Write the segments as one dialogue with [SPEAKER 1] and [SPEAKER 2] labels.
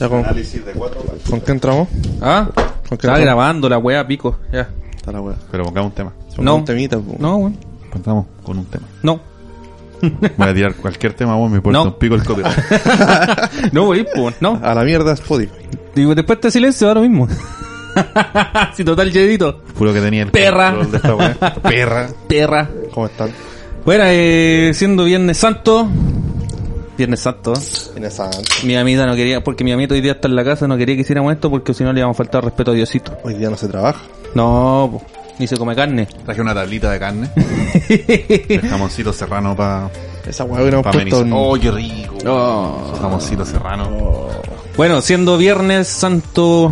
[SPEAKER 1] Ya con,
[SPEAKER 2] Análisis de cuatro partes.
[SPEAKER 1] ¿Con qué entramos?
[SPEAKER 3] Ah,
[SPEAKER 1] ¿Con qué
[SPEAKER 3] estaba
[SPEAKER 1] no?
[SPEAKER 3] grabando la wea, pico. Ya.
[SPEAKER 1] Está la wea.
[SPEAKER 2] Pero pongamos un tema.
[SPEAKER 1] Son
[SPEAKER 3] No.
[SPEAKER 1] un temita, po.
[SPEAKER 3] No, weón.
[SPEAKER 2] Partamos con un tema.
[SPEAKER 3] No.
[SPEAKER 2] Voy a tirar cualquier tema, vos me importa
[SPEAKER 3] No.
[SPEAKER 2] un pico el copio.
[SPEAKER 3] No, weón, po, no.
[SPEAKER 1] A la mierda Spotify.
[SPEAKER 3] Digo, después te silencio ahora mismo. si total, Jedito.
[SPEAKER 2] Puro que tenía el
[SPEAKER 3] Perra.
[SPEAKER 2] control de esta weá. Perra.
[SPEAKER 3] Perra.
[SPEAKER 1] ¿Cómo están?
[SPEAKER 3] Bueno, eh, siendo Viernes Santo. Viernes Santo, ¿eh?
[SPEAKER 1] En esa...
[SPEAKER 3] Mi amita no quería, porque mi amita hoy día está en la casa, no quería que hiciéramos esto porque si no le íbamos a faltar respeto a Diosito.
[SPEAKER 1] Hoy día no se trabaja.
[SPEAKER 3] No, po, ni se come carne.
[SPEAKER 2] Traje una tablita de carne. de jamoncito serrano para
[SPEAKER 1] Esa weá hubiéramos
[SPEAKER 2] pa
[SPEAKER 1] puesto
[SPEAKER 2] amenizar.
[SPEAKER 1] en...
[SPEAKER 2] Oh, qué rico.
[SPEAKER 3] No.
[SPEAKER 2] Jamoncito serrano.
[SPEAKER 3] Bueno, siendo Viernes Santo,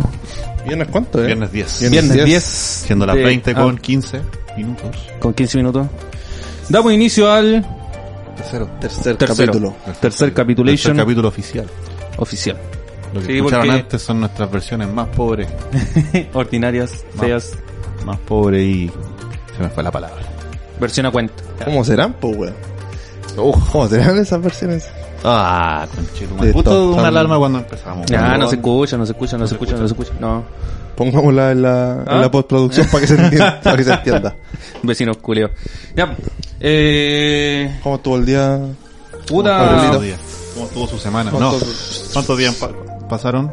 [SPEAKER 1] ¿Viernes cuánto, eh?
[SPEAKER 2] Viernes 10.
[SPEAKER 1] Viernes
[SPEAKER 3] Viernes 10.
[SPEAKER 1] 10,
[SPEAKER 2] Siendo las
[SPEAKER 3] de-
[SPEAKER 2] 20
[SPEAKER 3] ah,
[SPEAKER 2] con 15 minutos.
[SPEAKER 3] con 15 minutos. Damos inicio al
[SPEAKER 2] Tercero.
[SPEAKER 1] Tercer
[SPEAKER 3] tercero,
[SPEAKER 1] capítulo.
[SPEAKER 3] tercer
[SPEAKER 2] Tercer
[SPEAKER 3] capitulation
[SPEAKER 2] capítulo oficial.
[SPEAKER 3] oficial.
[SPEAKER 2] Lo que
[SPEAKER 3] Sí,
[SPEAKER 2] escucharon
[SPEAKER 3] porque-
[SPEAKER 2] antes son nuestras versiones más pobres.
[SPEAKER 3] Ordinarias,
[SPEAKER 2] No.
[SPEAKER 3] feas,
[SPEAKER 2] Más pobres y... Se me fue la palabra.
[SPEAKER 3] versión a cuenta.
[SPEAKER 1] ¿Cómo serán, po, weón? ¿Cómo serán esas versiones?
[SPEAKER 2] Ah, conchetumare.
[SPEAKER 1] De
[SPEAKER 2] Justo
[SPEAKER 1] top,
[SPEAKER 2] una
[SPEAKER 1] tan-
[SPEAKER 2] alarma cuando empezamos.
[SPEAKER 3] Ya, no
[SPEAKER 2] Perdón.
[SPEAKER 3] se escucha, no se escucha, no se escucha, no se escucha. No,
[SPEAKER 1] Pongámosla en la,
[SPEAKER 3] ¿Ah?
[SPEAKER 1] en la postproducción para que se entienda. para que se entienda.
[SPEAKER 3] vecinos culios. Ya, eh.
[SPEAKER 1] ¿Cómo estuvo el día?
[SPEAKER 3] Puta.
[SPEAKER 2] ¿Cuántos días? ¿Cómo estuvo su semana? No.
[SPEAKER 1] ¿Cuántos-
[SPEAKER 2] ¿Cuántos días pa- pasaron?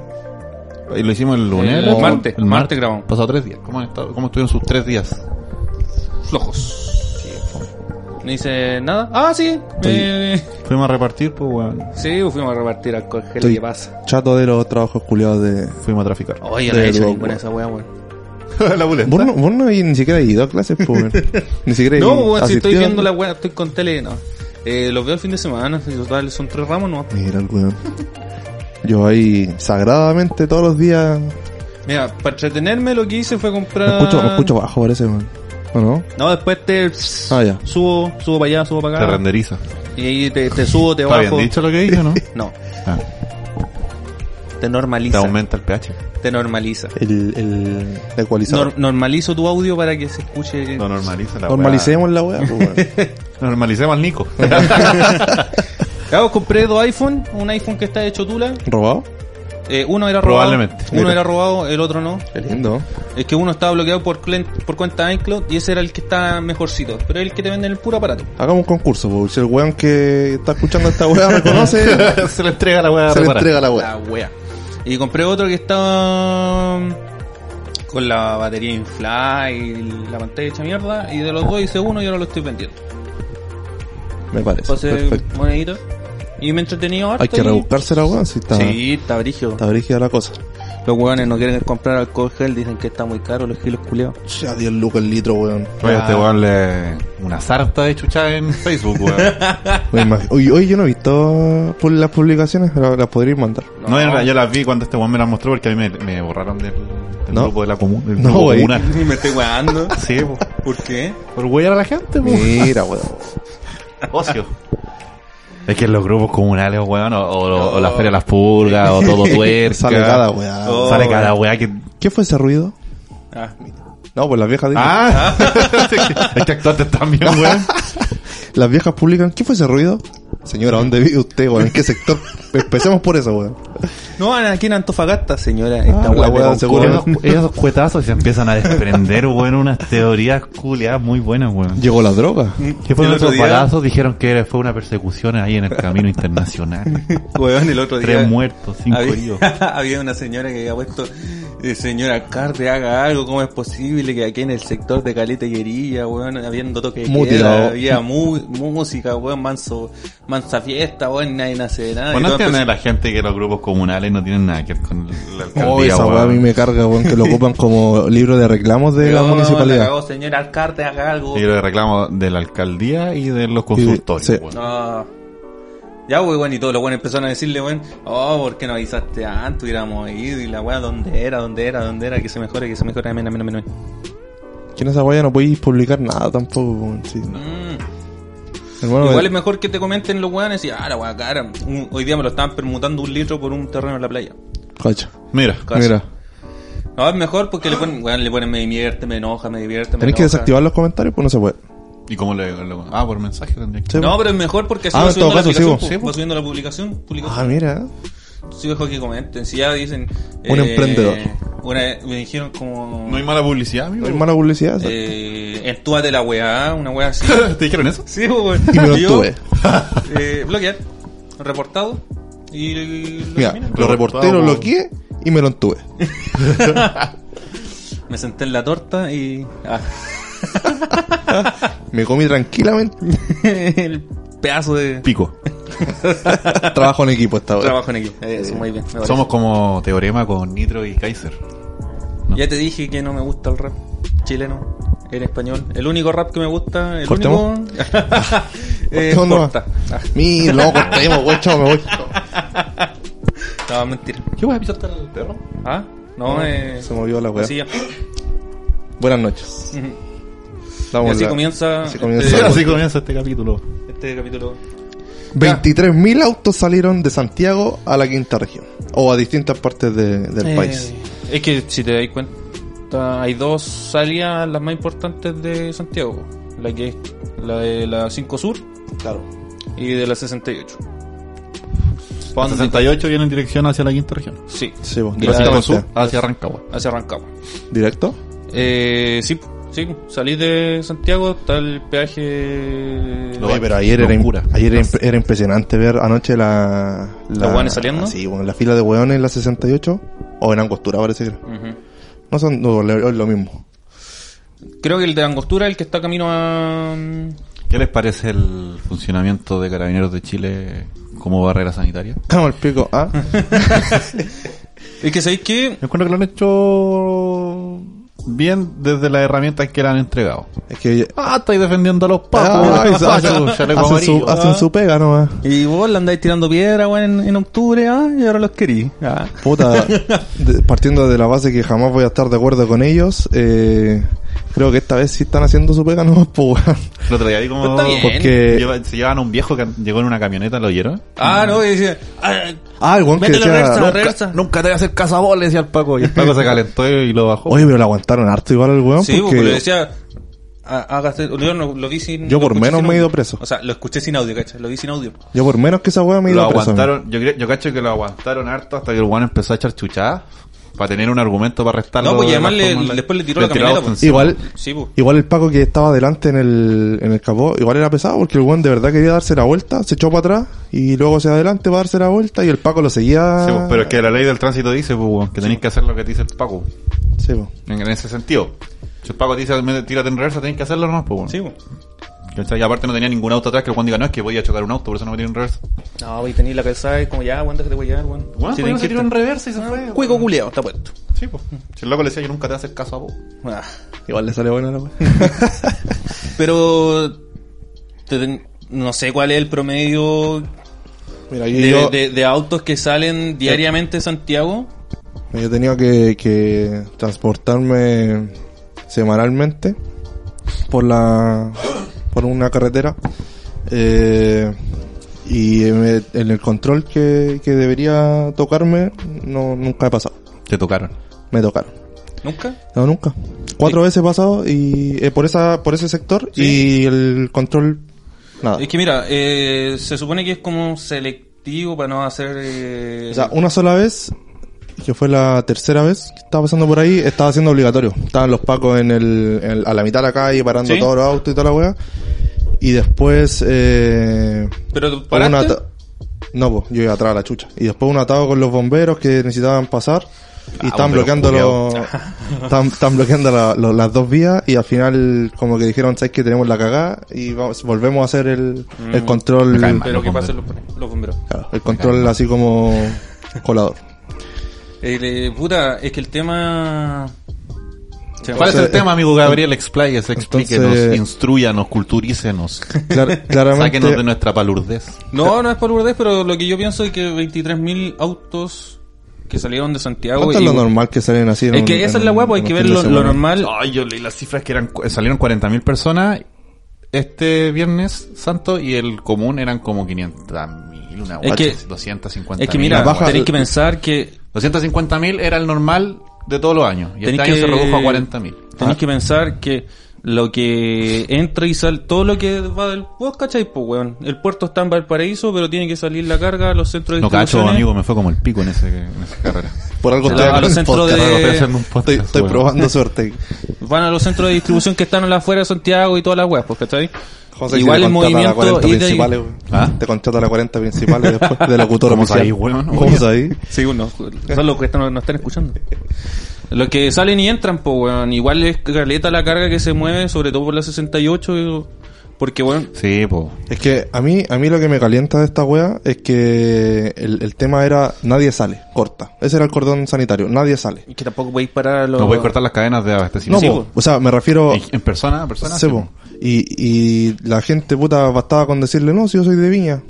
[SPEAKER 2] Eh, ¿Lo hicimos el lunes?
[SPEAKER 3] El
[SPEAKER 2] ¿O-
[SPEAKER 3] martes,
[SPEAKER 2] El
[SPEAKER 3] martes
[SPEAKER 2] martes
[SPEAKER 3] grabamos.
[SPEAKER 2] Pasado tres días. ¿Cómo, han estado? ¿Cómo estuvieron sus tres días?
[SPEAKER 3] flojos. No hice nada. Ah, sí. Eh,
[SPEAKER 2] Fuimos a repartir, pues, weón.
[SPEAKER 3] sí, fuimos a repartir alcohol gel.
[SPEAKER 1] Estoy-
[SPEAKER 3] ¿Qué pasa?
[SPEAKER 1] Chato de los trabajos culiados de...
[SPEAKER 2] Fuimos a traficar.
[SPEAKER 3] Oye,
[SPEAKER 1] de
[SPEAKER 3] no he hecho
[SPEAKER 1] Duoc,
[SPEAKER 3] ninguna
[SPEAKER 1] weón.
[SPEAKER 3] esa weá, weón.
[SPEAKER 2] la buleta.
[SPEAKER 1] Vos no, vos no habéis ni siquiera ido a clases, po, weón. Ni siquiera
[SPEAKER 3] No,
[SPEAKER 1] habéis
[SPEAKER 3] weón, si estoy
[SPEAKER 1] asistido.
[SPEAKER 3] viendo la weá, estoy con tele, no. Eh, los veo el fin de semana, si total, son tres ramos, no.
[SPEAKER 1] Mira el weón. Yo ahí sagradamente todos los días.
[SPEAKER 3] Mira, para entretenerme lo que hice fue comprar.
[SPEAKER 1] Me escucho, me escucho bajo, parece, weón. ¿O no?
[SPEAKER 3] No, después te.
[SPEAKER 1] Ah, ya.
[SPEAKER 3] Subo, subo para allá, subo para
[SPEAKER 2] Te
[SPEAKER 3] acá.
[SPEAKER 2] renderiza.
[SPEAKER 3] y ahí te, te subo, te
[SPEAKER 2] ¿Está
[SPEAKER 3] bajo.
[SPEAKER 2] bien dicho lo que dije, no?
[SPEAKER 3] No,
[SPEAKER 2] Ah,
[SPEAKER 3] te
[SPEAKER 2] te
[SPEAKER 3] normaliza.
[SPEAKER 2] aumenta el pH.
[SPEAKER 3] Te normaliza.
[SPEAKER 1] El, el ecualizador.
[SPEAKER 3] Nor- normalizo tu audio para que se escuche.
[SPEAKER 2] Lo normaliza la
[SPEAKER 1] Normalicemos la weá, pues, weón.
[SPEAKER 2] weá. Normalicemos al Nico.
[SPEAKER 3] Claro, compré dos iPhone, un iPhone que está hecho tula.
[SPEAKER 1] ¿Robado?
[SPEAKER 3] Eh, uno era robado.
[SPEAKER 2] Probablemente.
[SPEAKER 3] Uno
[SPEAKER 1] Mira.
[SPEAKER 3] era robado, el otro no.
[SPEAKER 1] Qué lindo.
[SPEAKER 3] Es que uno estaba bloqueado por, clen- por cuenta iCloud y ese era el que está mejorcito. Pero es el que te venden el puro aparato.
[SPEAKER 1] Hagamos un concurso, pues. Si el weón que está escuchando esta weá reconoce,
[SPEAKER 2] se le entrega la weá.
[SPEAKER 1] se le
[SPEAKER 2] preparada.
[SPEAKER 1] entrega la
[SPEAKER 3] La
[SPEAKER 1] weá.
[SPEAKER 3] wea. Y compré otro que estaba mm, con la batería inflada y la pantalla hecha mierda. Y de los dos hice uno y ahora lo estoy vendiendo.
[SPEAKER 1] Me parece.
[SPEAKER 3] Entonces,
[SPEAKER 1] Perfecto.
[SPEAKER 3] monedito. Y me he entretenido harto.
[SPEAKER 1] Hay que
[SPEAKER 3] y-
[SPEAKER 1] rebuscarse la weá, si está,
[SPEAKER 3] Sí, está brígido.
[SPEAKER 1] está brígida la cosa.
[SPEAKER 3] Los hueones no quieren comprar alcohol gel, dicen que está muy caro los gilos culeados.
[SPEAKER 1] Ya 10 lucas el litro, weón.
[SPEAKER 2] Oye, este weón le... Una sarta de chucha en Facebook, weón.
[SPEAKER 1] Oye, imag- Oye, oye, yo no he visto pu- las publicaciones, pero las podríais mandar.
[SPEAKER 2] No, en realidad yo las vi cuando este weón me las mostró porque a mí me, me borraron del, del
[SPEAKER 1] No.
[SPEAKER 2] grupo de la comuna. Del
[SPEAKER 1] No,
[SPEAKER 2] grupo
[SPEAKER 1] güey.
[SPEAKER 2] comunal.
[SPEAKER 3] me estoy hueando.
[SPEAKER 2] Sí, po.
[SPEAKER 3] ¿Por qué?
[SPEAKER 2] por huear a la gente, po.
[SPEAKER 1] Mira, weón.
[SPEAKER 2] Ocio. Es que los grupos comunales, weón, o, o- o- o la feria de las pulgas, o todo tuerca.
[SPEAKER 1] Sale cada weá.
[SPEAKER 3] Oh.
[SPEAKER 2] Sale cada weá que...
[SPEAKER 1] ¿Qué fue ese ruido?
[SPEAKER 3] Ah,
[SPEAKER 1] No, pues las viejas dicen.
[SPEAKER 2] Ah, es que actuaste también, weón.
[SPEAKER 1] Las viejas publican. ¿Qué fue ese ruido? Señora, ¿dónde vive usted, weón? ¿En qué sector? Empecemos por eso, weón.
[SPEAKER 3] No, aquí en Antofagasta, señora. Esta
[SPEAKER 1] la
[SPEAKER 3] Ah, hueá
[SPEAKER 1] hueá
[SPEAKER 3] de
[SPEAKER 1] seguro.
[SPEAKER 3] concurso.
[SPEAKER 2] Esos, esos cuetazos se empiezan a desprender, weón, unas teorías culiadas muy buenas, weón.
[SPEAKER 1] Llegó la droga.
[SPEAKER 2] Que
[SPEAKER 3] El
[SPEAKER 2] fueron
[SPEAKER 3] otro
[SPEAKER 2] esos
[SPEAKER 3] día-
[SPEAKER 2] balazos, dijeron que fue una persecución ahí en el camino internacional.
[SPEAKER 3] Hueón, el otro día.
[SPEAKER 2] Tres muertos, cinco heridos.
[SPEAKER 3] había, había una señora que había puesto, eh, señora alcalde, haga algo, ¿cómo es posible que aquí en el sector de Caleta y Herilla, weón, habiendo toque de
[SPEAKER 1] Mutilado.
[SPEAKER 3] queda, había mu- música, weón, manso, mansa fiesta, weón, nadie nace de nada. y
[SPEAKER 2] Bueno,
[SPEAKER 3] todo
[SPEAKER 2] no entienden
[SPEAKER 3] empezó-
[SPEAKER 2] la gente que los grupos comunales no tienen nada que ver con la alcaldía,
[SPEAKER 1] Oh, esa weá a
[SPEAKER 2] weón.
[SPEAKER 1] mí me carga, weón, que lo ocupan como libro de reclamos de la
[SPEAKER 3] No, la
[SPEAKER 1] municipalidad.
[SPEAKER 3] cagó, señora alcalde, haga algo.
[SPEAKER 2] Y lo de reclamo de la alcaldía y de los consultorios,
[SPEAKER 1] Sí.
[SPEAKER 2] weón.
[SPEAKER 3] No. Ya, pues, weón, y todos los weones empezaron a decirle, weón, oh, ¿por qué no avisaste antes? Hubiéramos ido y la weá, ¿dónde era? ¿Dónde era? ¿Dónde era? Que se mejore, que se mejore, amén, amén, amén. amén.
[SPEAKER 1] Que en esa guaya no podéis publicar nada tampoco, weón. Sí.
[SPEAKER 3] Mm.
[SPEAKER 1] Hermano,
[SPEAKER 3] Igual es mejor que te comenten los weones y, ah, la weá, cara, un- hoy día me lo estaban permutando un litro por un terreno en la playa.
[SPEAKER 1] Cacha.
[SPEAKER 2] Mira,
[SPEAKER 3] Cacha.
[SPEAKER 1] Mira,
[SPEAKER 3] No, es mejor porque le ponen, weón, le ponen me divierte, me enoja, me divierte, me
[SPEAKER 1] tenéis que
[SPEAKER 3] enoja.
[SPEAKER 1] desactivar los comentarios, pues no se puede.
[SPEAKER 2] ¿y cómo le, le- Ah, por mensaje tendría que...
[SPEAKER 1] Sí.
[SPEAKER 3] No, pero es mejor porque así
[SPEAKER 1] Ah,
[SPEAKER 3] va
[SPEAKER 1] en
[SPEAKER 3] subiendo,
[SPEAKER 1] todo
[SPEAKER 3] la
[SPEAKER 1] caso, sí,
[SPEAKER 3] aplicación,
[SPEAKER 1] vos.
[SPEAKER 3] po,
[SPEAKER 1] Sí,
[SPEAKER 3] va subiendo la publicación.
[SPEAKER 1] Ah,
[SPEAKER 3] publicación.
[SPEAKER 1] mira.
[SPEAKER 3] Sí, mejor que comenten. Si ya dicen. eh,
[SPEAKER 1] Un emprendedor.
[SPEAKER 3] Una, me dijeron como.
[SPEAKER 2] ¿No hay mala publicidad, amigo?
[SPEAKER 1] No hay mala publicidad. ¿sabes?
[SPEAKER 3] pues. eh, entúate la weá, una weá así.
[SPEAKER 2] ¿Te dijeron eso?
[SPEAKER 3] sí, pues,
[SPEAKER 1] Y me lo
[SPEAKER 3] yo,
[SPEAKER 1] tuve.
[SPEAKER 3] eh, bloquear, reportado. Y lo
[SPEAKER 1] Mira,
[SPEAKER 3] eliminan.
[SPEAKER 1] lo reporté, lo bloqueé y me lo entuve.
[SPEAKER 3] me senté en la torta y. ah,
[SPEAKER 1] Me comí tranquilamente.
[SPEAKER 3] el pedazo de
[SPEAKER 2] Pico.
[SPEAKER 1] Trabajo en equipo esta hora.
[SPEAKER 3] trabajo en equipo. Eso, muy bien. me parece.
[SPEAKER 2] Somos como Teorema con Nitro y Kaiser.
[SPEAKER 3] Ya te dije que no me gusta el rap chileno, en español. El único rap que me gusta, el
[SPEAKER 1] ¿Cortemos?
[SPEAKER 3] único. eh,
[SPEAKER 1] Cortemos nomás.
[SPEAKER 3] corta. Ah,
[SPEAKER 1] Mira, no, cortemos, güey, chao, me voy.
[SPEAKER 3] no, mentira.
[SPEAKER 2] ¿Qué voy a pisarte al perro?
[SPEAKER 3] ¿Ah? No, eh.
[SPEAKER 1] Se movió la weá.
[SPEAKER 3] así ya.
[SPEAKER 1] Buenas noches.
[SPEAKER 3] Y
[SPEAKER 1] Estamos
[SPEAKER 3] así
[SPEAKER 1] en la-
[SPEAKER 3] comienza
[SPEAKER 1] así
[SPEAKER 3] este-
[SPEAKER 1] comienza. Sí,
[SPEAKER 2] así comienza este capítulo.
[SPEAKER 3] este capítulo.
[SPEAKER 1] 23.000 autos salieron de Santiago a la quinta región. O a distintas partes de- del
[SPEAKER 3] Eh,
[SPEAKER 1] país.
[SPEAKER 3] Es que si te dais cuenta, hay dos salidas las más importantes de Santiago: la que es la de la 5 Sur
[SPEAKER 1] Claro.
[SPEAKER 3] y de la 68.
[SPEAKER 2] Juan
[SPEAKER 3] ¿Dónde?
[SPEAKER 2] 68 viene en dirección hacia la quinta región.
[SPEAKER 3] Sí,
[SPEAKER 1] Sí, vos,
[SPEAKER 3] Y la de
[SPEAKER 1] directamente.
[SPEAKER 2] Sur hacia Rancagua.
[SPEAKER 3] hacia Rancagua.
[SPEAKER 1] ¿Directo?
[SPEAKER 3] Eh, sí, sí, salí de Santiago, está el peaje.
[SPEAKER 2] Lo
[SPEAKER 1] Oye,
[SPEAKER 2] va-
[SPEAKER 1] pero ayer, era,
[SPEAKER 2] locura.
[SPEAKER 1] ayer era, imp- era impresionante ver anoche la... la
[SPEAKER 3] ¿Los hueones saliendo?
[SPEAKER 1] Sí, bueno, la fila de hueones en la 68. O en Angostura parece que era.
[SPEAKER 3] Ujú.
[SPEAKER 1] No son no, le- es lo mismo.
[SPEAKER 3] Creo que el de Angostura es el que está camino a.
[SPEAKER 2] ¿Qué les parece el funcionamiento de Carabineros de Chile como barrera sanitaria?
[SPEAKER 1] Vamos al pico. Ah,
[SPEAKER 3] Es que sabéis que.
[SPEAKER 2] Yo encuentro que lo han hecho bien desde las herramientas que le han entregado.
[SPEAKER 1] es que...
[SPEAKER 2] Ah, estáis defendiendo a los
[SPEAKER 1] Ah,
[SPEAKER 2] papos.
[SPEAKER 1] hacen- hacen- hacen, su, hacen su pega nomás.
[SPEAKER 3] Y vos le andáis tirando piedra, weón, en, en octubre, ah, y ahora los querí. Ah.
[SPEAKER 1] Puta, de- partiendo de la base que jamás voy a estar de acuerdo con ellos, eh, creo que esta vez sí están haciendo su pega nomás, po, weón.
[SPEAKER 2] Lo traía ahí como...
[SPEAKER 3] Pero está bien.
[SPEAKER 1] Porque-
[SPEAKER 2] Lleva- se llevaban a un viejo que llegó en una camioneta, ¿lo oyeron?
[SPEAKER 3] Ah, no, y decía. Ah,
[SPEAKER 1] Ah, el weón que
[SPEAKER 3] métele
[SPEAKER 1] decía-
[SPEAKER 3] reversa,
[SPEAKER 1] nunca-
[SPEAKER 3] reversa.
[SPEAKER 2] Nunca te voy a hacer cazaboles, decía el Paco. Y el Paco se calentó y lo bajó.
[SPEAKER 1] Oye, pero lo aguantaron harto igual al weón,
[SPEAKER 3] Sí,
[SPEAKER 1] porque...
[SPEAKER 3] porque le decía. ah, hágase- yo no- lo vi sin.
[SPEAKER 1] Yo
[SPEAKER 3] lo
[SPEAKER 1] por
[SPEAKER 3] escuché
[SPEAKER 1] menos
[SPEAKER 3] sin
[SPEAKER 1] me he ido
[SPEAKER 3] audio.
[SPEAKER 1] preso.
[SPEAKER 3] O sea, lo escuché sin audio, ¿cachai? Lo vi sin audio.
[SPEAKER 1] Yo por menos que esa weá me
[SPEAKER 2] lo
[SPEAKER 1] iba preso. a mí.
[SPEAKER 2] aguantaron, yo, creo- yo cacho que lo aguantaron harto hasta que el guano empezó a echar chuchadas para tener un argumento para arrestarlo.
[SPEAKER 3] No, pues, y
[SPEAKER 2] de
[SPEAKER 3] además
[SPEAKER 2] la
[SPEAKER 3] le-
[SPEAKER 2] forma en la-
[SPEAKER 3] después le tiró la camioneta, pues.
[SPEAKER 2] encima.
[SPEAKER 1] Igual,
[SPEAKER 3] Sí, pues.
[SPEAKER 1] igual el Paco que estaba delante en el, en el capó, igual era pesado porque el weón de verdad quería darse la vuelta, se echó para atrás y luego se adelante para darse la vuelta y el Paco lo seguía.
[SPEAKER 2] Sí, pues, pero es que la ley del tránsito dice pues, weón, que tenéis que hacer lo que te dice el Paco.
[SPEAKER 1] Sí, po.
[SPEAKER 2] En, en ese sentido. Si el Paco te dice "Me- tírate en reversa, tenéis que hacerlo nomás, pues, weón.
[SPEAKER 3] Sí, pues.
[SPEAKER 2] ¿Cachai? Y aparte no tenía ningún auto atrás que el weón diga, no, es que voy a chocar un auto, por eso no me tiré en reversa.
[SPEAKER 3] No, y tenía la cabeza y como ya, weón, déjate huellar, weón.
[SPEAKER 2] Weón,
[SPEAKER 3] Si
[SPEAKER 2] ¿por qué pues, no
[SPEAKER 3] tenés
[SPEAKER 2] se
[SPEAKER 3] que
[SPEAKER 2] tiró en
[SPEAKER 3] irte-
[SPEAKER 2] reversa y se fue?
[SPEAKER 3] Cuico culeado, está puesto.
[SPEAKER 2] Sí, pues. Si el loco le decía, yo nunca te voy a hacer caso a vos.
[SPEAKER 3] Ah.
[SPEAKER 1] Igual le salió buena la weá.
[SPEAKER 3] Pero te ten- no sé cuál es el promedio
[SPEAKER 1] Mira, yo,
[SPEAKER 3] de,
[SPEAKER 1] yo-
[SPEAKER 3] de- de autos que salen diariamente de Santiago.
[SPEAKER 1] Yo tenía que, que transportarme semanalmente por la por una carretera eh, y me- en el control que, que debería tocarme no nunca he pasado
[SPEAKER 2] Te tocaron.
[SPEAKER 1] me tocaron
[SPEAKER 3] ¿Nunca?
[SPEAKER 1] no nunca cuatro veces he pasado y eh, por esa por ese sector
[SPEAKER 3] Sí.
[SPEAKER 1] y el control nada
[SPEAKER 3] Es que mira, eh, se supone que es como selectivo para no hacer... eh,
[SPEAKER 1] o sea una sola vez que fue la tercera vez que estaba pasando por ahí, estaba siendo obligatorio. Estaban los pacos en el, en- a la mitad de la calle parando
[SPEAKER 3] ¿Sí?
[SPEAKER 1] todos los autos y toda la weá. Y después, eh,
[SPEAKER 3] pero tú
[SPEAKER 1] hubo un
[SPEAKER 3] paraste?
[SPEAKER 1] ata- No, pues, yo iba atrás a la chucha. Y después un atado con los bomberos que necesitaban pasar. Y
[SPEAKER 2] Ah,
[SPEAKER 1] estaban
[SPEAKER 2] bomberos
[SPEAKER 1] bloqueando los, estaban, estaban bloqueando la- lo- las dos vías y al final como que dijeron, ¿sabes que tenemos la cagada? Y vamos- volvemos a hacer el, el
[SPEAKER 2] Me caen
[SPEAKER 1] control,
[SPEAKER 2] mal.
[SPEAKER 3] Pero
[SPEAKER 2] los
[SPEAKER 3] que
[SPEAKER 2] bomberos.
[SPEAKER 3] pasen los, los bomberos.
[SPEAKER 1] claro, el control así como colador.
[SPEAKER 3] El, eh, puta, es que el tema... Sí.
[SPEAKER 2] ¿Cuál es el tema, amigo Gabriel? Expláyese,
[SPEAKER 1] Entonces-
[SPEAKER 2] explíquenos, instruyanos, culturícenos.
[SPEAKER 1] Clar- claramente,
[SPEAKER 2] Sáquenos de nuestra palurdez.
[SPEAKER 3] No, no es por burdez, pero lo que yo pienso es que 23.000 autos que salieron de Santiago.
[SPEAKER 1] ¿cuánto es lo normal que salen así? en
[SPEAKER 3] Es
[SPEAKER 1] un-
[SPEAKER 3] que esa
[SPEAKER 1] en
[SPEAKER 3] es la
[SPEAKER 1] un-
[SPEAKER 3] hueá, pues, hay
[SPEAKER 1] en
[SPEAKER 3] que
[SPEAKER 1] un
[SPEAKER 3] ver
[SPEAKER 1] fin de
[SPEAKER 3] lo, lo
[SPEAKER 1] semana?
[SPEAKER 3] normal.
[SPEAKER 2] Ay, yo leí las cifras que eran cu- salieron 40.000 personas este viernes santo y el común eran como 500.000, una
[SPEAKER 3] Es
[SPEAKER 2] guacha,
[SPEAKER 3] que-
[SPEAKER 2] 250.000.
[SPEAKER 3] Es que mira,
[SPEAKER 1] baja-
[SPEAKER 3] tenéis que pensar que
[SPEAKER 2] 250.000 era el normal de todos los años y
[SPEAKER 3] Tenéis
[SPEAKER 2] este año
[SPEAKER 3] que-
[SPEAKER 2] se redujo a Ah, 40.000.
[SPEAKER 3] tenéis
[SPEAKER 1] Ah.
[SPEAKER 3] que pensar que lo que entra y sale, todo lo que va del. Vos cacháis, pues, weón. El puerto está en Valparaíso, pero tiene que salir la carga a los centros de
[SPEAKER 2] No
[SPEAKER 3] distribución.
[SPEAKER 2] cacho, amigo, me fue como el pico en, ese, en esa carrera.
[SPEAKER 1] Por algo
[SPEAKER 3] Se
[SPEAKER 1] estoy,
[SPEAKER 3] la- a
[SPEAKER 1] acá
[SPEAKER 3] los
[SPEAKER 1] en el
[SPEAKER 3] centros
[SPEAKER 1] podcast.
[SPEAKER 3] de-
[SPEAKER 2] Estoy haciendo un
[SPEAKER 1] Estoy,
[SPEAKER 2] podcast,
[SPEAKER 1] estoy
[SPEAKER 2] weón.
[SPEAKER 1] probando suerte.
[SPEAKER 3] Van a los centros de distribución que están a la afuera de Santiago y todas las weas, pues, ¿cachai?
[SPEAKER 1] José, si te
[SPEAKER 3] Igual el
[SPEAKER 1] contrata a
[SPEAKER 3] movimiento.
[SPEAKER 1] las 40
[SPEAKER 3] ida y-
[SPEAKER 1] principales, weón.
[SPEAKER 2] ¿Ah?
[SPEAKER 1] Te contrata a las 40 principales después de locutor
[SPEAKER 2] ¿Cómo
[SPEAKER 1] oficial.
[SPEAKER 2] sabéis, weón?
[SPEAKER 1] ¿Cómo
[SPEAKER 2] Oye.
[SPEAKER 1] sabéis?
[SPEAKER 3] Sí, uno. Son los que están, no están escuchando. Los que salen y entran, pues, weón. Igual es caleta la carga que se mueve, sobre todo por la 68. Porque, weón.
[SPEAKER 2] Sí, po.
[SPEAKER 1] Es que a mí, a mí lo que me calienta de esta wea es que el, el tema era nadie sale, corta. Ese era el cordón sanitario, nadie sale.
[SPEAKER 3] Que tampoco podéis parar a los.
[SPEAKER 2] No voy a cortar las cadenas de
[SPEAKER 1] No,
[SPEAKER 3] pues,
[SPEAKER 2] abastecimiento.
[SPEAKER 1] po. o sea, me refiero...
[SPEAKER 2] en, en persona, en persona.
[SPEAKER 1] Sí,
[SPEAKER 2] sí,
[SPEAKER 1] po.
[SPEAKER 2] po.
[SPEAKER 1] Y, y la gente puta bastaba con decirle, no, si yo soy de Viña.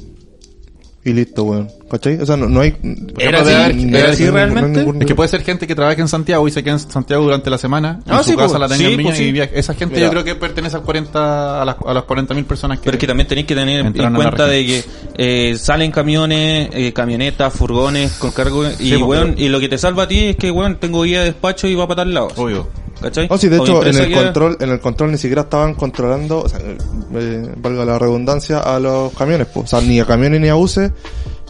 [SPEAKER 1] Y listo, weón. ¿Cachai? O sea, no, no hay...
[SPEAKER 2] Era
[SPEAKER 1] no
[SPEAKER 2] así,
[SPEAKER 1] hay- no
[SPEAKER 2] era
[SPEAKER 1] hay
[SPEAKER 2] así
[SPEAKER 1] ningún-
[SPEAKER 3] realmente.
[SPEAKER 1] ningún-
[SPEAKER 2] Es que puede ser gente que trabaja en Santiago y se queda en Santiago durante la semana.
[SPEAKER 3] Ah,
[SPEAKER 2] en su
[SPEAKER 3] sí,
[SPEAKER 2] casa
[SPEAKER 3] pues.
[SPEAKER 2] la tenía
[SPEAKER 3] Sí,
[SPEAKER 2] en Viña
[SPEAKER 3] pues,
[SPEAKER 2] y
[SPEAKER 3] sí.
[SPEAKER 2] vivía. Esa gente
[SPEAKER 1] Mira.
[SPEAKER 2] yo creo que pertenece a, 40, a las, a las 40.000 personas que...
[SPEAKER 3] Pero es que también tenéis que tener
[SPEAKER 2] Entraron
[SPEAKER 3] en
[SPEAKER 2] a la
[SPEAKER 3] cuenta de que
[SPEAKER 2] región.
[SPEAKER 3] eh, salen camiones, eh, camionetas, furgones con cargo. Y,
[SPEAKER 2] Sí, pues,
[SPEAKER 3] weón,
[SPEAKER 2] pero-
[SPEAKER 3] y lo que te salva a ti es que, weón, tengo guía de despacho y va para tal lado.
[SPEAKER 2] Obvio.
[SPEAKER 3] ¿Cachai?
[SPEAKER 1] Oh, sí, de
[SPEAKER 3] O
[SPEAKER 1] hecho, en
[SPEAKER 3] empresa
[SPEAKER 1] el
[SPEAKER 3] guía-
[SPEAKER 1] control, en el control ni siquiera estaban controlando, o sea, eh, valga la redundancia, a los camiones, pues. O sea, ni a camiones ni a buses,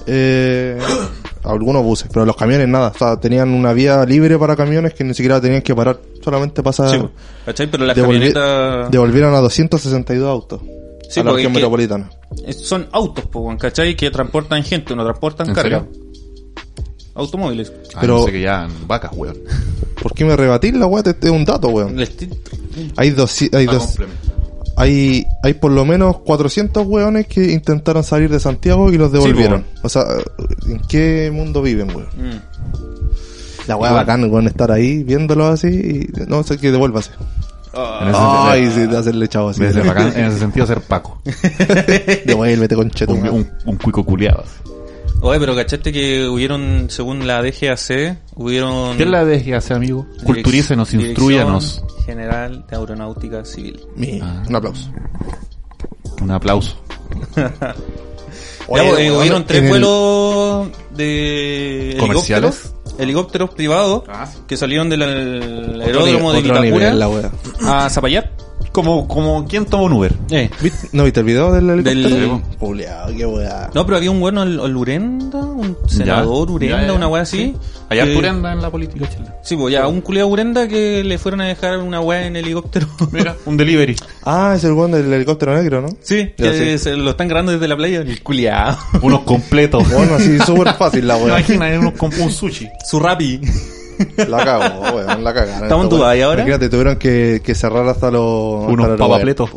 [SPEAKER 1] eh, a algunos buses, pero los camiones nada, o sea, tenían una vía libre para camiones que ni siquiera tenían que parar, solamente pasar,
[SPEAKER 3] Sí, pues, ¿Cachai? Pero las
[SPEAKER 1] ah, devolvi-
[SPEAKER 3] camionetas.
[SPEAKER 1] devolvieron a 262 autos.
[SPEAKER 3] Sí,
[SPEAKER 1] a la
[SPEAKER 3] porque
[SPEAKER 1] región
[SPEAKER 3] es que-
[SPEAKER 1] metropolitana.
[SPEAKER 3] Eh, Son autos, po, weón, ¿cachai? Que transportan gente, no transportan
[SPEAKER 2] ¿En
[SPEAKER 3] carga.
[SPEAKER 2] serio?
[SPEAKER 3] Automóviles.
[SPEAKER 1] Pero-
[SPEAKER 2] Pero... Ah, que ya en vacas, weón.
[SPEAKER 1] ¿Por qué me rebatís la weá? Este es un dato, weón.
[SPEAKER 3] Les ti-
[SPEAKER 1] Hay dos, hay
[SPEAKER 2] Ah,
[SPEAKER 1] dos,
[SPEAKER 2] complemento.
[SPEAKER 1] hay, hay por lo menos 400 weones que intentaron salir de Santiago y los devolvieron. o sea, ¿en qué mundo viven, weón?
[SPEAKER 3] Mm.
[SPEAKER 1] La weá bacán, weón, estar ahí viéndolo así y... No, sé que devuélvase.
[SPEAKER 3] Ah.
[SPEAKER 2] En ese sentido-
[SPEAKER 1] Ay, sí, de hacerle chavo así.
[SPEAKER 2] en ese bacán- en ese sentido, ser Paco.
[SPEAKER 1] Devuélvete, conchetum.
[SPEAKER 2] Un, un, un cuico culiado.
[SPEAKER 3] Oye, pero ¿cachaste que hubieron, según la DGAC, hubieron...
[SPEAKER 2] ¿Qué es la DGAC, amigo?
[SPEAKER 3] direc-
[SPEAKER 2] Culturícenos,
[SPEAKER 3] Dirección
[SPEAKER 2] instruyanos.
[SPEAKER 3] General de Aeronáutica Civil.
[SPEAKER 1] Mi-
[SPEAKER 2] Ah.
[SPEAKER 1] Un aplauso.
[SPEAKER 2] Un aplauso.
[SPEAKER 1] Oye,
[SPEAKER 3] Ya, pues, eh,
[SPEAKER 1] weón,
[SPEAKER 3] hubieron tres
[SPEAKER 1] en el-
[SPEAKER 3] vuelos de
[SPEAKER 2] ¿Comerciales?
[SPEAKER 3] helicópteros, helicópteros privados
[SPEAKER 2] Ah, sí.
[SPEAKER 3] que salieron del el
[SPEAKER 1] Otro
[SPEAKER 3] aeródromo
[SPEAKER 1] nivel-
[SPEAKER 3] de
[SPEAKER 1] otro nivel, la
[SPEAKER 3] Vitacura
[SPEAKER 1] weá.
[SPEAKER 3] a Zapallat.
[SPEAKER 2] Como, como, ¿quién toma un Uber?
[SPEAKER 3] Eh,
[SPEAKER 1] ¿Viste- ¿No viste el video del helicóptero?
[SPEAKER 3] Del-
[SPEAKER 1] Juliado, qué weá.
[SPEAKER 3] No, pero había un bueno, el, el Urenda, un senador
[SPEAKER 2] Ya,
[SPEAKER 3] Urenda,
[SPEAKER 2] ya, ya.
[SPEAKER 3] una weá así.
[SPEAKER 2] Allá
[SPEAKER 3] que-
[SPEAKER 2] Urenda en la política chilena.
[SPEAKER 3] Sí, pues ya, un culiado Urenda que le fueron a dejar una weá en helicóptero.
[SPEAKER 2] Mira, un delivery.
[SPEAKER 1] Ah, es el weón del helicóptero negro, ¿no?
[SPEAKER 3] sí,
[SPEAKER 1] Ya,
[SPEAKER 3] que se lo están grabando desde la playa. El culiado.
[SPEAKER 2] Unos completos.
[SPEAKER 1] Bueno, así súper fácil la weá.
[SPEAKER 2] Imagina, eh, unos com- un sushi.
[SPEAKER 3] Su rapi.
[SPEAKER 1] La cago, weón, la cagaron.
[SPEAKER 3] Estamos en
[SPEAKER 1] Esta
[SPEAKER 3] Dubái
[SPEAKER 1] weá.
[SPEAKER 3] ahora.
[SPEAKER 1] Imagínate, tuvieron que, que cerrar hasta los... hasta
[SPEAKER 2] Unos
[SPEAKER 1] los-
[SPEAKER 2] papapletos.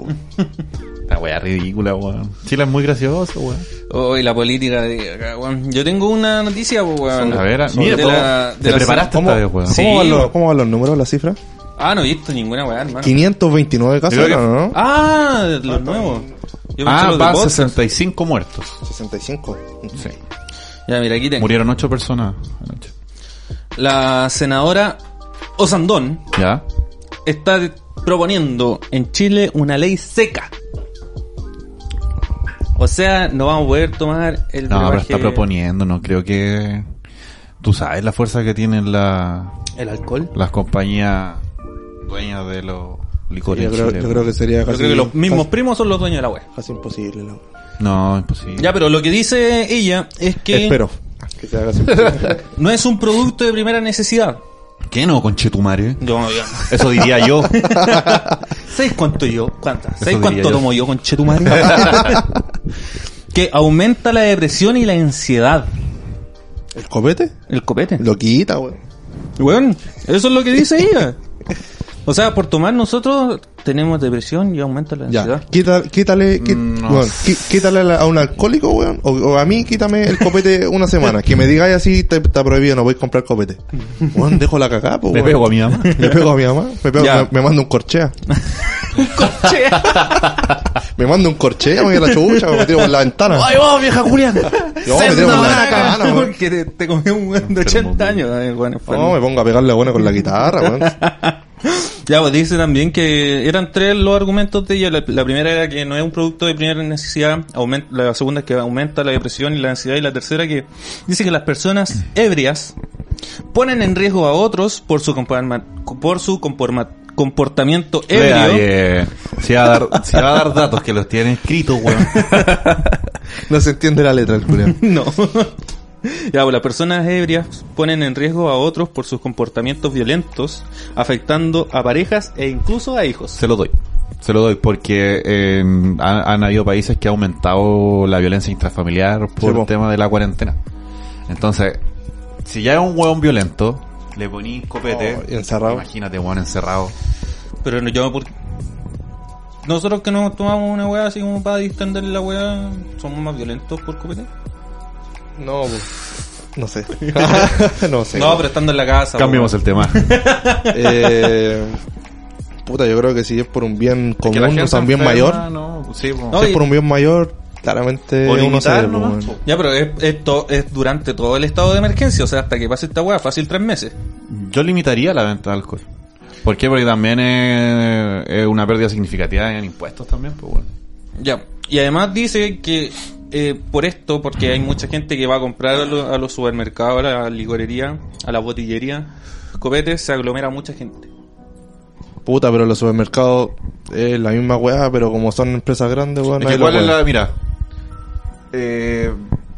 [SPEAKER 2] Esta wea ridícula, weón. Chile es muy gracioso, weón.
[SPEAKER 3] Oh, y la política de acá, weón. Yo tengo una noticia, pues, weón.
[SPEAKER 2] A ver,
[SPEAKER 3] Sobre
[SPEAKER 2] mira,
[SPEAKER 3] de la- de
[SPEAKER 2] te
[SPEAKER 3] la-
[SPEAKER 2] preparaste
[SPEAKER 1] ¿Cómo,
[SPEAKER 2] esta vez, weón.
[SPEAKER 3] Sí.
[SPEAKER 1] ¿cómo van los, cómo van los números, las cifras?
[SPEAKER 3] Ah, no he visto ninguna weá, hermano.
[SPEAKER 1] 529 casos,
[SPEAKER 2] Yo creo que-
[SPEAKER 1] ¿no?
[SPEAKER 3] Ah, los nuevos. Yo pensé
[SPEAKER 2] Ah,
[SPEAKER 3] los de
[SPEAKER 2] va
[SPEAKER 3] Vox.
[SPEAKER 2] 65 muertos.
[SPEAKER 1] 65.
[SPEAKER 2] Sí.
[SPEAKER 3] Ya, mira, aquí tengo.
[SPEAKER 2] Murieron 8 personas anoche.
[SPEAKER 3] La senadora Osandón
[SPEAKER 2] ¿Ya?
[SPEAKER 3] está proponiendo en Chile una ley seca. O sea, no vamos a poder tomar el
[SPEAKER 2] No, pero
[SPEAKER 3] brebaje-
[SPEAKER 2] está proponiendo, no creo que... Tú sabes la fuerza que tienen la-
[SPEAKER 3] el alcohol.
[SPEAKER 2] las compañías dueñas de los licores.
[SPEAKER 1] Yo
[SPEAKER 2] en
[SPEAKER 1] creo,
[SPEAKER 2] Chile, pues.
[SPEAKER 1] yo
[SPEAKER 2] weón.
[SPEAKER 1] creo que sería
[SPEAKER 3] Yo
[SPEAKER 1] casi...
[SPEAKER 3] creo que los mismos
[SPEAKER 1] casi-
[SPEAKER 3] primos son los dueños de la web.
[SPEAKER 1] Casi imposible, la weá.
[SPEAKER 2] No, imposible.
[SPEAKER 3] Ya, pero lo que dice ella es que
[SPEAKER 1] Espero
[SPEAKER 3] Ah.
[SPEAKER 1] que sea casi imposible.
[SPEAKER 3] no es un producto de primera necesidad.
[SPEAKER 2] ¿Qué no, conchetumare?
[SPEAKER 3] Yo, yo-
[SPEAKER 2] Eso diría yo.
[SPEAKER 3] ¿Sabes cuánto yo? ¿Cuántas?
[SPEAKER 2] Eso
[SPEAKER 3] ¿Sabes cuánto
[SPEAKER 2] diría yo.
[SPEAKER 3] tomo yo con Chetumare? que aumenta la depresión y la ansiedad.
[SPEAKER 1] ¿El copete?
[SPEAKER 3] El copete.
[SPEAKER 1] Lo quita, weón.
[SPEAKER 3] Weón, eso es lo que dice ella. O sea, por tomar nosotros tenemos depresión y aumenta la
[SPEAKER 1] Ya,
[SPEAKER 3] ansiedad.
[SPEAKER 1] quita- quítale, qui-
[SPEAKER 2] Mm, No
[SPEAKER 1] weón,
[SPEAKER 2] sé.
[SPEAKER 1] qui- quítale la- a un alcohólico, weón, o, o a mí quítame el copete una semana. Que me digáis así, te- está prohibido, no voy a comprar copete. Weón, dejo la cagada, po,
[SPEAKER 2] Le
[SPEAKER 1] weón.
[SPEAKER 2] pego a mi mamá.
[SPEAKER 1] Le pego a mi mamá, me, pego-
[SPEAKER 3] Ya.
[SPEAKER 1] me, me mando un corchea. Me mando un corchea, me voy a la chucha, me tiro por la ventana.
[SPEAKER 2] ¡Ay, vamos, vieja Julián!
[SPEAKER 1] Yo me tiro por la ventana, weón.
[SPEAKER 3] Porque te, te comió un weón de 80 años. eh, weón, enfermo.
[SPEAKER 1] No, me pongo a pegarle a buena con la guitarra, weón.
[SPEAKER 3] Ya, pues dice también que eran tres los argumentos de ella. La, la primera era que no es un producto de primera necesidad. aument- la segunda es que aumenta la depresión y la ansiedad. Y la tercera que dice que las personas ebrias ponen en riesgo a otros por su, comporma- por su comporma- comportamiento
[SPEAKER 2] Lea
[SPEAKER 3] ebrio.
[SPEAKER 2] bien. Si eh, va, a dar, si va a dar datos que los tiene escritos, weón.
[SPEAKER 1] No se entiende la letra, el culiao.
[SPEAKER 3] No. Ya, pues, las personas ebrias ponen en riesgo a otros por sus comportamientos violentos, afectando a parejas e incluso a hijos.
[SPEAKER 2] Se lo doy. Se lo doy porque eh, han, han habido países que ha aumentado la violencia intrafamiliar por
[SPEAKER 1] Sí, po.
[SPEAKER 2] el tema de la cuarentena. Entonces, si ya es un hueón violento, le poní copete.
[SPEAKER 1] Oh, y encerrado.
[SPEAKER 2] Imagínate, hueón encerrado.
[SPEAKER 3] Pero no, yo, por... nosotros que nos tomamos una weá así como para distender la weá, somos más violentos por copete.
[SPEAKER 1] No, po. no sé. no sé.
[SPEAKER 3] No, pero estando en la casa.
[SPEAKER 2] Cambiamos
[SPEAKER 3] po.
[SPEAKER 2] el tema.
[SPEAKER 1] Eh, puta, yo creo que si es por un bien
[SPEAKER 2] Que la
[SPEAKER 1] común,
[SPEAKER 2] gente
[SPEAKER 1] o sea, un bien
[SPEAKER 2] enferma,
[SPEAKER 1] mayor,
[SPEAKER 2] No, sí, po.
[SPEAKER 3] No,
[SPEAKER 1] si
[SPEAKER 3] y-
[SPEAKER 1] es por un bien mayor, claramente
[SPEAKER 2] Por
[SPEAKER 1] uno
[SPEAKER 2] limitar
[SPEAKER 1] se pues,
[SPEAKER 2] nomás,
[SPEAKER 1] weón.
[SPEAKER 3] Ya, pero es, es to- es durante todo el estado de emergencia, o sea, hasta que pase esta weá, fácil tres meses.
[SPEAKER 2] Yo limitaría la venta de alcohol. ¿Por qué? Porque también es, es una pérdida significativa en impuestos también, pues bueno.
[SPEAKER 3] Ya. Y además dice que eh, por esto, porque hay mucha gente que va a comprar a, lo- a los supermercados, a la licorería, a la botillería, copetes, se aglomera mucha gente.
[SPEAKER 1] Puta, pero los supermercados es la misma weá, pero como son empresas grandes, weón.
[SPEAKER 2] Es
[SPEAKER 1] ahí
[SPEAKER 2] que
[SPEAKER 1] la
[SPEAKER 2] cuál es
[SPEAKER 1] weá.
[SPEAKER 2] la- Mira, eh,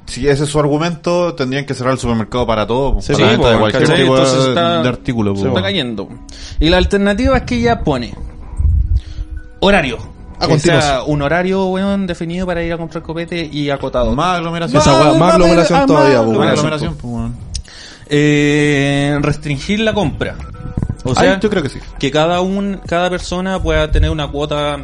[SPEAKER 2] si ese es su argumento, tendrían que cerrar el supermercado para todo. pues,
[SPEAKER 1] Sí,
[SPEAKER 2] para la
[SPEAKER 1] sí,
[SPEAKER 2] venta de
[SPEAKER 1] po,
[SPEAKER 2] cualquier
[SPEAKER 1] ¿cachai?
[SPEAKER 2] tipo de-
[SPEAKER 3] Entonces está-
[SPEAKER 2] de artículo. pues, po.
[SPEAKER 1] Sí,
[SPEAKER 3] Está
[SPEAKER 1] bueno.
[SPEAKER 3] cayendo. Y la alternativa es que ya pone horario.
[SPEAKER 1] A
[SPEAKER 3] o sea,
[SPEAKER 1] continuación.
[SPEAKER 3] un horario, weón, definido para ir a comprar copete y acotado.
[SPEAKER 2] Más aglomeración.
[SPEAKER 1] Esa weá,
[SPEAKER 2] Más-
[SPEAKER 1] más
[SPEAKER 2] más-
[SPEAKER 1] aglomeración
[SPEAKER 2] más
[SPEAKER 1] todavía, po,
[SPEAKER 2] aglomeración,
[SPEAKER 1] weón.
[SPEAKER 2] po, weón.
[SPEAKER 3] Eh, restringir la compra. O
[SPEAKER 2] Ahí
[SPEAKER 3] sea,
[SPEAKER 2] yo creo que sí.
[SPEAKER 3] que cada un, cada persona pueda tener una cuota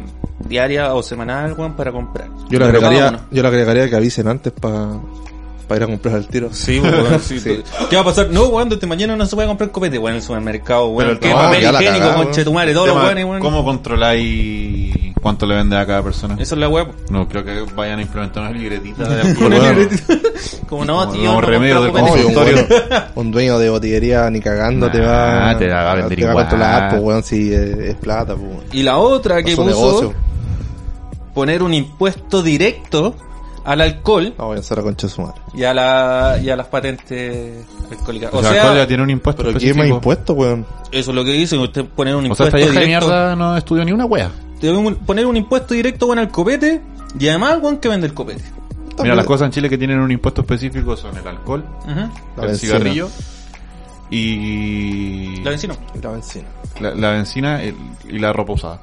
[SPEAKER 3] diaria o semanal, weón, para comprar.
[SPEAKER 1] Yo le
[SPEAKER 3] Para cada
[SPEAKER 1] agregaría,
[SPEAKER 3] uno.
[SPEAKER 1] yo le agregaría que avisen antes para ir a comprar el tiro.
[SPEAKER 3] Sí, weón, sí,
[SPEAKER 1] Sí.
[SPEAKER 3] tú- ¿Qué va a pasar? No, weón, desde mañana no se puede comprar copete, weón, en el supermercado, weón.
[SPEAKER 2] Pero el
[SPEAKER 3] Qué
[SPEAKER 2] tema-
[SPEAKER 3] papel
[SPEAKER 1] ya la
[SPEAKER 3] higiénico,
[SPEAKER 1] cagá, weón.
[SPEAKER 3] conchetumare, todos los
[SPEAKER 2] Tema,
[SPEAKER 3] weones, weón.
[SPEAKER 2] ¿Cómo controláis cuánto le vende a cada persona?
[SPEAKER 3] Eso es la weón.
[SPEAKER 2] No, creo que vayan a implementar una libretita de alcohol.
[SPEAKER 3] Una
[SPEAKER 2] weón.
[SPEAKER 3] libretita. Como no,
[SPEAKER 2] Como
[SPEAKER 3] tío.
[SPEAKER 2] los
[SPEAKER 3] no
[SPEAKER 2] remedios
[SPEAKER 3] compro
[SPEAKER 1] No,
[SPEAKER 3] copete.
[SPEAKER 2] del
[SPEAKER 1] y un,
[SPEAKER 2] consultorio.
[SPEAKER 1] bueno- un dueño de botillería ni cagando
[SPEAKER 2] Nah,
[SPEAKER 1] te va
[SPEAKER 2] te la va a vender
[SPEAKER 1] te va
[SPEAKER 2] igual.
[SPEAKER 1] controlar, pues, weón, si es, es plata, pues, weón.
[SPEAKER 3] Y la otra que
[SPEAKER 1] Es un
[SPEAKER 3] puso,
[SPEAKER 1] negocio.
[SPEAKER 3] poner un impuesto directo al alcohol
[SPEAKER 1] No, voy a hacer la concha de su madre.
[SPEAKER 3] y a, la, y a las patentes alcohólicas.
[SPEAKER 2] O
[SPEAKER 3] O
[SPEAKER 2] sea,
[SPEAKER 3] sea,
[SPEAKER 2] alcohol ya tiene un impuesto.
[SPEAKER 1] Pero ¿qué
[SPEAKER 2] específico.
[SPEAKER 1] más impuestos, weón?
[SPEAKER 3] eso es lo que dicen, usted poner un
[SPEAKER 2] O
[SPEAKER 3] impuesto
[SPEAKER 2] sea, esta vieja de
[SPEAKER 3] directo.
[SPEAKER 2] mierda no estudió ni una wea.
[SPEAKER 3] Debemos poner un impuesto directo bueno, al copete y además al que vende el copete.
[SPEAKER 2] Mira, las cosas en Chile que tienen un impuesto específico son el alcohol,
[SPEAKER 3] Ujú.
[SPEAKER 1] La
[SPEAKER 2] el
[SPEAKER 1] bencina.
[SPEAKER 2] cigarrillo y
[SPEAKER 3] La vecina.
[SPEAKER 1] La bencina.
[SPEAKER 2] la- la bencina el- y la ropa usada.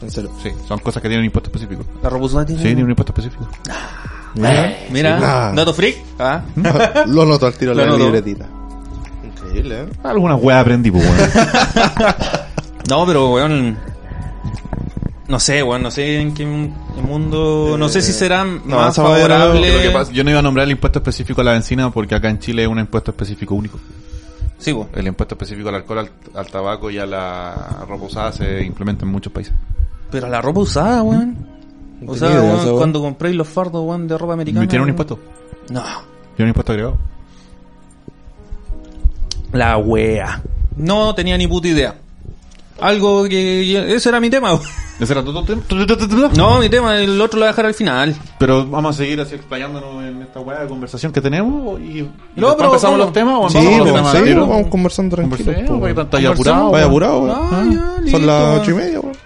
[SPEAKER 1] En serio.
[SPEAKER 2] Sí, son cosas que tienen un impuesto específico.
[SPEAKER 3] La robustada
[SPEAKER 2] Sí,
[SPEAKER 3] tiene.
[SPEAKER 2] tiene un impuesto específico.
[SPEAKER 1] Mira,
[SPEAKER 3] Mira,
[SPEAKER 1] Ah.
[SPEAKER 3] dato freak. Ah.
[SPEAKER 1] lo noto al tiro
[SPEAKER 3] Lo
[SPEAKER 1] de la
[SPEAKER 3] noto.
[SPEAKER 1] libretita. Increíble, ¿eh?
[SPEAKER 2] Alguna wea aprendí, pues, weón.
[SPEAKER 3] No, pero weón. No sé, weón, no sé en qué mu- mundo. No sé si será más
[SPEAKER 1] Eh, esa va a haber algo
[SPEAKER 3] favorable.
[SPEAKER 2] Lo que pasa- Yo no iba a nombrar el impuesto específico a la bencina porque acá en Chile es un impuesto específico único.
[SPEAKER 3] Sí, weón.
[SPEAKER 2] El impuesto específico al alcohol, al, al tabaco y a la ropa usada se implementa en muchos países.
[SPEAKER 3] Pero la ropa usada, weón. O
[SPEAKER 1] tenía
[SPEAKER 3] sea,
[SPEAKER 1] idea,
[SPEAKER 3] weón,
[SPEAKER 1] esa, weón.
[SPEAKER 3] cuando compréis los fardos, weón, de ropa americana.
[SPEAKER 2] ¿Tiene
[SPEAKER 3] weón.
[SPEAKER 2] un impuesto?
[SPEAKER 3] No.
[SPEAKER 2] ¿Tiene un impuesto agregado?
[SPEAKER 3] La wea. No tenía ni puta idea. Algo que. Ese era mi tema, weón.
[SPEAKER 2] ¿Ese era todo el tema?
[SPEAKER 3] No, mi tema, el otro lo voy a dejar al final.
[SPEAKER 2] Pero vamos a seguir así explayándonos en esta weá de conversación que tenemos y, y
[SPEAKER 3] No,
[SPEAKER 2] después
[SPEAKER 3] pero
[SPEAKER 2] empezamos
[SPEAKER 3] vamos-
[SPEAKER 2] los temas o
[SPEAKER 1] Sí,
[SPEAKER 2] vamos a los
[SPEAKER 1] pues,
[SPEAKER 2] temas
[SPEAKER 1] sí,
[SPEAKER 2] al tiro.
[SPEAKER 1] pues, vamos conversando tranquilos.
[SPEAKER 2] Conversemos,
[SPEAKER 1] pues,
[SPEAKER 2] porque
[SPEAKER 1] weón.
[SPEAKER 2] tanto ahí apurado.
[SPEAKER 1] Vaya apurado, weón.
[SPEAKER 3] Ah,
[SPEAKER 1] Ah,
[SPEAKER 3] ya, listo.
[SPEAKER 1] Son las ocho y media, weón.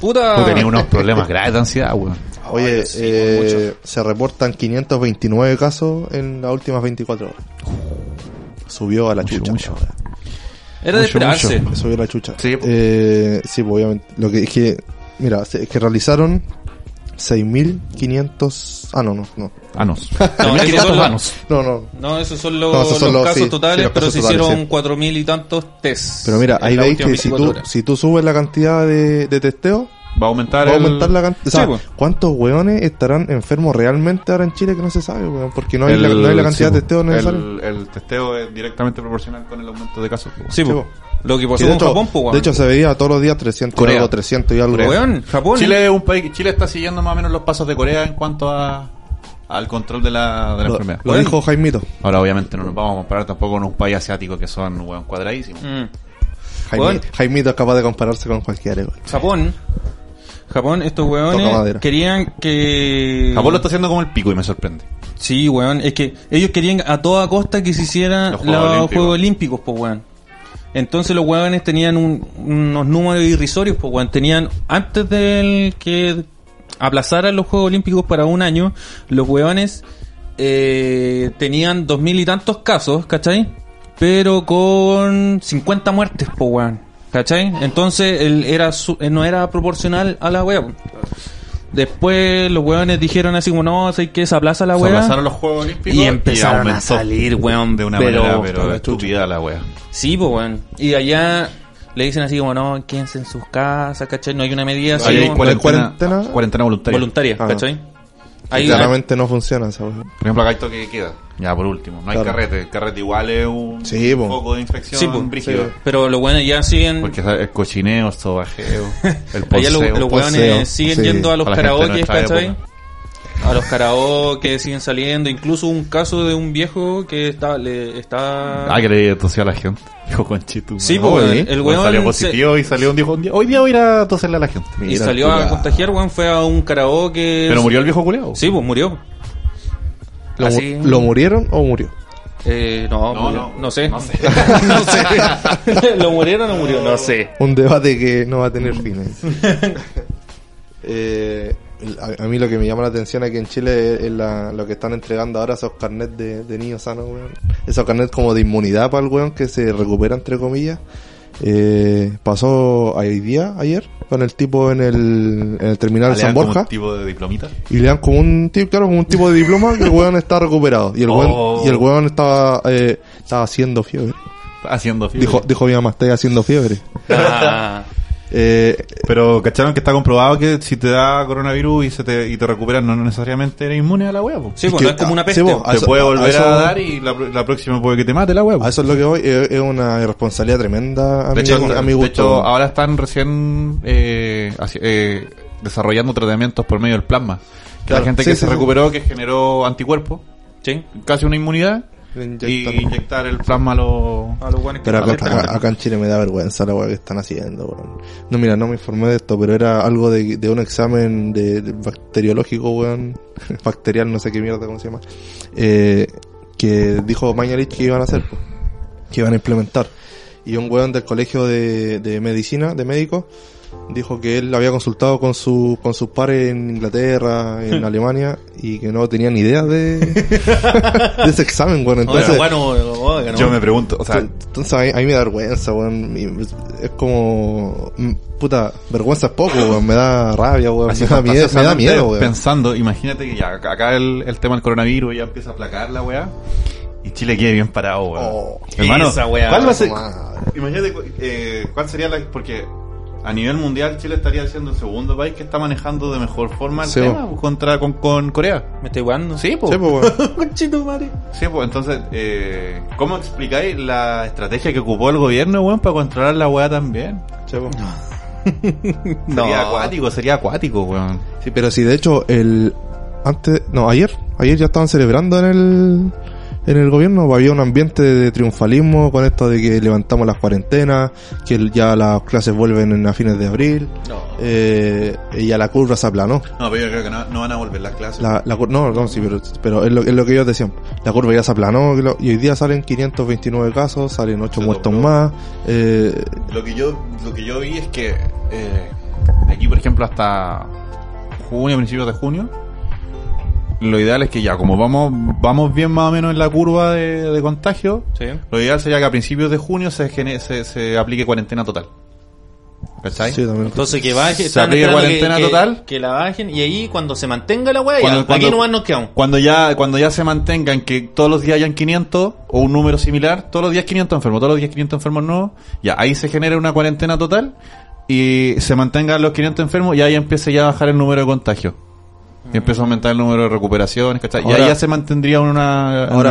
[SPEAKER 3] Puta.
[SPEAKER 2] Yo tenía unos problemas graves de ansiedad, weón.
[SPEAKER 1] Oye,
[SPEAKER 3] sí,
[SPEAKER 1] eh, se reportan 529 casos en las últimas 24 horas. Subió a la chucha.
[SPEAKER 2] mucho.
[SPEAKER 1] weón.
[SPEAKER 3] Era de
[SPEAKER 2] Mucho,
[SPEAKER 3] esperarse.
[SPEAKER 2] mucho.
[SPEAKER 1] Subió a la chucha. pues,
[SPEAKER 2] Sí, po.
[SPEAKER 1] eh, sí, pues, obviamente. Lo que es que, mira, se- es que realizaron 6.500... Ah, no, no, no.
[SPEAKER 3] No,
[SPEAKER 2] Anos.
[SPEAKER 3] esos son
[SPEAKER 2] 1500
[SPEAKER 3] los-
[SPEAKER 2] anos.
[SPEAKER 1] No, no.
[SPEAKER 3] No, esos son los,
[SPEAKER 1] No, esos son
[SPEAKER 3] los
[SPEAKER 1] los-
[SPEAKER 3] casos
[SPEAKER 1] sí, sí,
[SPEAKER 3] totales,
[SPEAKER 1] los
[SPEAKER 3] pero
[SPEAKER 1] casos
[SPEAKER 3] se
[SPEAKER 1] totales,
[SPEAKER 3] hicieron
[SPEAKER 1] sí.
[SPEAKER 3] 4.000 y tantos test.
[SPEAKER 1] Pero mira,
[SPEAKER 3] en
[SPEAKER 1] ahí
[SPEAKER 3] las
[SPEAKER 1] veis
[SPEAKER 3] últimas
[SPEAKER 1] que si
[SPEAKER 3] 24
[SPEAKER 1] tú,
[SPEAKER 3] horas.
[SPEAKER 1] si tú subes la cantidad de, de testeo,
[SPEAKER 2] Va a aumentar
[SPEAKER 1] va a
[SPEAKER 2] el-
[SPEAKER 1] aumentar la cantidad. O
[SPEAKER 3] Sí,
[SPEAKER 1] sea,
[SPEAKER 3] pues.
[SPEAKER 1] ¿cuántos hueones estarán enfermos realmente ahora en Chile que no se sabe, weón? Porque no hay,
[SPEAKER 2] el-
[SPEAKER 1] la, no hay la cantidad
[SPEAKER 2] sí, pues.
[SPEAKER 1] de testeo
[SPEAKER 2] el-
[SPEAKER 1] necesaria.
[SPEAKER 2] El, testeo es directamente proporcional con el aumento de casos.
[SPEAKER 1] Sí,
[SPEAKER 3] Sí, po.
[SPEAKER 1] po.
[SPEAKER 3] Lo que
[SPEAKER 1] Que
[SPEAKER 2] pues
[SPEAKER 3] pasó
[SPEAKER 1] de,
[SPEAKER 3] con
[SPEAKER 1] hecho,
[SPEAKER 3] Japón, po, weón.
[SPEAKER 1] de hecho, se veía todos los días 300 y
[SPEAKER 2] Corea.
[SPEAKER 1] algo, 300 y algo.
[SPEAKER 3] Weón, Japón.
[SPEAKER 2] Chile es un país. Chile está siguiendo más o menos los pasos de Corea en cuanto a, al control de la, de la
[SPEAKER 1] Lo,
[SPEAKER 2] enfermedad.
[SPEAKER 1] lo
[SPEAKER 3] Weón.
[SPEAKER 1] dijo Jaimito.
[SPEAKER 2] Ahora, obviamente, no nos vamos a comparar tampoco con un país asiático que son, weón, cuadradísimos.
[SPEAKER 3] Mm. Weón.
[SPEAKER 1] Jaimito, Jaimito es capaz de compararse con cualquiera, weón.
[SPEAKER 3] Japón. Japón, estos
[SPEAKER 1] Toca
[SPEAKER 3] weones
[SPEAKER 1] madera.
[SPEAKER 3] querían que...
[SPEAKER 2] Japón lo está haciendo como el pico y me sorprende.
[SPEAKER 3] Sí, weón. Es que ellos querían a toda costa que se hicieran los
[SPEAKER 2] Los
[SPEAKER 3] Juegos,
[SPEAKER 2] Juegos Olímpicos.
[SPEAKER 3] Olímpicos, pues, weón. Entonces los weones tenían un- unos números irrisorios, pues, weón. Tenían, antes del que aplazaran los Juegos Olímpicos para un año, los weones eh, tenían dos mil y tantos casos, ¿cachai? Pero con 50 muertes, pues, weón. ¿Cachai? Entonces él era su- él no era proporcional a la wea. po. Después los weones dijeron así como, no, sé que se aplaza la
[SPEAKER 2] Se
[SPEAKER 3] wea.
[SPEAKER 2] aplazaron los Juegos Olímpicos
[SPEAKER 3] Y empezaron a
[SPEAKER 2] aumentó
[SPEAKER 3] salir, weón.
[SPEAKER 2] de una
[SPEAKER 3] pero,
[SPEAKER 2] manera pero estúpida la wea.
[SPEAKER 3] Sí, pues, weón. Y allá le dicen así como, no, quédense en sus casas, ¿cachai? No hay una medida así
[SPEAKER 2] Ahí hay
[SPEAKER 3] como
[SPEAKER 1] cual-
[SPEAKER 2] cuarentena,
[SPEAKER 1] cuarentena-
[SPEAKER 2] cuarentena voluntaria.
[SPEAKER 3] voluntaria,
[SPEAKER 1] Ah.
[SPEAKER 3] ¿cachai? Ahí,
[SPEAKER 1] Claramente no funciona esa weón.
[SPEAKER 2] Por ejemplo, acá hay toque de queda. Ya, por último. No hay
[SPEAKER 1] Claro.
[SPEAKER 2] carrete. El carrete igual es un
[SPEAKER 1] Sí, po.
[SPEAKER 2] foco de infección
[SPEAKER 3] Sí, po.
[SPEAKER 2] brígido.
[SPEAKER 1] Sí.
[SPEAKER 3] pero los weones ya siguen...
[SPEAKER 2] Porque ¿sabes? el cochineo, el sobajeo, el
[SPEAKER 3] allá
[SPEAKER 2] poseo.
[SPEAKER 3] los, los weones
[SPEAKER 1] poseo,
[SPEAKER 3] siguen
[SPEAKER 1] sí.
[SPEAKER 3] yendo a los
[SPEAKER 2] A la gente de
[SPEAKER 3] karaoke,
[SPEAKER 2] nuestra
[SPEAKER 3] ¿cachai?
[SPEAKER 2] época.
[SPEAKER 3] A los karaoke siguen saliendo. Incluso un caso de un viejo que está... Le, está...
[SPEAKER 2] Ah, que le tosió a la gente. Dijo Conchito.
[SPEAKER 3] Sí, po, weón. El weón
[SPEAKER 2] salió
[SPEAKER 3] se-
[SPEAKER 2] positivo y salió un día, un día. Hoy día voy a ir a toserle a la gente.
[SPEAKER 3] y salió a contagiar, weón. Fue a un karaoke...
[SPEAKER 2] Pero murió el viejo culeado.
[SPEAKER 3] Sí, pues murió.
[SPEAKER 1] ¿Lo, mu-
[SPEAKER 3] Así-
[SPEAKER 1] ¿Lo murieron o murió?
[SPEAKER 3] Eh, no,
[SPEAKER 2] No,
[SPEAKER 3] murió.
[SPEAKER 2] no.
[SPEAKER 3] no sé.
[SPEAKER 2] No sé.
[SPEAKER 3] No sé. ¿Lo murieron o no murió? No sé.
[SPEAKER 1] Un debate que no va a tener fines. Eh, a, a mí lo que me llama la atención aquí en Chile es, es la- lo que están entregando ahora esos carnets de, de niños sanos, weón. Esos carnets como de inmunidad para el weón que se recupera, entre comillas. Eh, pasó hoy día, ayer, con el tipo en el, en el terminal
[SPEAKER 2] Ah, Le
[SPEAKER 1] San
[SPEAKER 2] dan como
[SPEAKER 1] Borja.
[SPEAKER 2] un tipo de diplomita.
[SPEAKER 1] Y le dan como un tipo, claro, como un tipo de diploma que el weón está recuperado. Y el weón,
[SPEAKER 2] Oh.
[SPEAKER 1] y el weón estaba, eh, estaba haciendo fiebre.
[SPEAKER 2] Haciendo fiebre.
[SPEAKER 1] Dijo, dijo mi mamá, estoy haciendo fiebre.
[SPEAKER 3] Ah,
[SPEAKER 1] Eh,
[SPEAKER 2] Pero cacharon que está comprobado que si te da coronavirus y, se te, y te recuperas, no necesariamente eres inmune a la wea. po.
[SPEAKER 3] sí, pues
[SPEAKER 1] que-
[SPEAKER 3] no es como una
[SPEAKER 1] sí,
[SPEAKER 2] ah,
[SPEAKER 3] peste.
[SPEAKER 1] vos,
[SPEAKER 3] po.
[SPEAKER 1] a
[SPEAKER 2] te
[SPEAKER 1] eso-
[SPEAKER 2] puede
[SPEAKER 1] a
[SPEAKER 2] volver
[SPEAKER 1] eso-
[SPEAKER 2] a dar y la, la próxima puede que te mate la wea. po.
[SPEAKER 1] A eso es lo que voy, es, es una irresponsabilidad tremenda a
[SPEAKER 2] De
[SPEAKER 1] mi,
[SPEAKER 2] hecho,
[SPEAKER 1] a mi
[SPEAKER 2] de
[SPEAKER 1] gusto.
[SPEAKER 2] hecho, ah, ahora están recién eh, haci- eh, desarrollando tratamientos por medio del plasma. Que
[SPEAKER 1] Claro,
[SPEAKER 2] la gente
[SPEAKER 1] sí,
[SPEAKER 2] que
[SPEAKER 1] sí,
[SPEAKER 2] se
[SPEAKER 1] sí.
[SPEAKER 2] recuperó, que generó anticuerpos,
[SPEAKER 3] Sí.
[SPEAKER 2] casi una inmunidad,
[SPEAKER 1] Le
[SPEAKER 2] y
[SPEAKER 1] inyectan.
[SPEAKER 2] inyectar el plasma a los...
[SPEAKER 3] A los guanes que
[SPEAKER 1] pero acá,
[SPEAKER 3] están
[SPEAKER 1] acá- acá en Chile me da vergüenza la weá que están haciendo, weón. No, mira, no me informé de esto, pero era algo de, de un examen de, de bacteriológico, weón. Bacterial, no sé qué mierda, cómo se llama. Eh, que dijo Mañalich que iban a hacer, po, que iban a implementar. Y un weón del colegio de, de medicina, de médicos, dijo que él había consultado con su, con sus pares en Inglaterra, en Alemania, y que no tenían idea de, de ese examen, weón.
[SPEAKER 3] Oiga,
[SPEAKER 1] Entonces,
[SPEAKER 3] bueno, oiga, ¿no?
[SPEAKER 2] Yo me pregunto, o sea,
[SPEAKER 1] entonces a mí, a mí me da vergüenza, weón. Mi- Es como. mm, Puta, vergüenza es poco, weón. Me da rabia, weón.
[SPEAKER 2] así
[SPEAKER 1] Me da miedo, me da
[SPEAKER 2] fantasiosamente
[SPEAKER 1] miedo, weón.
[SPEAKER 2] pensando, imagínate que ya acá- acá el, el tema del coronavirus ya empieza a aplacar la weá, y Chile quede bien parado, weón.
[SPEAKER 1] Oh,
[SPEAKER 2] Hermano,
[SPEAKER 3] esa weá.
[SPEAKER 2] ¿cuál va a ser-
[SPEAKER 1] Madre.
[SPEAKER 2] Imagínate cu- eh, cuál sería la. Porque a nivel mundial Chile estaría siendo el segundo país que está manejando de mejor forma el
[SPEAKER 1] Sí,
[SPEAKER 2] tema contra, con, con Corea.
[SPEAKER 3] Me estoy jugando.
[SPEAKER 2] Sí, pues.
[SPEAKER 1] Sí, pues, weón.
[SPEAKER 2] Entonces, eh, ¿cómo explicáis la estrategia que ocupó el gobierno, weón, para controlar la weá también?
[SPEAKER 1] Sí, pues.
[SPEAKER 2] Sería acuático, sería acuático, weón.
[SPEAKER 1] Sí, pero sí, de hecho, el. Antes. No, ayer. Ayer ya estaban celebrando en el. En el gobierno había un ambiente de triunfalismo con esto de que levantamos las cuarentenas, que ya las clases vuelven en- a fines de abril, eh, y ya la curva se aplanó.
[SPEAKER 2] No, pero yo creo que no, no van a volver las clases.
[SPEAKER 1] La, la cur- no, no, sí, pero, pero es, lo, es lo que ellos decían. La curva ya se aplanó que lo- y hoy día salen 529 casos, salen 8
[SPEAKER 2] Se
[SPEAKER 1] muertos
[SPEAKER 2] dobló.
[SPEAKER 1] más. Eh,
[SPEAKER 2] Lo que yo, lo que yo vi es que eh, aquí, por ejemplo, hasta junio, principios de junio, lo ideal es que ya, como vamos, vamos bien más o menos en la curva de, de contagio,
[SPEAKER 3] Sí.
[SPEAKER 2] lo ideal sería que a principios de junio se, gene- se, se aplique cuarentena total. ¿Cachai?
[SPEAKER 1] Sí, también.
[SPEAKER 4] Entonces que baje,
[SPEAKER 2] ¿Se
[SPEAKER 4] están
[SPEAKER 2] aplica
[SPEAKER 4] esperando
[SPEAKER 2] cuarentena
[SPEAKER 4] que, que-
[SPEAKER 2] total?
[SPEAKER 4] Que la bajen y ahí cuando se mantenga la weá,
[SPEAKER 2] Cuando-
[SPEAKER 4] ya, aquí
[SPEAKER 2] cuando-
[SPEAKER 4] nomás nos quedamos.
[SPEAKER 2] Cuando ya, cuando ya se mantengan que todos los días hayan 500 o un número similar, todos los días 500 enfermos, todos los días 500 enfermos nuevos, ya ahí se genera una cuarentena total y se mantengan los 500 enfermos y ahí empieza ya a bajar el número de contagios. Y empieza a aumentar el número de recuperaciones, ¿cachai? y
[SPEAKER 1] Ahora-
[SPEAKER 2] ahí ya se mantendría una,
[SPEAKER 1] Ahora,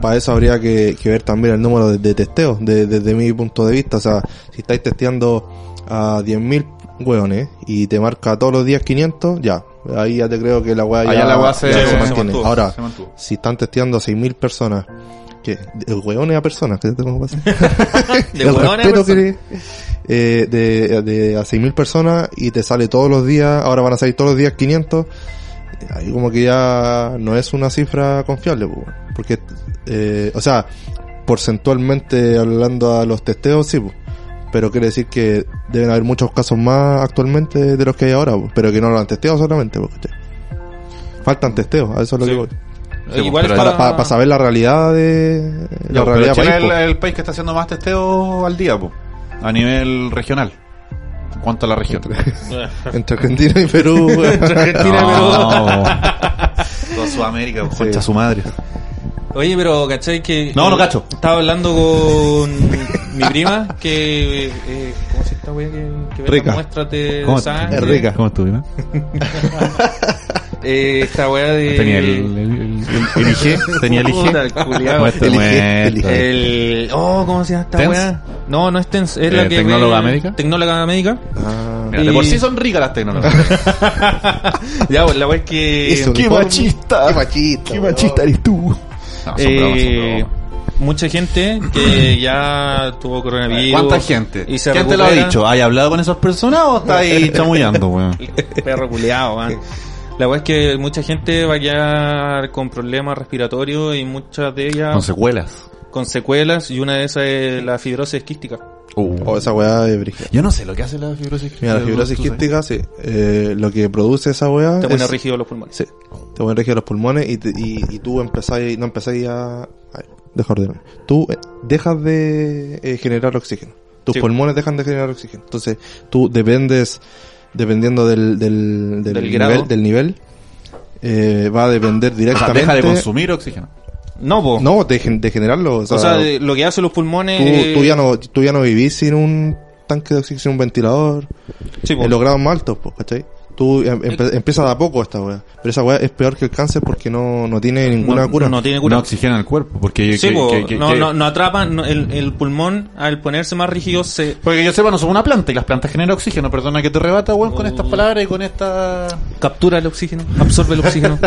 [SPEAKER 1] para
[SPEAKER 2] línea-
[SPEAKER 1] eso habría que, que ver también el número de, de testeos, de- desde mi punto de vista. O sea, si estáis testeando a 10.000 hueones y te marca todos los días 500, ya. Ahí ya te creo que la hueá
[SPEAKER 2] Allá
[SPEAKER 1] ya,
[SPEAKER 2] la hueá se-
[SPEAKER 1] ya
[SPEAKER 2] se
[SPEAKER 1] mantiene.
[SPEAKER 2] mantuvo,
[SPEAKER 1] Ahora,
[SPEAKER 2] se mantuvo.
[SPEAKER 1] si están testeando a 6.000 personas, que de hueones a personas, que tengo que pasar.
[SPEAKER 4] De
[SPEAKER 1] el
[SPEAKER 4] hueones pues, a
[SPEAKER 1] respeto
[SPEAKER 3] pues,
[SPEAKER 1] que le- eh, de, de a 6.000 personas y te sale todos los días, ahora van a salir todos los días 500, eh, ahí como que ya no es una cifra confiable, pues, bueno. porque, eh, o sea, porcentualmente hablando a los testeos, sí, pues, pero quiere decir que deben haber muchos casos más actualmente de los que hay ahora, pues, pero que no lo han testeado solamente, pues, ¿cachai? faltan testeos, a eso es lo que voy.
[SPEAKER 2] Sí,
[SPEAKER 3] Igual
[SPEAKER 2] pero
[SPEAKER 3] es
[SPEAKER 2] ahí-
[SPEAKER 3] para-
[SPEAKER 1] Para saber la realidad de la
[SPEAKER 2] Ya, pero
[SPEAKER 1] realidad
[SPEAKER 2] Chile
[SPEAKER 1] país,
[SPEAKER 2] es el,
[SPEAKER 1] pues.
[SPEAKER 2] el país que está haciendo más testeo al día, po, a nivel regional. En cuanto a la región.
[SPEAKER 1] entre Argentina y Perú.
[SPEAKER 2] No, po. Toda Sudamérica, po, concha su madre.
[SPEAKER 3] Oye, pero ¿cachai que... eh,
[SPEAKER 2] No, no cacho.
[SPEAKER 3] Estaba hablando con mi prima que... eh, ¿Cómo se esta wea que, que ve
[SPEAKER 2] Rica.
[SPEAKER 3] las muestras de
[SPEAKER 2] ¿Cómo-
[SPEAKER 3] sangre?
[SPEAKER 1] es rica.
[SPEAKER 2] ¿Cómo estuve? no?
[SPEAKER 3] Eh, esta wea de...
[SPEAKER 2] Tenía el, el, el, el IG, tenía el este IG.
[SPEAKER 3] Puta, el culiao.
[SPEAKER 2] Muestra,
[SPEAKER 1] El IG,
[SPEAKER 2] muestra.
[SPEAKER 1] el IG.
[SPEAKER 3] El... Oh, ¿cómo se llama esta
[SPEAKER 2] ¿Tens?
[SPEAKER 3] weá? No, no es TENS, es la
[SPEAKER 2] Eh,
[SPEAKER 3] que...
[SPEAKER 2] ¿tecnóloga
[SPEAKER 3] ve-
[SPEAKER 2] médica?
[SPEAKER 3] Tecnóloga médica.
[SPEAKER 1] Ah.
[SPEAKER 2] Mira, de por sí son ricas las tecnologías.
[SPEAKER 3] Ya, pues la weá es que...
[SPEAKER 1] Eso,
[SPEAKER 2] qué
[SPEAKER 1] uniforme.
[SPEAKER 2] machista.
[SPEAKER 1] Qué machista.
[SPEAKER 2] Qué
[SPEAKER 1] weón.
[SPEAKER 2] machista eres tú. No, son bromas, son
[SPEAKER 3] Eh,
[SPEAKER 2] bromas.
[SPEAKER 3] mucha gente que ya tuvo coronavirus.
[SPEAKER 2] ¿Cuánta gente?
[SPEAKER 3] Y se
[SPEAKER 2] ¿Quién te lo ha
[SPEAKER 3] recupera.
[SPEAKER 2] dicho? ¿Hay hablado con esas personas o está ahí chamullando, weón?
[SPEAKER 3] Perro culeado, La verdad es que mucha gente va a quedar con problemas respiratorios y muchas de ellas
[SPEAKER 2] Con secuelas.
[SPEAKER 3] con secuelas y una de esas es la fibrosis quística.
[SPEAKER 1] Oh, esa weá de brígida.
[SPEAKER 2] Yo no sé lo que hace la fibrosis quística.
[SPEAKER 1] Mira, la fibrosis
[SPEAKER 2] Tú sabes.
[SPEAKER 1] quística, sí. Eh, lo que produce esa weá.
[SPEAKER 3] Te pone
[SPEAKER 1] es-
[SPEAKER 3] rígido los pulmones.
[SPEAKER 1] Sí. Te pone rígido los pulmones y, te- y, y tú empezáis, no empezáis a. ay, deja de ordenar. Tú eh, dejas de eh, generar oxígeno. Tus
[SPEAKER 3] Sí.
[SPEAKER 1] pulmones dejan de generar oxígeno. Entonces, tú dependes, dependiendo del, del, del
[SPEAKER 3] Del
[SPEAKER 1] nivel,
[SPEAKER 3] grado.
[SPEAKER 1] del nivel eh, va a depender
[SPEAKER 2] O sea,
[SPEAKER 1] directamente.
[SPEAKER 2] deja de consumir oxígeno.
[SPEAKER 3] No, po.
[SPEAKER 1] No, de, gen- de generarlo. O sea,
[SPEAKER 3] O sea, de- eh, lo que hacen los pulmones.
[SPEAKER 1] tú, tú ya no, tú ya no vivís sin un tanque de oxígeno, sin un ventilador.
[SPEAKER 3] Sí, po.
[SPEAKER 1] En los grados más altos, pues, ¿cachai? Tú em- empe- empieza de a poco esta weá. Pero esa weá es peor que el cáncer porque no, no tiene ninguna
[SPEAKER 3] no,
[SPEAKER 1] cura.
[SPEAKER 3] no tiene cura.
[SPEAKER 2] No oxigena el cuerpo. Porque,
[SPEAKER 3] Sí,
[SPEAKER 2] que-
[SPEAKER 3] po.
[SPEAKER 2] que- que-
[SPEAKER 3] no,
[SPEAKER 2] que-
[SPEAKER 3] no, no atrapa no, el, el pulmón al ponerse más rígido se
[SPEAKER 2] Porque que yo sepa, no somos una planta y las plantas generan oxígeno. Perdona que te rebata, weón, con estas palabras y con esta...
[SPEAKER 3] captura el oxígeno, absorbe el oxígeno.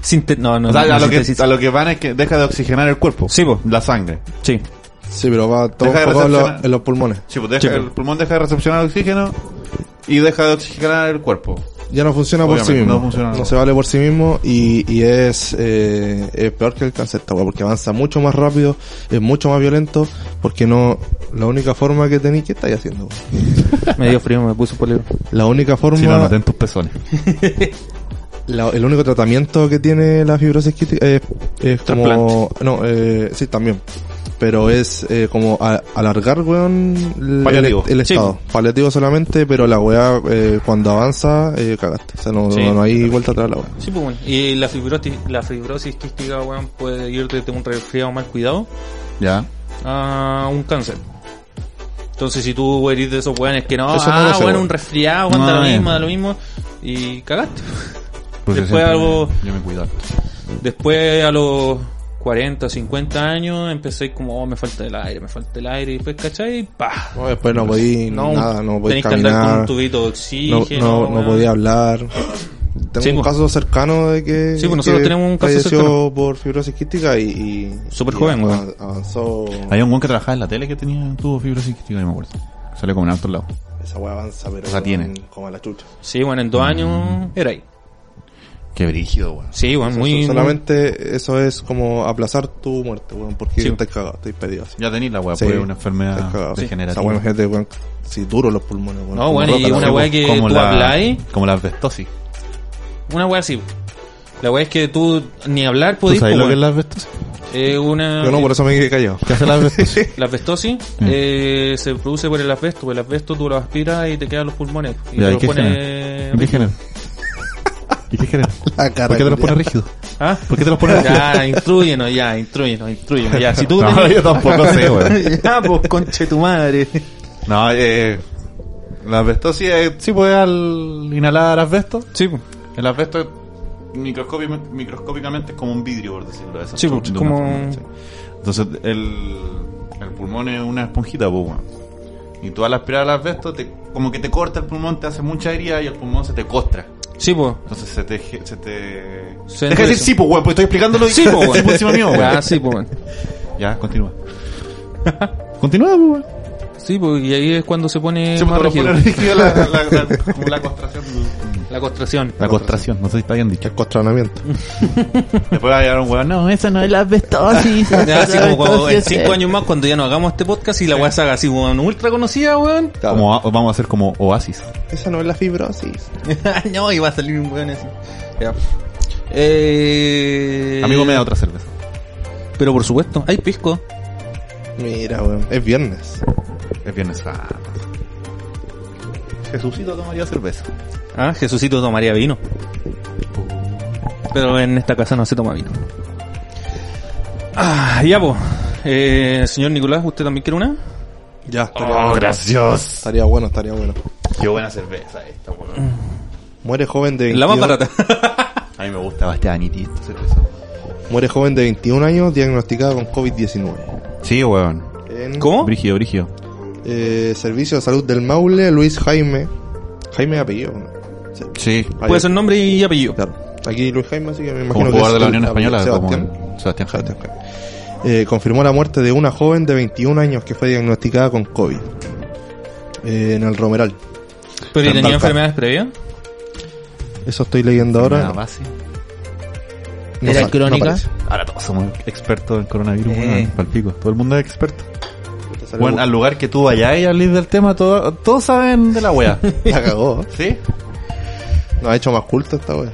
[SPEAKER 3] Sinte- no, no,
[SPEAKER 2] O sea,
[SPEAKER 3] no
[SPEAKER 2] a lo, que,
[SPEAKER 3] sintetiza.
[SPEAKER 2] a lo que van es que deja de oxigenar el cuerpo.
[SPEAKER 3] Sí, po.
[SPEAKER 2] La sangre.
[SPEAKER 3] Sí.
[SPEAKER 1] Sí, pero va todo
[SPEAKER 2] Deja de
[SPEAKER 1] enfocado en, lo-
[SPEAKER 2] recepcionar.
[SPEAKER 1] en los pulmones.
[SPEAKER 2] Sí, pues deja- el pulmón deja de recepcionar oxígeno y deja de oxigenar el cuerpo.
[SPEAKER 1] Ya no funciona por sí
[SPEAKER 2] Obviamente,
[SPEAKER 1] mismo.
[SPEAKER 2] no funciona.
[SPEAKER 1] No se vale por sí mismo y, y es, eh, es peor que el cáncer esta weá, porque avanza mucho más rápido, es mucho más violento, porque no, la única forma que tenéis, ¿qué estáis haciendo? weón?
[SPEAKER 3] Me dio frío, me puso polero.
[SPEAKER 1] La única forma
[SPEAKER 2] Si lo noté en tus pezones.
[SPEAKER 1] La- el único tratamiento que tiene la fibrosis quística es, es como... No, eh, sí, también. Pero es eh, como a- alargar, weón, el,
[SPEAKER 2] Paliativo.
[SPEAKER 1] el- el
[SPEAKER 3] Sí.
[SPEAKER 1] estado. Paliativo solamente, pero la weá eh, cuando avanza, eh, cagaste. O sea, no,
[SPEAKER 3] Sí.
[SPEAKER 1] no, no hay vuelta atrás la weá.
[SPEAKER 3] Sí, pues bueno. Y la fibrosis, la fibrosis quística, weón, puede ir desde un resfriado mal cuidado
[SPEAKER 2] Ya.
[SPEAKER 3] a un cáncer. Entonces, si tú eres de esos weones que no,
[SPEAKER 1] Eso no
[SPEAKER 3] ah,
[SPEAKER 1] lo sé,
[SPEAKER 3] bueno,
[SPEAKER 1] weón.
[SPEAKER 3] un resfriado, weón, da
[SPEAKER 2] No,
[SPEAKER 3] lo
[SPEAKER 2] eh.
[SPEAKER 3] mismo, da lo mismo, y cagaste.
[SPEAKER 2] Pues yo
[SPEAKER 3] Después
[SPEAKER 2] siempre-
[SPEAKER 3] algo-
[SPEAKER 2] Yo me cuido. harto.
[SPEAKER 3] Después, a los 40, 50 años, empecé como, oh, me falta el aire, me falta el aire, y después, ¿cachai? ¡Pah!
[SPEAKER 1] No, después no podí
[SPEAKER 3] No,
[SPEAKER 1] nada, no podí
[SPEAKER 3] tenés que andar con un
[SPEAKER 1] caminar, no,
[SPEAKER 3] tubito de
[SPEAKER 1] no,
[SPEAKER 3] oxígeno.
[SPEAKER 1] no
[SPEAKER 3] weón.
[SPEAKER 1] podía hablar. Tengo
[SPEAKER 3] Sí,
[SPEAKER 1] un
[SPEAKER 3] po.
[SPEAKER 1] caso cercano de que...
[SPEAKER 3] Sí, po, nosotros
[SPEAKER 1] que
[SPEAKER 3] tenemos un caso
[SPEAKER 1] falleció
[SPEAKER 3] cercano.
[SPEAKER 1] por fibrosis quística y... y
[SPEAKER 3] Súper
[SPEAKER 1] y
[SPEAKER 3] joven,
[SPEAKER 1] av-
[SPEAKER 3] weón.
[SPEAKER 1] Avanzó...
[SPEAKER 2] Había un weón que trabajaba en la tele que tenía tuvo fibrosis quística, yo me acuerdo. Salió como en alto lado.
[SPEAKER 1] Esa weá avanza, pero...
[SPEAKER 2] O sea, tiene.
[SPEAKER 1] weón, Como a la chucha.
[SPEAKER 3] Sí, bueno, en
[SPEAKER 1] Mm.
[SPEAKER 3] dos años era ahí.
[SPEAKER 2] Qué brígido, weón.
[SPEAKER 3] Sí, bueno, muy... muy-
[SPEAKER 1] Solamente eso es como aplazar tu muerte, weón, porque
[SPEAKER 3] Sí.
[SPEAKER 1] estás cagado, estás pedido así.
[SPEAKER 2] Ya tenéis la weá,
[SPEAKER 1] Sí.
[SPEAKER 2] pues es una enfermedad
[SPEAKER 1] Estás cagado. O
[SPEAKER 2] degenerativa.
[SPEAKER 1] sea, bueno, gente, weón, si duro los pulmones, weón.
[SPEAKER 3] No,
[SPEAKER 1] como
[SPEAKER 3] bueno, y
[SPEAKER 1] roca,
[SPEAKER 3] una
[SPEAKER 1] weón.
[SPEAKER 3] weá que tú habláis.
[SPEAKER 2] pues. Como la asbestosis.
[SPEAKER 3] Una wea así. La wea es que tú ni hablar
[SPEAKER 2] ¿Tú
[SPEAKER 3] podís.
[SPEAKER 2] sabes
[SPEAKER 3] po,
[SPEAKER 2] lo que es
[SPEAKER 3] weón.
[SPEAKER 2] la asbestosis?
[SPEAKER 3] Eh, una,
[SPEAKER 1] Yo no, por eso me quedé callado.
[SPEAKER 2] ¿Qué hace la asbestosis?
[SPEAKER 3] La asbestosis
[SPEAKER 2] Mm.
[SPEAKER 3] eh, se produce por el asbesto. pues El asbesto tú lo aspiras y te quedan los pulmones. Y
[SPEAKER 2] Ya,
[SPEAKER 3] te
[SPEAKER 2] ¿y
[SPEAKER 3] los
[SPEAKER 2] qué
[SPEAKER 3] pones...
[SPEAKER 2] ¿Y qué general? ¿Y qué general?
[SPEAKER 1] La cara
[SPEAKER 2] ¿Por qué te los
[SPEAKER 1] culiao.
[SPEAKER 2] pones rígidos?
[SPEAKER 3] ¿Ah?
[SPEAKER 2] ¿Por qué te los pones rígidos?
[SPEAKER 4] Ya, instruyenos, ya, instruyenos, instruyenos. Ya, si tú
[SPEAKER 2] No,
[SPEAKER 4] tenías-
[SPEAKER 2] yo tampoco sé, güey.
[SPEAKER 4] Ya, pues, conche tu madre.
[SPEAKER 2] No, eh, la asbestosis eh, sí puede al inhalar asbesto.
[SPEAKER 3] Sí, po.
[SPEAKER 2] El asbesto microscopi- microscópicamente es como un vidrio, por decirlo de esa
[SPEAKER 3] Sí, pues,
[SPEAKER 2] de una
[SPEAKER 3] como-
[SPEAKER 2] forma, sí. Entonces, el, el pulmón es una esponjita, pues, weón. Y tú al aspirar al asbesto, te, como que te corta el pulmón, te hace mucha herida y el pulmón se te costra.
[SPEAKER 3] sí, po.
[SPEAKER 2] Entonces se te... ge- Se te...
[SPEAKER 3] Se
[SPEAKER 2] Deja de decir
[SPEAKER 3] endurece.
[SPEAKER 2] sí, pues, weón, porque estoy explicándolo y
[SPEAKER 3] Sí, po, weón.
[SPEAKER 2] estoy por pues, encima mío, weón.
[SPEAKER 3] Ah, sí, po, weón.
[SPEAKER 2] Ya, continúa. continúa, pues, weón.
[SPEAKER 3] Sí, pues, po, y ahí es cuando se pone
[SPEAKER 2] Se me
[SPEAKER 3] más
[SPEAKER 2] torció
[SPEAKER 3] rígido.
[SPEAKER 2] rígido la, la, la- como la costración.
[SPEAKER 3] La constracción.
[SPEAKER 2] La costración, no sé si está bien dicho.
[SPEAKER 1] El constranamiento.
[SPEAKER 2] Después va a llegar un weón, no, esa no es la asbestosis.
[SPEAKER 3] Ya, así como cuando- en cinco años más, cuando ya no hagamos este podcast y la weá se haga así, weón, ultra conocida, weón.
[SPEAKER 2] Como, o- vamos a hacer como oasis.
[SPEAKER 1] Esa no es la fibrosis.
[SPEAKER 3] no, y va a salir un weón así. Ya. Eh...
[SPEAKER 2] Amigo, me da otra cerveza.
[SPEAKER 3] Pero por supuesto, hay pisco.
[SPEAKER 1] Mira, weón. Es viernes.
[SPEAKER 2] Es viernes santo. Jesucito tomaría cerveza.
[SPEAKER 3] Ah, Jesucito tomaría vino. Pero en esta casa no se toma vino. Ah, ya, po. Eh, señor Nicolás, ¿usted también quiere una?
[SPEAKER 1] Ya,
[SPEAKER 3] Oh,
[SPEAKER 1] estaría bueno.
[SPEAKER 2] gracias.
[SPEAKER 1] Estaría bueno, estaría bueno.
[SPEAKER 2] Qué buena cerveza esta, weón.
[SPEAKER 1] Muere joven de 21,
[SPEAKER 3] La más barata.
[SPEAKER 2] A mí me gusta bastante esta cerveza.
[SPEAKER 1] Muere joven de 21 años diagnosticada con COVID-19.
[SPEAKER 2] Sí, weón.
[SPEAKER 1] En
[SPEAKER 3] ¿Cómo?
[SPEAKER 2] Brígido, brígido.
[SPEAKER 1] eh, Servicio de Salud del Maule, Luis Jaime. Jaime de apellido. ¿no? Sí.
[SPEAKER 2] Sí.
[SPEAKER 3] Puede ser nombre y apellido.
[SPEAKER 1] Claro. Aquí Luis Jaime, así que me
[SPEAKER 2] Como
[SPEAKER 1] imagino que
[SPEAKER 2] jugador
[SPEAKER 1] es
[SPEAKER 2] de la
[SPEAKER 1] el-
[SPEAKER 2] Unión Española, como
[SPEAKER 1] Sebastián.
[SPEAKER 2] el- Sebastián Jaime.
[SPEAKER 1] Sebastián Jaime. Eh, confirmó la muerte de una joven de 21 años que fue diagnosticada con COVID eh, en el Romeral.
[SPEAKER 3] ¿Pero ¿y tenía
[SPEAKER 1] Tanto.
[SPEAKER 3] enfermedades previas?
[SPEAKER 1] Eso estoy leyendo ahora.
[SPEAKER 2] Nada más, sí.
[SPEAKER 1] No
[SPEAKER 4] ¿Era
[SPEAKER 1] sale,
[SPEAKER 4] crónica?
[SPEAKER 1] aparece.
[SPEAKER 2] Ahora todos somos expertos en coronavirus,
[SPEAKER 3] Eh.
[SPEAKER 2] weón, palpico. Todo el mundo es experto.
[SPEAKER 1] Te sale
[SPEAKER 2] Bueno, al lugar que tú vayas y hables del tema, todo- todos saben de la wea.
[SPEAKER 1] La cagó.
[SPEAKER 2] ¿Sí?
[SPEAKER 1] Nos ha hecho más culto esta wea.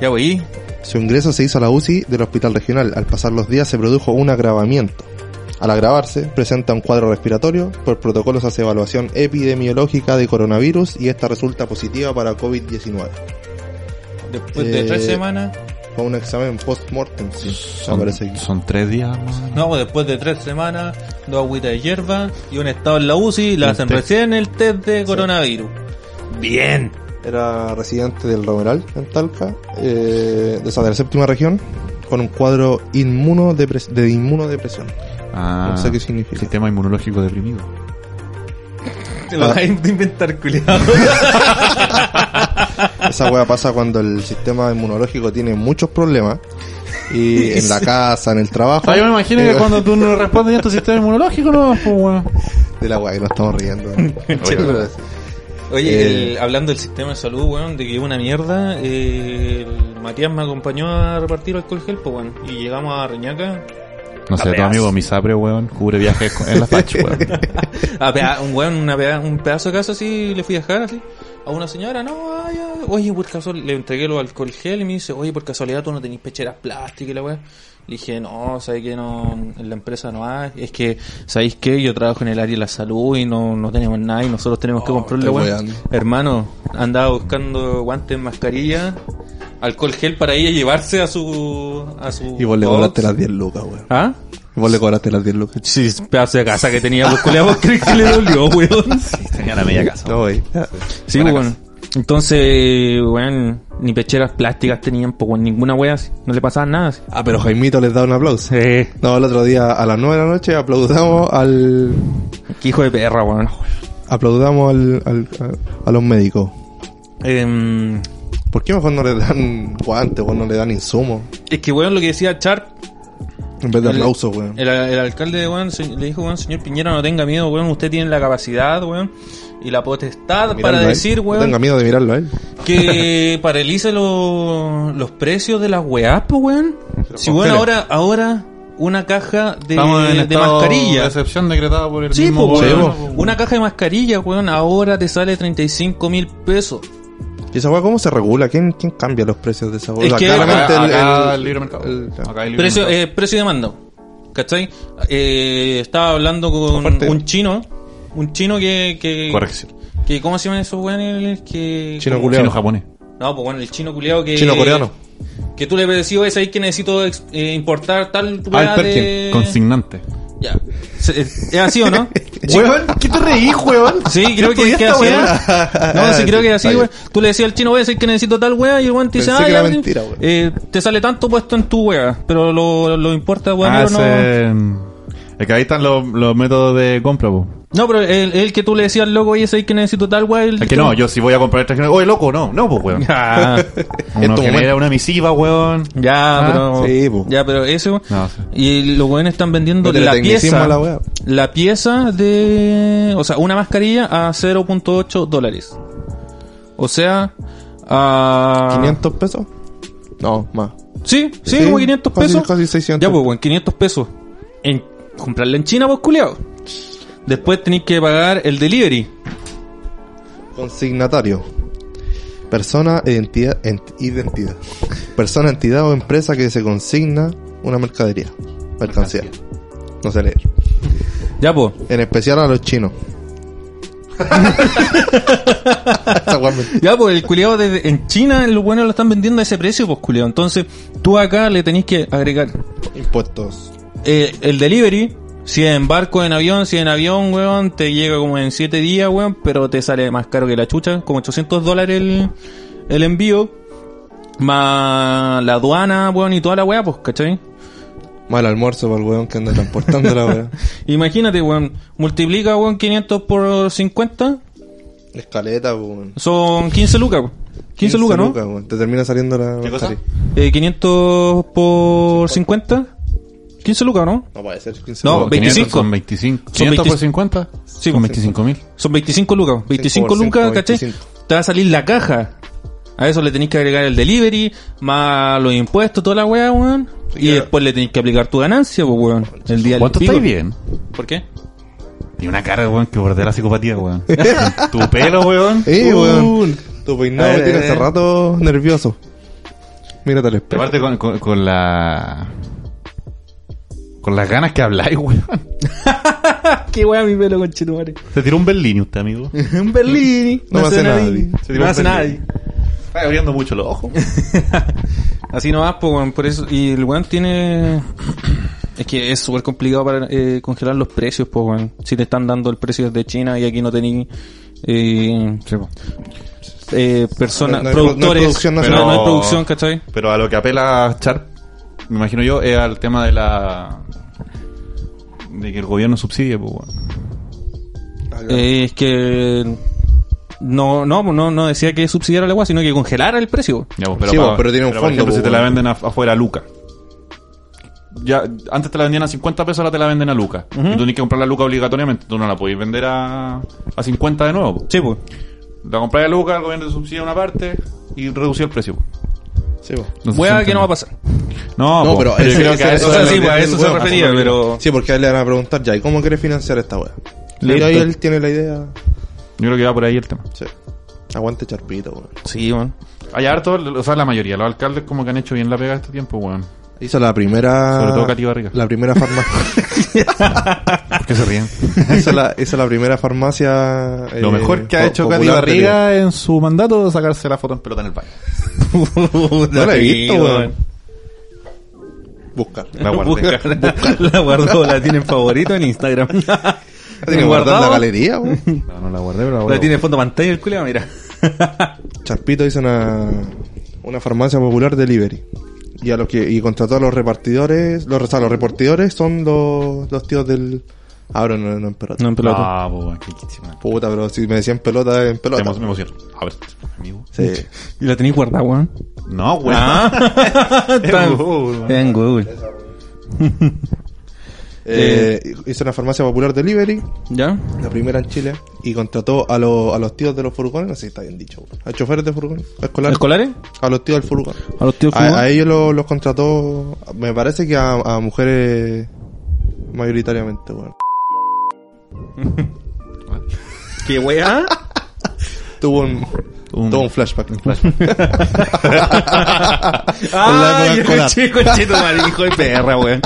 [SPEAKER 3] Ya, wey.
[SPEAKER 1] Su ingreso se hizo a la UCI del hospital regional. Al pasar los días se produjo un agravamiento. Al agravarse, presenta un cuadro respiratorio. Por protocolo se hace evaluación epidemiológica de coronavirus y esta resulta positiva para COVID-19.
[SPEAKER 3] Después de
[SPEAKER 1] Eh,
[SPEAKER 3] tres semanas.
[SPEAKER 1] Fue un examen post-mortem, sí.
[SPEAKER 2] Son,
[SPEAKER 1] Aparece aquí.
[SPEAKER 2] son tres días, man.
[SPEAKER 3] No, pues después de tres semanas, dos agüitas de hierba y un estado en la UCI, la
[SPEAKER 2] Un
[SPEAKER 3] hacen
[SPEAKER 2] test.
[SPEAKER 3] recién el test de coronavirus. Bien.
[SPEAKER 1] Era residente del Romeral, en Talca, eh, de, o sea, de la séptima región, con un cuadro inmunodepres- de inmunodepresión.
[SPEAKER 2] Ah,
[SPEAKER 1] No sé qué significa.
[SPEAKER 2] Sistema inmunológico deprimido.
[SPEAKER 3] Te lo
[SPEAKER 1] Ah.
[SPEAKER 3] vas a inventar, culiado.
[SPEAKER 1] Esa weá pasa cuando el sistema inmunológico tiene muchos problemas. Y en la casa, en el trabajo.
[SPEAKER 2] Ah, yo me imagino que
[SPEAKER 1] Eh,
[SPEAKER 2] cuando tú no respondes ya tu sistema inmunológico, no, pues, weón.
[SPEAKER 1] De la weá que nos estamos riendo.
[SPEAKER 2] Oye,
[SPEAKER 3] Oye,
[SPEAKER 1] Eh,
[SPEAKER 3] el- hablando del sistema de salud, weón, de que es una mierda, eh, el Matías me acompañó a repartir alcohol gel, pues, weón, y llegamos a Reñaca.
[SPEAKER 2] No sé, tu amigo Misabre, weón, cubre viajes con- en la facha, weón.
[SPEAKER 3] A peda- un weón, una peda- un pedazo de casa así, le fui a dejar así. A una señora, no, ay, ay, oye, por casualidad, le entregué los alcohol gel y me dice, oye, por casualidad tú no tenés pecheras plásticas y la weá. Le dije, no, sabes que no, en la empresa no hay, es que, ¿sabéis qué? Yo trabajo en el área de la salud y no, no tenemos nada y nosotros tenemos que comprarle
[SPEAKER 1] Oh, estoy
[SPEAKER 3] weón.
[SPEAKER 1] weando.
[SPEAKER 3] Hermano, andaba buscando guantes, mascarilla, alcohol gel para ella llevarse a su, a su.
[SPEAKER 1] Y vos le
[SPEAKER 3] box.
[SPEAKER 1] cobraste las 10 lucas, weón.
[SPEAKER 3] ¿Ah?
[SPEAKER 1] Y Vos le cobraste las 10 lucas.
[SPEAKER 3] Sí, pedazo de casa que tenía, pues, culiao, ¿vos crees que le dolió, weón?
[SPEAKER 2] Tenía la media casa.
[SPEAKER 1] No, wey.
[SPEAKER 3] Sí,
[SPEAKER 2] Buena
[SPEAKER 3] bueno. Entonces, weón, ni pecheras plásticas tenían, pues, weón, ninguna wea, así. no le pasaba nada. así.
[SPEAKER 1] Ah, pero Jaimito les da un aplauso.
[SPEAKER 3] Sí.
[SPEAKER 1] No, el otro día a las 9 de la noche aplaudamos al.
[SPEAKER 3] Qué hijo de perra, weón.
[SPEAKER 1] Aplaudamos al, al- a, a los médicos.
[SPEAKER 3] Em,
[SPEAKER 1] ¿Por qué mejor no le dan guantes, weón? No le dan insumos.
[SPEAKER 3] es que, weón, lo que decía Char,
[SPEAKER 1] En vez de
[SPEAKER 3] El-
[SPEAKER 1] aplausos, weón.
[SPEAKER 3] el, el alcalde, weón, se- le dijo, weón, señor Piñera, no tenga miedo, weón, usted tiene la capacidad, weón, y la potestad
[SPEAKER 1] Mirarlo a
[SPEAKER 3] para
[SPEAKER 1] él.
[SPEAKER 3] decir,
[SPEAKER 1] No
[SPEAKER 3] weón,
[SPEAKER 1] tenga miedo de mirarlo a él.
[SPEAKER 3] que paralice lo- los precios de las weas, pues, weón. Si,
[SPEAKER 1] con
[SPEAKER 3] weón,
[SPEAKER 1] tele.
[SPEAKER 3] ahora, ahora, una caja de,
[SPEAKER 2] Estamos en
[SPEAKER 3] de
[SPEAKER 2] estado de
[SPEAKER 3] mascarilla.
[SPEAKER 2] excepción decretada por el
[SPEAKER 3] Sí,
[SPEAKER 2] mismo
[SPEAKER 3] po,
[SPEAKER 2] gobierno,
[SPEAKER 3] weón.
[SPEAKER 2] po, weón.
[SPEAKER 3] Una caja de mascarilla, weón, ahora te sale 35 mil pesos.
[SPEAKER 1] ¿Y esa hueá cómo se regula? ¿Quién, quién cambia los precios de esa hueá?
[SPEAKER 3] Es que-
[SPEAKER 1] claramente
[SPEAKER 2] acá,
[SPEAKER 1] el-
[SPEAKER 2] acá
[SPEAKER 1] pues. el-
[SPEAKER 2] libre mercado.
[SPEAKER 1] el-
[SPEAKER 2] Acá hay libre
[SPEAKER 3] Precio,
[SPEAKER 2] mercado.
[SPEAKER 3] eh, precio y demanda. ¿Cachai? Eh, estaba hablando con
[SPEAKER 1] Oferta.
[SPEAKER 3] un chino. Un chino que. que
[SPEAKER 2] Corrección.
[SPEAKER 3] que- ¿Cómo se llaman esos weones? Que.
[SPEAKER 1] Chino
[SPEAKER 3] como-
[SPEAKER 1] culiao.
[SPEAKER 2] Chino japonés.
[SPEAKER 3] No, pues bueno, el chino culiao que.
[SPEAKER 1] Chino coreano.
[SPEAKER 3] Que tú le decís, oye, ahí que necesito ex- eh, importar tal
[SPEAKER 2] Al
[SPEAKER 3] weá
[SPEAKER 2] Perkin,
[SPEAKER 3] de.
[SPEAKER 2] consignante.
[SPEAKER 3] Ya. Se- eh, ¿Es así o no?
[SPEAKER 1] Weón, ¿qué te reís, weón?
[SPEAKER 3] Sí, creo que, que así
[SPEAKER 1] weá.
[SPEAKER 3] es. No, sí, creo que así,
[SPEAKER 1] Ah, Está
[SPEAKER 3] güey. Tú le decías al chino, güey, sé que necesito tal wea y el güey te dice,
[SPEAKER 1] Pensé
[SPEAKER 3] ah,
[SPEAKER 1] que
[SPEAKER 3] ya,
[SPEAKER 1] era
[SPEAKER 3] sí.
[SPEAKER 1] mentira, güey.
[SPEAKER 3] eh, te sale tanto puesto en tu wea, pero lo, lo importa, güey,
[SPEAKER 2] ah,
[SPEAKER 3] no.
[SPEAKER 2] ese, Es que ahí están los, los métodos de compra, po.
[SPEAKER 3] No, pero el, el que tú le decías al loco, oye, sé que necesito tal wea. el-
[SPEAKER 2] Es que no, yo si voy a comprar el traje, oye, loco, no, no, pues, weón.
[SPEAKER 3] Ah,
[SPEAKER 2] Uno
[SPEAKER 1] tu
[SPEAKER 2] genera
[SPEAKER 1] momento.
[SPEAKER 2] una misiva, weón.
[SPEAKER 3] ya,
[SPEAKER 2] Ah,
[SPEAKER 3] pero.
[SPEAKER 1] sí, po.
[SPEAKER 3] ya, pero ese, güey.
[SPEAKER 2] No, sí.
[SPEAKER 3] Y los güeyes están vendiendo
[SPEAKER 1] Métele
[SPEAKER 3] la
[SPEAKER 1] tecnicismo
[SPEAKER 3] pieza.
[SPEAKER 1] a la wea.
[SPEAKER 3] la pieza de. O sea, una mascarilla a 0.8 dólares. O sea, a.
[SPEAKER 1] 500 pesos. No, más.
[SPEAKER 3] Sí, sí,
[SPEAKER 1] Sí,
[SPEAKER 3] como 500
[SPEAKER 1] casi-
[SPEAKER 3] pesos.
[SPEAKER 1] casi 600.
[SPEAKER 3] Ya, pues, weón, 500 pesos. En, comprarla en China, pues, culiao. Después tenéis que pagar el delivery.
[SPEAKER 1] Consignatario. Persona, identidad, ent- identidad. Persona, entidad o empresa que se consigna una mercadería. Mercancía. No sé leer.
[SPEAKER 3] Ya, pues.
[SPEAKER 1] En especial a los chinos. Esa weá es mentira.
[SPEAKER 3] Ya, pues, el culiao desde, en China, los buenos lo están vendiendo a ese precio, pues, culiao. Entonces, tú acá le tenéis que agregar
[SPEAKER 1] Impuestos.
[SPEAKER 3] eh, el delivery. Si es en barco, en avión, si es en avión, weón, te llega como en 7 días, weón, pero te sale más caro que la chucha, como 800 dólares el, el envío, más la aduana, weón, y toda la weá, pues, ¿cachai?
[SPEAKER 1] Mal almuerzo para el weón que anda transportando la weá.
[SPEAKER 3] Imagínate, weón. Multiplica, weón, 500 por 50.
[SPEAKER 1] Escaleta, weón.
[SPEAKER 3] Son 15 lucas, weón. 15 lucas, ¿no?
[SPEAKER 1] weón. Te termina saliendo la
[SPEAKER 2] ¿Qué cosa?
[SPEAKER 1] mercadería.
[SPEAKER 3] Eh, 500 por 50. 15 lucas, ¿no?
[SPEAKER 1] No puede ser 15
[SPEAKER 3] No,
[SPEAKER 1] lucas.
[SPEAKER 3] 25.
[SPEAKER 2] Son 25.
[SPEAKER 3] Son
[SPEAKER 2] 500 por
[SPEAKER 3] 25.
[SPEAKER 2] 50.
[SPEAKER 3] Sí,
[SPEAKER 2] son
[SPEAKER 3] pues.
[SPEAKER 2] 25 mil.
[SPEAKER 3] Son 25 lucas. 25
[SPEAKER 1] por
[SPEAKER 3] lucas,
[SPEAKER 1] cinco,
[SPEAKER 3] ¿cachai?
[SPEAKER 1] 25.
[SPEAKER 3] Te va a salir la caja. A eso le tenéis que agregar el delivery, más los impuestos, toda la weá, weón. Y después le tenéis que aplicar tu ganancia, pues, weón. El día del
[SPEAKER 2] ¿Cuánto
[SPEAKER 3] pico.
[SPEAKER 2] estáis bien?
[SPEAKER 3] ¿Por qué?
[SPEAKER 2] Tiene una cara, weón, que bordea la psicopatía, weón. tu pelo, weón.
[SPEAKER 1] Eh,
[SPEAKER 2] Uh,
[SPEAKER 1] weón. Tu peinado
[SPEAKER 2] Eh,
[SPEAKER 1] me tiene hace
[SPEAKER 2] eh.
[SPEAKER 1] rato nervioso. Mírate al espejo.
[SPEAKER 2] Aparte con, con, con la... Con las ganas que habláis, weón.
[SPEAKER 3] Ah, Qué weá mi pelo con chitumare.
[SPEAKER 2] Se tiró un berlín usted, amigo.
[SPEAKER 3] Un Berlini.
[SPEAKER 1] No me hace nadie.
[SPEAKER 2] Se
[SPEAKER 3] No
[SPEAKER 2] tiró
[SPEAKER 3] me
[SPEAKER 2] un
[SPEAKER 3] hace
[SPEAKER 2] berlín.
[SPEAKER 3] nadie.
[SPEAKER 2] Está abriendo mucho los ojos.
[SPEAKER 3] Así nomás, pues, weón, por eso. Y el weón tiene. Es que es súper complicado para eh, congelar los precios, pues, weón. Si te están dando el precio desde China y aquí no tenéis. Eh, eh, personas,
[SPEAKER 1] No hay- no hay
[SPEAKER 3] productores.
[SPEAKER 1] producción
[SPEAKER 3] no,
[SPEAKER 1] nacional.
[SPEAKER 3] no hay producción, ¿cachai?
[SPEAKER 2] Pero a lo que apela Sharp, me imagino yo, es al tema de la... De que el gobierno subsidie, pues, weón.
[SPEAKER 3] Eh, es que. No, no, no, no decía que subsidiara la agua, sino que congelara el precio.
[SPEAKER 2] Ya, pues,
[SPEAKER 1] Sí,
[SPEAKER 2] pa-
[SPEAKER 1] pues, pero tiene un
[SPEAKER 2] por
[SPEAKER 1] fondo,
[SPEAKER 2] ejemplo,
[SPEAKER 1] pues,
[SPEAKER 2] si te la
[SPEAKER 1] weón.
[SPEAKER 2] venden af- afuera a Luca. Ya, antes te la vendían a 50 pesos, ahora te la venden a Luca. Y tú tienes que comprar la Luca obligatoriamente. Tú no la podés vender a, a 50 de nuevo. po.
[SPEAKER 3] Sí, pues.
[SPEAKER 2] La compras a Luca, el gobierno te subsidia una parte y reducía el precio. po.
[SPEAKER 1] Sí, po.
[SPEAKER 2] No sé
[SPEAKER 3] Weá
[SPEAKER 2] si
[SPEAKER 3] que no va a
[SPEAKER 2] entiende.
[SPEAKER 3] pasar.
[SPEAKER 2] No,
[SPEAKER 1] No,
[SPEAKER 2] po,
[SPEAKER 1] pero
[SPEAKER 2] yo
[SPEAKER 1] ese-
[SPEAKER 2] creo que a
[SPEAKER 1] ese-
[SPEAKER 2] eso
[SPEAKER 3] o sea,
[SPEAKER 2] se
[SPEAKER 3] sí,
[SPEAKER 2] refiere
[SPEAKER 3] pues, a
[SPEAKER 2] el
[SPEAKER 3] eso se
[SPEAKER 2] weón.
[SPEAKER 3] refería, pero.
[SPEAKER 1] Sí, porque a él le van a preguntar ya, ¿y cómo quiere financiar esta weá?
[SPEAKER 3] Listo.
[SPEAKER 1] Pero ahí él tiene la idea.
[SPEAKER 2] Yo creo que va por ahí el tema.
[SPEAKER 1] Sí. Aguante charpito, weón.
[SPEAKER 3] Sí, weón.
[SPEAKER 2] Hay harto, o sea, la mayoría. Los alcaldes como que han hecho bien la pega este tiempo, weón.
[SPEAKER 1] Hizo la primera.
[SPEAKER 2] Sobre todo Cati Barriga.
[SPEAKER 1] La primera farmacia.
[SPEAKER 2] ¿Por qué se ríen?
[SPEAKER 1] hizo, la, hizo la primera farmacia. eh,
[SPEAKER 2] Lo mejor que ha
[SPEAKER 1] po-
[SPEAKER 2] hecho
[SPEAKER 1] popular
[SPEAKER 2] Cati
[SPEAKER 1] de
[SPEAKER 2] Barriga en su mandato es sacarse la foto en pelota en el baño.
[SPEAKER 1] No la he visto, weón. Perú. Busca.
[SPEAKER 2] La guardé.
[SPEAKER 3] La guardó, la tiene en favorito en Instagram. la
[SPEAKER 1] La tiene guardada en la galería, weón.
[SPEAKER 2] No, no la guardé, pero la
[SPEAKER 3] La tiene en fondo pantalla el culiao, mira.
[SPEAKER 1] Charpito hizo una, una farmacia popular delivery. Y a los que y contrató a los repartidores, los, o sea, los repartidores son los, los tíos del. Ahora no, no en pelota.
[SPEAKER 3] No en pelota.
[SPEAKER 2] Ah, pues, bueno, qué quichima.
[SPEAKER 1] Puta, pero si me decían pelota, en
[SPEAKER 2] Te
[SPEAKER 1] pelota.
[SPEAKER 2] emo- Me emociono. A ver, amigo. Ah.
[SPEAKER 1] Sí.
[SPEAKER 3] Y la tenéis guardada, weón.
[SPEAKER 2] No, weón.
[SPEAKER 3] Está en
[SPEAKER 2] Google, weón.
[SPEAKER 3] Google. En Google.
[SPEAKER 1] Eh, hizo una farmacia popular delivery,
[SPEAKER 3] ¿Ya?
[SPEAKER 1] la primera en Chile, y contrató a, los a los tíos de los furgones, así está bien dicho, a choferes de furgones, a escolares,
[SPEAKER 3] ¿Escolares?
[SPEAKER 1] a los tíos del furgón.
[SPEAKER 3] A los tíos
[SPEAKER 1] A,
[SPEAKER 3] furgón.
[SPEAKER 1] a ellos lo- los contrató, me parece que a, a mujeres mayoritariamente, weón.
[SPEAKER 3] ¿Qué weá?
[SPEAKER 1] Tuvo un,
[SPEAKER 2] Un-
[SPEAKER 1] Todo un flashback.
[SPEAKER 2] la época
[SPEAKER 3] Ay,
[SPEAKER 2] escolar.
[SPEAKER 3] chico, chito, madre, hijo de perra, weón.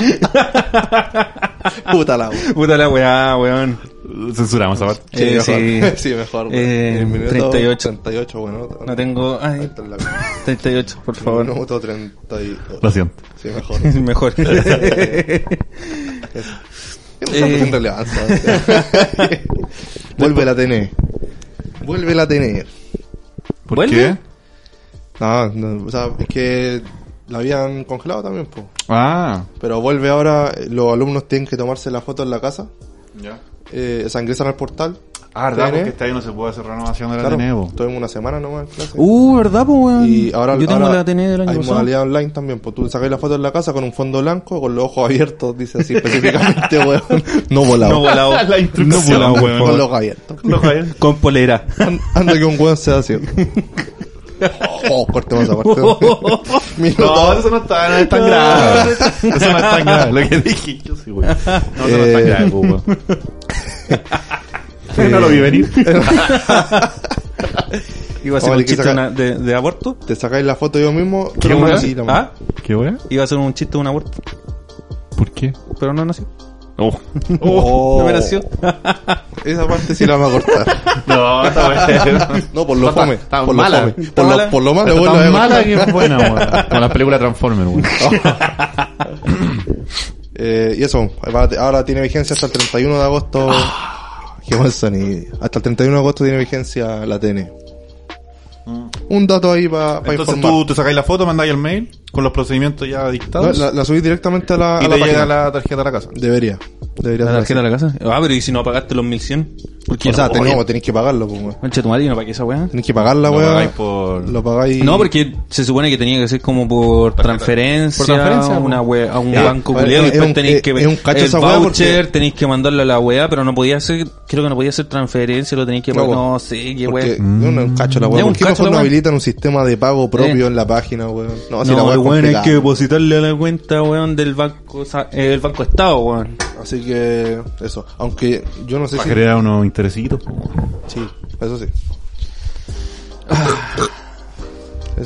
[SPEAKER 1] Puta la wea.
[SPEAKER 3] Puta la weá, weón.
[SPEAKER 2] Censuramos aparte.
[SPEAKER 1] Sí,
[SPEAKER 3] Eh,
[SPEAKER 1] mejor.
[SPEAKER 3] sí.
[SPEAKER 1] Sí, mejor. weón.
[SPEAKER 3] Eh,
[SPEAKER 1] El minuto
[SPEAKER 3] 38.
[SPEAKER 1] 38, bueno.
[SPEAKER 3] No tengo.
[SPEAKER 1] Ahí
[SPEAKER 3] Ay,
[SPEAKER 1] está la wea.
[SPEAKER 3] 38, por
[SPEAKER 1] El
[SPEAKER 3] favor.
[SPEAKER 1] Minuto 38.
[SPEAKER 2] Lo siento.
[SPEAKER 1] Sí, mejor.
[SPEAKER 3] Es mejor. Eh.
[SPEAKER 1] Son sin relevancia. ¿eh? Vuélvela a tener. Vuélvela a tener.
[SPEAKER 2] ¿Por
[SPEAKER 3] ¿Vuelve?
[SPEAKER 2] qué?
[SPEAKER 1] No, no, o sea, es que la habían congelado también, po.
[SPEAKER 2] Ah.
[SPEAKER 1] Pero vuelve ahora, eh, los alumnos tienen que tomarse la foto en la casa,
[SPEAKER 2] Ya.
[SPEAKER 1] eh, se ingresan al portal.
[SPEAKER 2] Ah, ¿verdad?
[SPEAKER 1] TN,
[SPEAKER 2] Porque está ahí no se puede hacer renovación de la
[SPEAKER 1] claro,
[SPEAKER 2] TNE, po.
[SPEAKER 1] tuvimos una semana nomás en clase.
[SPEAKER 3] Uh, ¿verdad, po, weón?
[SPEAKER 1] y ahora,
[SPEAKER 3] Yo tengo
[SPEAKER 1] ahora
[SPEAKER 3] la TN del año
[SPEAKER 1] hay
[SPEAKER 3] pasado.
[SPEAKER 1] modalidad online también, pues tú sacáis la foto en la casa con un fondo blanco, con los ojos abiertos, dice así específicamente, weón. No volado.
[SPEAKER 3] No volado.
[SPEAKER 2] La instrucción,
[SPEAKER 3] No volado,
[SPEAKER 2] weón.
[SPEAKER 1] con
[SPEAKER 3] weón.
[SPEAKER 1] los ojos abiertos.
[SPEAKER 3] Con polera.
[SPEAKER 1] An- Anda que un weón sea así. Oh, cortemos esa parte. Minuto-
[SPEAKER 2] No, eso no está, no es tan grave. Eso no es tan grave. Lo que dije yo sí, güey. No, eso no es
[SPEAKER 1] Eh,
[SPEAKER 2] tan grave, po, weón. No lo vi venir.
[SPEAKER 3] Iba a
[SPEAKER 1] Oye,
[SPEAKER 3] ser un
[SPEAKER 1] que
[SPEAKER 3] chiste
[SPEAKER 1] saca-
[SPEAKER 3] una- de, de aborto.
[SPEAKER 1] Te sacáis la foto yo mismo.
[SPEAKER 2] ¿Qué
[SPEAKER 1] pero
[SPEAKER 2] weón?
[SPEAKER 1] así nomás.
[SPEAKER 3] ¿Ah?
[SPEAKER 2] ¿Qué, weón?
[SPEAKER 3] Iba a ser un chiste de un aborto.
[SPEAKER 2] ¿Por qué?
[SPEAKER 3] Pero no nació.
[SPEAKER 1] Oh.
[SPEAKER 3] No me nació.
[SPEAKER 1] Esa parte sí la vamos a cortar.
[SPEAKER 2] No, está
[SPEAKER 3] Ah,
[SPEAKER 2] buena.
[SPEAKER 1] No, por lo
[SPEAKER 2] Está-
[SPEAKER 1] fome.
[SPEAKER 2] está
[SPEAKER 1] por
[SPEAKER 2] mala.
[SPEAKER 1] lo fome.
[SPEAKER 2] Está
[SPEAKER 1] Por lo,
[SPEAKER 3] mala.
[SPEAKER 1] por lo malo,
[SPEAKER 2] Está
[SPEAKER 1] bueno, la
[SPEAKER 2] tan
[SPEAKER 1] voy a
[SPEAKER 2] mala
[SPEAKER 1] cortar.
[SPEAKER 2] que es buena, weón. Como la película Transformers, weón.
[SPEAKER 1] Eh, y eso, va- ahora tiene vigencia hasta el 31 de agosto.
[SPEAKER 2] Ah.
[SPEAKER 1] Qué buen sonido. Hasta el 31 de agosto tiene vigencia la TN. Un dato ahí para
[SPEAKER 2] Mm. Entonces
[SPEAKER 1] informar.
[SPEAKER 2] tú te sacáis la foto, mandáis el mail con los procedimientos ya
[SPEAKER 1] No,
[SPEAKER 2] dictados
[SPEAKER 1] la, la subís directamente a la, a
[SPEAKER 2] y
[SPEAKER 1] la
[SPEAKER 2] te llega
[SPEAKER 1] página.
[SPEAKER 2] la tarjeta a la casa.
[SPEAKER 1] Debería. Debería
[SPEAKER 3] ¿La
[SPEAKER 1] ser
[SPEAKER 3] tarjeta de la casa? Ah, pero ¿y si no pagaste los 1100?
[SPEAKER 1] así. O sea, tenés, tenés que pagarlo, pues, weón.
[SPEAKER 3] Concha tu madre, ¿y no pagué esa weá?
[SPEAKER 1] Tenés que pagar la
[SPEAKER 2] Lo
[SPEAKER 1] weá.
[SPEAKER 2] pagáis por-
[SPEAKER 1] Lo pagáis.
[SPEAKER 3] No, porque se supone que tenía que ser como por transferencia,
[SPEAKER 2] Por transferencia,
[SPEAKER 3] a una
[SPEAKER 2] po.
[SPEAKER 3] wea- a un
[SPEAKER 1] Eh,
[SPEAKER 3] banco
[SPEAKER 1] es-
[SPEAKER 3] culiado, y
[SPEAKER 1] es
[SPEAKER 3] después
[SPEAKER 1] un-
[SPEAKER 3] tenéis
[SPEAKER 1] es-
[SPEAKER 3] que
[SPEAKER 1] es un cacho
[SPEAKER 3] el
[SPEAKER 1] esa wea
[SPEAKER 3] voucher,
[SPEAKER 1] porque-
[SPEAKER 3] tenéis que mandarle a la wea, pero no podía hacer, creo que no podía hacer transferencia, lo tenéis que
[SPEAKER 1] No,
[SPEAKER 3] no,
[SPEAKER 1] po.
[SPEAKER 3] no sé qué
[SPEAKER 1] Porque
[SPEAKER 3] wea.
[SPEAKER 1] yo no cacho la
[SPEAKER 3] Ya,
[SPEAKER 1] weá.
[SPEAKER 3] un
[SPEAKER 1] ¿Por qué
[SPEAKER 3] cacho
[SPEAKER 1] mejor
[SPEAKER 3] la
[SPEAKER 1] no
[SPEAKER 3] weá.
[SPEAKER 1] habilitan un sistema de pago propio
[SPEAKER 3] Eh.
[SPEAKER 1] en la página, weón? No, si la
[SPEAKER 3] No,
[SPEAKER 1] weá
[SPEAKER 3] el
[SPEAKER 1] es
[SPEAKER 3] weón hay
[SPEAKER 1] complicada.
[SPEAKER 3] que depositarle a la cuenta, weón, del banco, sa- eh, el banco Estado, weón.
[SPEAKER 1] Así que, eso. Aunque yo no sé
[SPEAKER 2] Para
[SPEAKER 1] si.
[SPEAKER 2] generar unos interesitos, po, weón.
[SPEAKER 1] Sí, eso sí. Eso
[SPEAKER 3] Ah.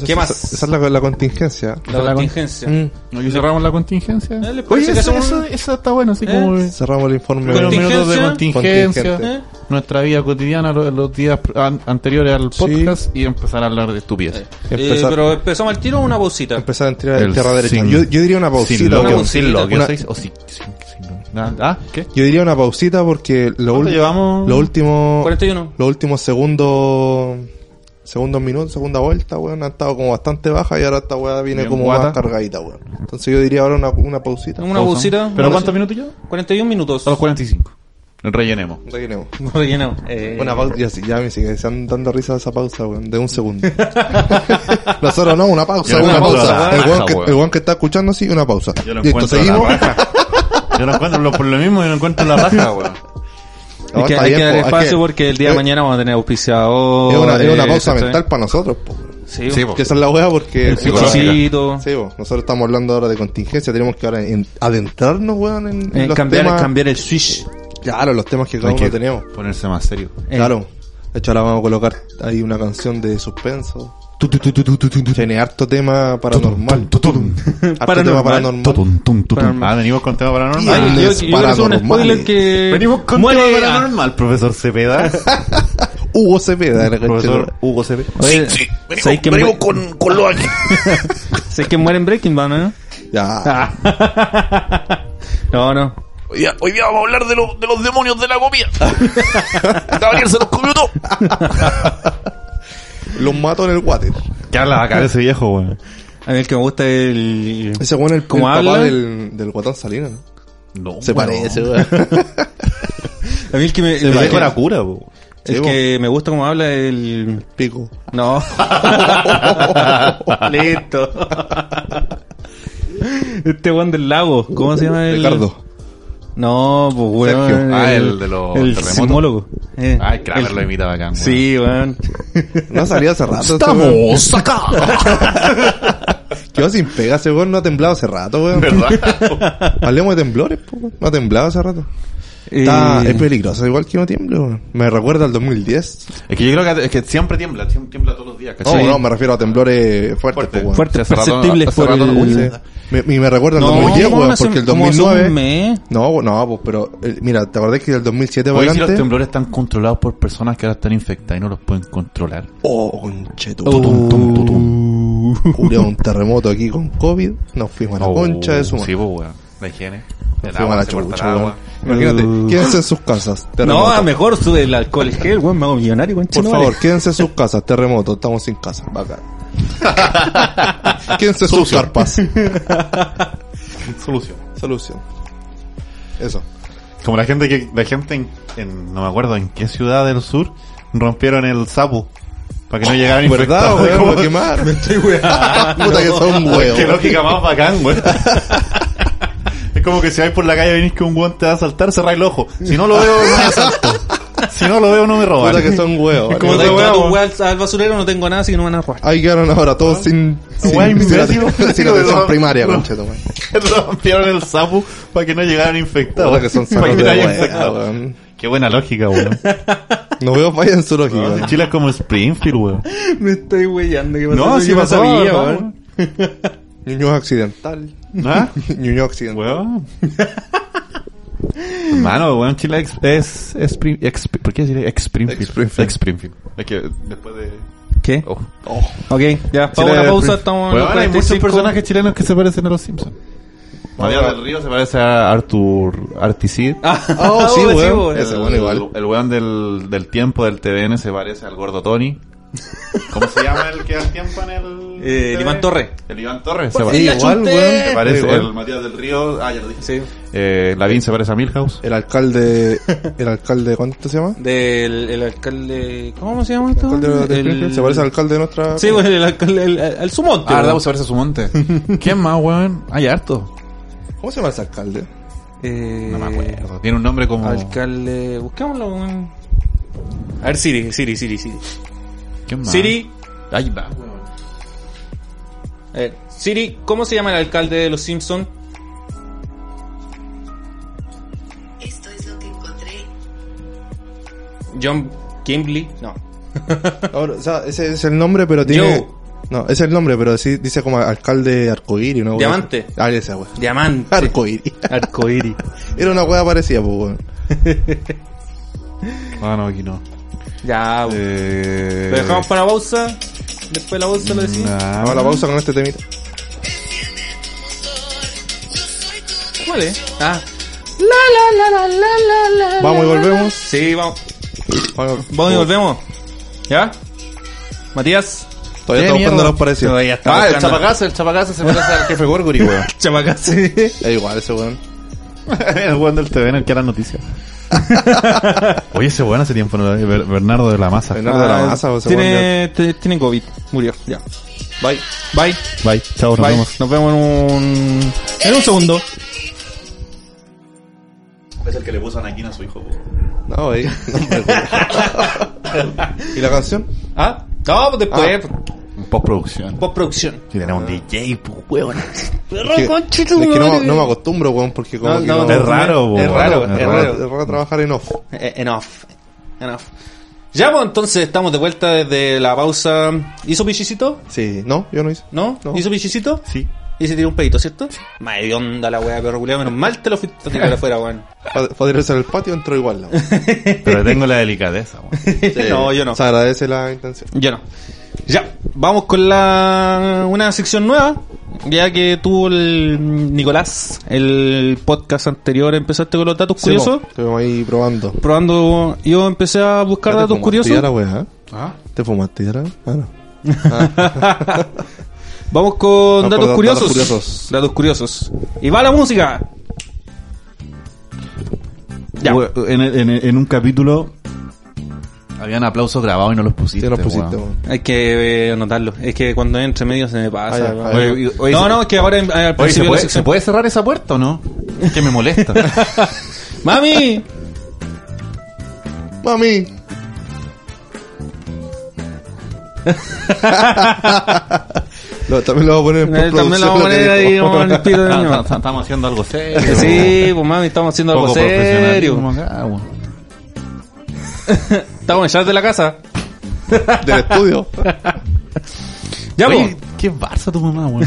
[SPEAKER 3] ¿Qué
[SPEAKER 1] sí,
[SPEAKER 3] más?
[SPEAKER 1] Esa, esa es la, la contingencia.
[SPEAKER 3] La contingencia.
[SPEAKER 1] Mm.
[SPEAKER 2] ¿No que cerramos la contingencia?
[SPEAKER 3] Eh, ¿les parece que hacemos un-
[SPEAKER 2] está bueno, así
[SPEAKER 3] ¿Eh?
[SPEAKER 1] Cerramos el informe.
[SPEAKER 2] Con los
[SPEAKER 3] Contingencia.
[SPEAKER 2] minutos de contingencia,
[SPEAKER 3] ¿Eh?
[SPEAKER 1] Contingente.
[SPEAKER 2] nuestra vida cotidiana, lo- los, días pr- an- anteriores al podcast y empezar a hablar de estupideces.
[SPEAKER 3] Eh,
[SPEAKER 1] Empezar-
[SPEAKER 3] pero empezamos al tiro o una pausita.
[SPEAKER 1] Empezar a tirar
[SPEAKER 2] El
[SPEAKER 1] el tierra derecha.
[SPEAKER 2] sin-
[SPEAKER 1] Yo, yo diría una
[SPEAKER 2] Sin
[SPEAKER 1] pausita.
[SPEAKER 2] Oh, lo
[SPEAKER 3] Una
[SPEAKER 1] weón.
[SPEAKER 2] que,
[SPEAKER 3] pausita.
[SPEAKER 2] sin lo que,
[SPEAKER 1] Una-
[SPEAKER 2] ¿sabéis? o sí, sin, sin lo- nada. Ah, ¿qué?
[SPEAKER 1] yo diría una pausita porque lo,
[SPEAKER 2] ¿Cuánto
[SPEAKER 1] ul-
[SPEAKER 2] llevamos?
[SPEAKER 1] lo último.
[SPEAKER 3] 41.
[SPEAKER 1] Los últimos segundos. Segundos minutos, segunda vuelta, weón, ha estado como bastante baja y ahora esta weá viene
[SPEAKER 2] Bien
[SPEAKER 1] como
[SPEAKER 2] guata.
[SPEAKER 1] más cargadita, weón. Entonces yo diría ahora una, una pausita.
[SPEAKER 3] Una pausita.
[SPEAKER 2] ¿Pero
[SPEAKER 3] una
[SPEAKER 2] cuántos minutos yo?
[SPEAKER 3] pausita. 41 minutos.
[SPEAKER 2] A los 45. Rellenemos.
[SPEAKER 1] Rellenemos.
[SPEAKER 3] Rellenado. Eh,
[SPEAKER 1] Una pausa, ya, sí, ya me sigue, se han dando risa esa pausa, weón, de un segundo. Nosotros no, una pausa,
[SPEAKER 2] Yo lo
[SPEAKER 1] una
[SPEAKER 2] encuentro
[SPEAKER 1] pausa.
[SPEAKER 2] la raja,
[SPEAKER 1] el, weón que,
[SPEAKER 2] weón.
[SPEAKER 1] el weón que está escuchando, sí, una pausa.
[SPEAKER 2] Yo lo
[SPEAKER 1] Listo,
[SPEAKER 2] encuentro
[SPEAKER 1] seguimos.
[SPEAKER 2] la raja. Yo lo encuentro lo- por lo mismo y lo encuentro la raja, weón.
[SPEAKER 1] No,
[SPEAKER 3] Hay que,
[SPEAKER 1] está
[SPEAKER 3] hay
[SPEAKER 1] bien,
[SPEAKER 3] que dar
[SPEAKER 1] po, hay
[SPEAKER 3] espacio
[SPEAKER 1] que-
[SPEAKER 3] porque el día de
[SPEAKER 1] es-
[SPEAKER 3] mañana vamos a tener auspiciador.
[SPEAKER 1] Es una, es una pausa mental para nosotros, po.
[SPEAKER 3] Sí,
[SPEAKER 2] Sí,
[SPEAKER 3] sí
[SPEAKER 2] po.
[SPEAKER 1] Que esa es la weá porque...
[SPEAKER 2] psicológico.
[SPEAKER 1] Sí, po, nosotros estamos hablando ahora de contingencia, tenemos que ahora en- adentrarnos, weón, en, en
[SPEAKER 3] En
[SPEAKER 1] los
[SPEAKER 3] Eh, cambiar,
[SPEAKER 1] temas...
[SPEAKER 3] cambiar el switch.
[SPEAKER 1] Claro, los temas que cada
[SPEAKER 2] Hay
[SPEAKER 1] uno
[SPEAKER 2] que
[SPEAKER 1] tenemos.
[SPEAKER 2] ponerse más serio.
[SPEAKER 1] Claro. De hecho, ahora vamos a colocar ahí una canción de suspenso. Tiene harto tema paranormal. Harto tema
[SPEAKER 3] Paranormal.
[SPEAKER 1] paranormal.
[SPEAKER 3] Paranormal.
[SPEAKER 2] Ah, venimos con tema paranormal.
[SPEAKER 1] Ay, yo- yo quiero hacer un spoiler
[SPEAKER 3] que...
[SPEAKER 2] Venimos con tema paranormal, profesor Cepeda.
[SPEAKER 1] Hugo Cepeda, era
[SPEAKER 2] profesor Hugo Cepeda.
[SPEAKER 5] Eh,
[SPEAKER 3] Oye, ¿sabes que, mue-
[SPEAKER 2] con, con lo aquí.
[SPEAKER 3] ¿sabes que muere en Breaking Bad, no?
[SPEAKER 1] Ya.
[SPEAKER 3] No, no.
[SPEAKER 5] Hoy día, hoy día vamos a hablar de, los de los demonios de la comida. Gabriel se los comió todo.
[SPEAKER 1] Los mato en el water.
[SPEAKER 2] ¿Qué habla acá de ese viejo, weón?
[SPEAKER 3] A mí el que me gusta es el...
[SPEAKER 1] Ese weón es el,
[SPEAKER 3] ¿Cómo
[SPEAKER 1] el papá
[SPEAKER 3] habla?
[SPEAKER 1] del, del guatón Salinas. ¿no?
[SPEAKER 2] No,
[SPEAKER 1] Se parece, weón.
[SPEAKER 3] A mí el que me... El,
[SPEAKER 2] El
[SPEAKER 3] que,
[SPEAKER 2] viejo era cura, weón.
[SPEAKER 3] el que me gusta como habla es el...
[SPEAKER 1] Pico.
[SPEAKER 3] No. Listo. Este weón del lago, ¿cómo se llama el?
[SPEAKER 1] Ricardo.
[SPEAKER 3] No, pues weón.
[SPEAKER 1] Sergio.
[SPEAKER 2] Ah, el de los
[SPEAKER 3] El
[SPEAKER 2] terremotos.
[SPEAKER 3] sismólogo. Eh,
[SPEAKER 2] Ay, Kramer
[SPEAKER 3] el-
[SPEAKER 2] lo imita bacán, weón.
[SPEAKER 3] Sí, weón.
[SPEAKER 1] No salía hace rato. ese weón.
[SPEAKER 5] Estamos acá.
[SPEAKER 1] Quedó sin pega ese weón. No ha temblado hace rato, weón.
[SPEAKER 2] ¿Verdad?
[SPEAKER 1] Hablemos de temblores, po, weón. No ha temblado hace rato. Está-
[SPEAKER 3] Eh,
[SPEAKER 1] es peligroso, igual que no tiemble, weón. Me recuerda al 2010.
[SPEAKER 2] Es que yo creo que, es que siempre tiembla, siem- tiembla todos los días,
[SPEAKER 1] No,
[SPEAKER 2] ¿cachai?
[SPEAKER 1] Oh, no, me refiero a temblores fuertes,
[SPEAKER 2] Fuerte,
[SPEAKER 1] po, weón.
[SPEAKER 3] fuerte,
[SPEAKER 2] Hace rato-
[SPEAKER 3] perceptibles
[SPEAKER 2] hace
[SPEAKER 3] por
[SPEAKER 2] rato no-
[SPEAKER 3] el-
[SPEAKER 2] Uy,
[SPEAKER 1] Sí. Me, me- me recuerda al
[SPEAKER 3] No,
[SPEAKER 1] 2010,
[SPEAKER 3] como
[SPEAKER 1] weón,
[SPEAKER 3] hace-
[SPEAKER 1] porque el
[SPEAKER 3] como hace un
[SPEAKER 1] 2009...
[SPEAKER 3] mes.
[SPEAKER 1] No, po, no, pues, pero... eh, mira, ¿te acordás que del 2007 para
[SPEAKER 2] Hoy si los
[SPEAKER 1] adelante?
[SPEAKER 2] temblores están controlados por personas que ahora están infectadas y no los pueden controlar.
[SPEAKER 1] Oh, conchetu.
[SPEAKER 2] Tutum, tum, tutum.
[SPEAKER 1] Hubo un terremoto aquí con COVID. Nos fuimos a la
[SPEAKER 2] Oh,
[SPEAKER 1] concha de su madre.
[SPEAKER 2] Sí, pues, weón. La higiene. El
[SPEAKER 1] Nos fuimos a
[SPEAKER 2] agua,
[SPEAKER 1] la
[SPEAKER 2] se corta
[SPEAKER 1] chucha,
[SPEAKER 2] el
[SPEAKER 1] weón.
[SPEAKER 2] agua.
[SPEAKER 1] Imagínate, quédense en sus casas.
[SPEAKER 3] Uh. No,
[SPEAKER 1] Terremoto.
[SPEAKER 3] a mejor sube el alcohol gel, weón, me hago millonario, weón.
[SPEAKER 1] Por
[SPEAKER 3] chino,
[SPEAKER 1] favor,
[SPEAKER 3] vale.
[SPEAKER 1] quédense en sus casas. Terremoto, estamos sin casa. Bacán. quédense en sus carpas.
[SPEAKER 2] Solución.
[SPEAKER 1] Solución. Eso.
[SPEAKER 2] Como la gente que, la gente en, en- no me acuerdo en qué ciudad del sur rompieron el sapo para que no llegaran
[SPEAKER 1] ¿Verdad,
[SPEAKER 2] infectados.
[SPEAKER 1] weón?
[SPEAKER 2] Como-
[SPEAKER 1] Voy a quemar. Me estoy weando. Puta que son
[SPEAKER 2] Qué
[SPEAKER 1] huevos.
[SPEAKER 2] lógica más bacán, güey. es como que si vais por la calle venís que un guante te va a saltar, cerráis el ojo. Si no lo veo, no me asalto. Si no lo veo, no me roban.
[SPEAKER 1] Puta que son huevos.
[SPEAKER 2] Es como
[SPEAKER 3] Como
[SPEAKER 1] vale.
[SPEAKER 2] esa
[SPEAKER 3] tengo
[SPEAKER 2] weá,
[SPEAKER 3] tu
[SPEAKER 2] weón.
[SPEAKER 3] weá al- al basurero, no tengo nada, así que no van a robar.
[SPEAKER 1] Ahí quedaron ahora
[SPEAKER 2] ¿Ah?
[SPEAKER 1] todos sin... sin,
[SPEAKER 2] Weá,
[SPEAKER 1] sin, la-
[SPEAKER 2] imbécil.
[SPEAKER 1] sin atención
[SPEAKER 2] Weón.
[SPEAKER 1] primaria,
[SPEAKER 2] Weón.
[SPEAKER 1] concheto, weón.
[SPEAKER 2] Rompieron el sapo para que no llegaran infectados.
[SPEAKER 1] Puta que son
[SPEAKER 2] Para
[SPEAKER 1] sanos de
[SPEAKER 2] que no haya
[SPEAKER 1] weá,
[SPEAKER 2] infectados.
[SPEAKER 1] weón.
[SPEAKER 2] Qué buena lógica, weón.
[SPEAKER 1] No veo falla en su lógica.
[SPEAKER 2] No, si Chile es como Springfield, weón.
[SPEAKER 3] Me estoy weyando, ¿qué
[SPEAKER 2] No, si
[SPEAKER 3] me
[SPEAKER 2] pasó,
[SPEAKER 3] sabía,
[SPEAKER 2] ¿verdad,
[SPEAKER 3] weón.
[SPEAKER 1] Ñuño accidental.
[SPEAKER 2] ¿Ah?
[SPEAKER 1] Ñuño accidental.
[SPEAKER 2] Weón. Hermano, weón, Chile es. es, es Spring- ex- ¿Por qué decir ex Springfield?
[SPEAKER 1] Ex Springfield.
[SPEAKER 2] Ex Springfield. Es que después de.
[SPEAKER 3] ¿Qué?
[SPEAKER 2] Oh.
[SPEAKER 3] Ok, ya,
[SPEAKER 2] Chile
[SPEAKER 3] para una
[SPEAKER 2] es-
[SPEAKER 3] pausa, estamos en
[SPEAKER 2] Weón,
[SPEAKER 3] los
[SPEAKER 2] hay muchos
[SPEAKER 3] 45.
[SPEAKER 2] personajes chilenos que se parecen a los Simpsons. María del Río se parece a Artur Articid.
[SPEAKER 3] Ah,
[SPEAKER 1] Oh, sí,
[SPEAKER 3] weón,
[SPEAKER 1] weón.
[SPEAKER 3] weón.
[SPEAKER 1] Ese weón igual.
[SPEAKER 2] El, el weón del, del tiempo del TVN se parece al gordo Tony. ¿Cómo se llama el que da el tiempo en el.
[SPEAKER 3] Eh, el
[SPEAKER 2] TV?
[SPEAKER 3] Iván Torres.
[SPEAKER 2] El Iván Torres se parece.
[SPEAKER 3] Sí,
[SPEAKER 1] Eh, igual,
[SPEAKER 3] achunté.
[SPEAKER 1] weón.
[SPEAKER 2] Se parece
[SPEAKER 1] Igual.
[SPEAKER 2] el Matías del Río. Ah, ya lo dije.
[SPEAKER 3] Sí.
[SPEAKER 2] Eh, Lavín se parece a Milhouse.
[SPEAKER 1] El alcalde... El alcalde... ¿Cuánto se llama?
[SPEAKER 3] Del el alcalde. ¿Cómo se llama
[SPEAKER 1] El
[SPEAKER 3] esto?
[SPEAKER 1] alcalde de Springfield. Se parece al alcalde de nuestra...
[SPEAKER 3] Sí, bueno, el alcalde. El, el, el Sumonte.
[SPEAKER 2] Ah,
[SPEAKER 3] weón.
[SPEAKER 2] verdad, se parece a su monte. ¿Quién más, weón? Hay harto.
[SPEAKER 1] ¿Cómo se llama ese alcalde?
[SPEAKER 3] Eh,
[SPEAKER 2] No me acuerdo. Tiene un nombre como.
[SPEAKER 3] Alcalde. Busquémoslo, weón. A ver, Siri, Siri, Siri, Siri.
[SPEAKER 2] ¿Quién más?
[SPEAKER 3] Siri.
[SPEAKER 2] Ahí va, weón.
[SPEAKER 3] A ver, Siri, ¿cómo se llama el alcalde de los Simpsons?
[SPEAKER 6] Esto es lo que encontré.
[SPEAKER 3] John Kimbley. No.
[SPEAKER 1] Ahora, o sea, ese es el nombre, pero tiene.
[SPEAKER 3] Joe.
[SPEAKER 1] No, es el nombre, pero sí dice como alcalde arcoíris, ¿no?
[SPEAKER 3] Diamante.
[SPEAKER 1] Ah, esa wea.
[SPEAKER 3] Diamante.
[SPEAKER 1] Arcoíris.
[SPEAKER 3] Arcoíris.
[SPEAKER 1] Era una wea parecida, pues, weón.
[SPEAKER 2] Ah, no, aquí no.
[SPEAKER 3] ya, weón.
[SPEAKER 2] Eh,
[SPEAKER 3] Lo dejamos para pausa. Después de la pausa lo decimos.
[SPEAKER 1] Vamos a la pausa con este temita.
[SPEAKER 3] ¿Cuál es? Ah,
[SPEAKER 1] Vamos y volvemos.
[SPEAKER 3] sí, vamos.
[SPEAKER 1] Vamos,
[SPEAKER 3] Vamos y volvemos. ¿Ya? Matías.
[SPEAKER 1] Todavía estamos buscando los parecidos.
[SPEAKER 3] Todavía está
[SPEAKER 2] Ah, el
[SPEAKER 3] buscando.
[SPEAKER 2] chapacase, el chapacase se parece al jefe Gorgori, weón.
[SPEAKER 3] Chapacase.
[SPEAKER 1] Es igual ese weón.
[SPEAKER 2] el weón del TVN, el que era noticia. Oye, ese weón hace tiempo, ¿no? Ber- Bernardo de la Maza.
[SPEAKER 1] Bernardo de la masa, o ese weón.
[SPEAKER 3] Ah, tiene, te- tiene COVID. Murió. Ya. Bye. Bye.
[SPEAKER 2] Bye, chao, nos
[SPEAKER 3] Bye.
[SPEAKER 2] vemos.
[SPEAKER 3] Nos vemos en un... En un segundo.
[SPEAKER 2] Es el que le puso Anakin a su hijo,
[SPEAKER 1] ya- No, wey. ¿Y la canción?
[SPEAKER 3] Ah, no, pues después.
[SPEAKER 1] Ah.
[SPEAKER 2] En postproducción.
[SPEAKER 3] Postproducción.
[SPEAKER 2] Si tenemos un DJ, pues, weón. Es
[SPEAKER 1] Es que, es que no, no me acostumbro, weón, porque como
[SPEAKER 3] No,
[SPEAKER 1] que
[SPEAKER 3] no,
[SPEAKER 1] no,
[SPEAKER 3] no.
[SPEAKER 1] es
[SPEAKER 2] raro, weón.
[SPEAKER 3] Es raro, es
[SPEAKER 1] raro- es raro trabajar en off.
[SPEAKER 3] Eh, Enough. Enough. Ya, pues entonces estamos de vuelta desde la pausa. ¿Hizo pichicito?
[SPEAKER 1] Sí, no, yo no hice.
[SPEAKER 3] ¿No?
[SPEAKER 1] No.
[SPEAKER 3] ¿Hizo pichicito?
[SPEAKER 2] Sí.
[SPEAKER 3] Y se tiró un pedito, ¿cierto? Más de onda la weá, perro culiao. Menos mal te lo fuiste a tirar afuera, weón.
[SPEAKER 1] Pa- Podría ser el patio, entró igual. La weón.
[SPEAKER 2] Pero tengo la delicadeza, weón.
[SPEAKER 3] no, yo no.
[SPEAKER 1] Eh, Se agradece la intención.
[SPEAKER 3] Yo no. Ya, vamos con la una sección nueva. Ya que tuvo el Nicolás, el podcast anterior, empezaste con los datos curiosos.
[SPEAKER 1] Sí, po, Estuvimos ahí probando.
[SPEAKER 3] Probando, yo empecé a buscar
[SPEAKER 1] Ya te
[SPEAKER 3] datos
[SPEAKER 1] fumaste
[SPEAKER 3] curiosos.
[SPEAKER 1] ya la weá, ¿eh?
[SPEAKER 2] Ah.
[SPEAKER 1] ¿Te fumaste ya la Ah, no.
[SPEAKER 3] Vamos con
[SPEAKER 1] Vamos
[SPEAKER 3] datos,
[SPEAKER 1] con
[SPEAKER 3] curiosos.
[SPEAKER 1] datos curiosos.
[SPEAKER 3] Datos curiosos. Y va la música. Ya.
[SPEAKER 2] We- En, en, en un capítulo habían aplausos grabados y no los
[SPEAKER 1] Sí,
[SPEAKER 2] pusiste.
[SPEAKER 1] nos pusiste,
[SPEAKER 2] weón.
[SPEAKER 1] weón.
[SPEAKER 3] Hay que eh, anotarlo. Es que cuando entre medio se me pasa.
[SPEAKER 1] Ah, ya,
[SPEAKER 3] weón.
[SPEAKER 1] ah, ya.
[SPEAKER 2] Oye, y- oye,
[SPEAKER 3] no,
[SPEAKER 2] se-
[SPEAKER 3] no, es que ahora en- al
[SPEAKER 2] Oye, ¿se
[SPEAKER 3] principio de la
[SPEAKER 2] puede,
[SPEAKER 3] sección-
[SPEAKER 2] se puede cerrar esa puerta o no? Que me molesta.
[SPEAKER 3] ¡Mami! eh,
[SPEAKER 1] ¡Mami! Lo- también lo voy a poner en
[SPEAKER 3] Eh, También
[SPEAKER 1] postproducción,
[SPEAKER 3] lo vamos a
[SPEAKER 1] te
[SPEAKER 3] poner ahí
[SPEAKER 1] digo.
[SPEAKER 3] como en el pito de
[SPEAKER 2] Ah,
[SPEAKER 3] niño.
[SPEAKER 2] está- Estamos haciendo algo serio.
[SPEAKER 3] Sí, pues mami, estamos haciendo algo
[SPEAKER 2] Poco
[SPEAKER 3] serio.
[SPEAKER 2] profesionalismo acá, weón.
[SPEAKER 3] Estamos en el de la casa.
[SPEAKER 1] Del estudio.
[SPEAKER 3] Ya,
[SPEAKER 2] Oye,
[SPEAKER 3] pues.
[SPEAKER 2] qué Barça tu mamá, weón.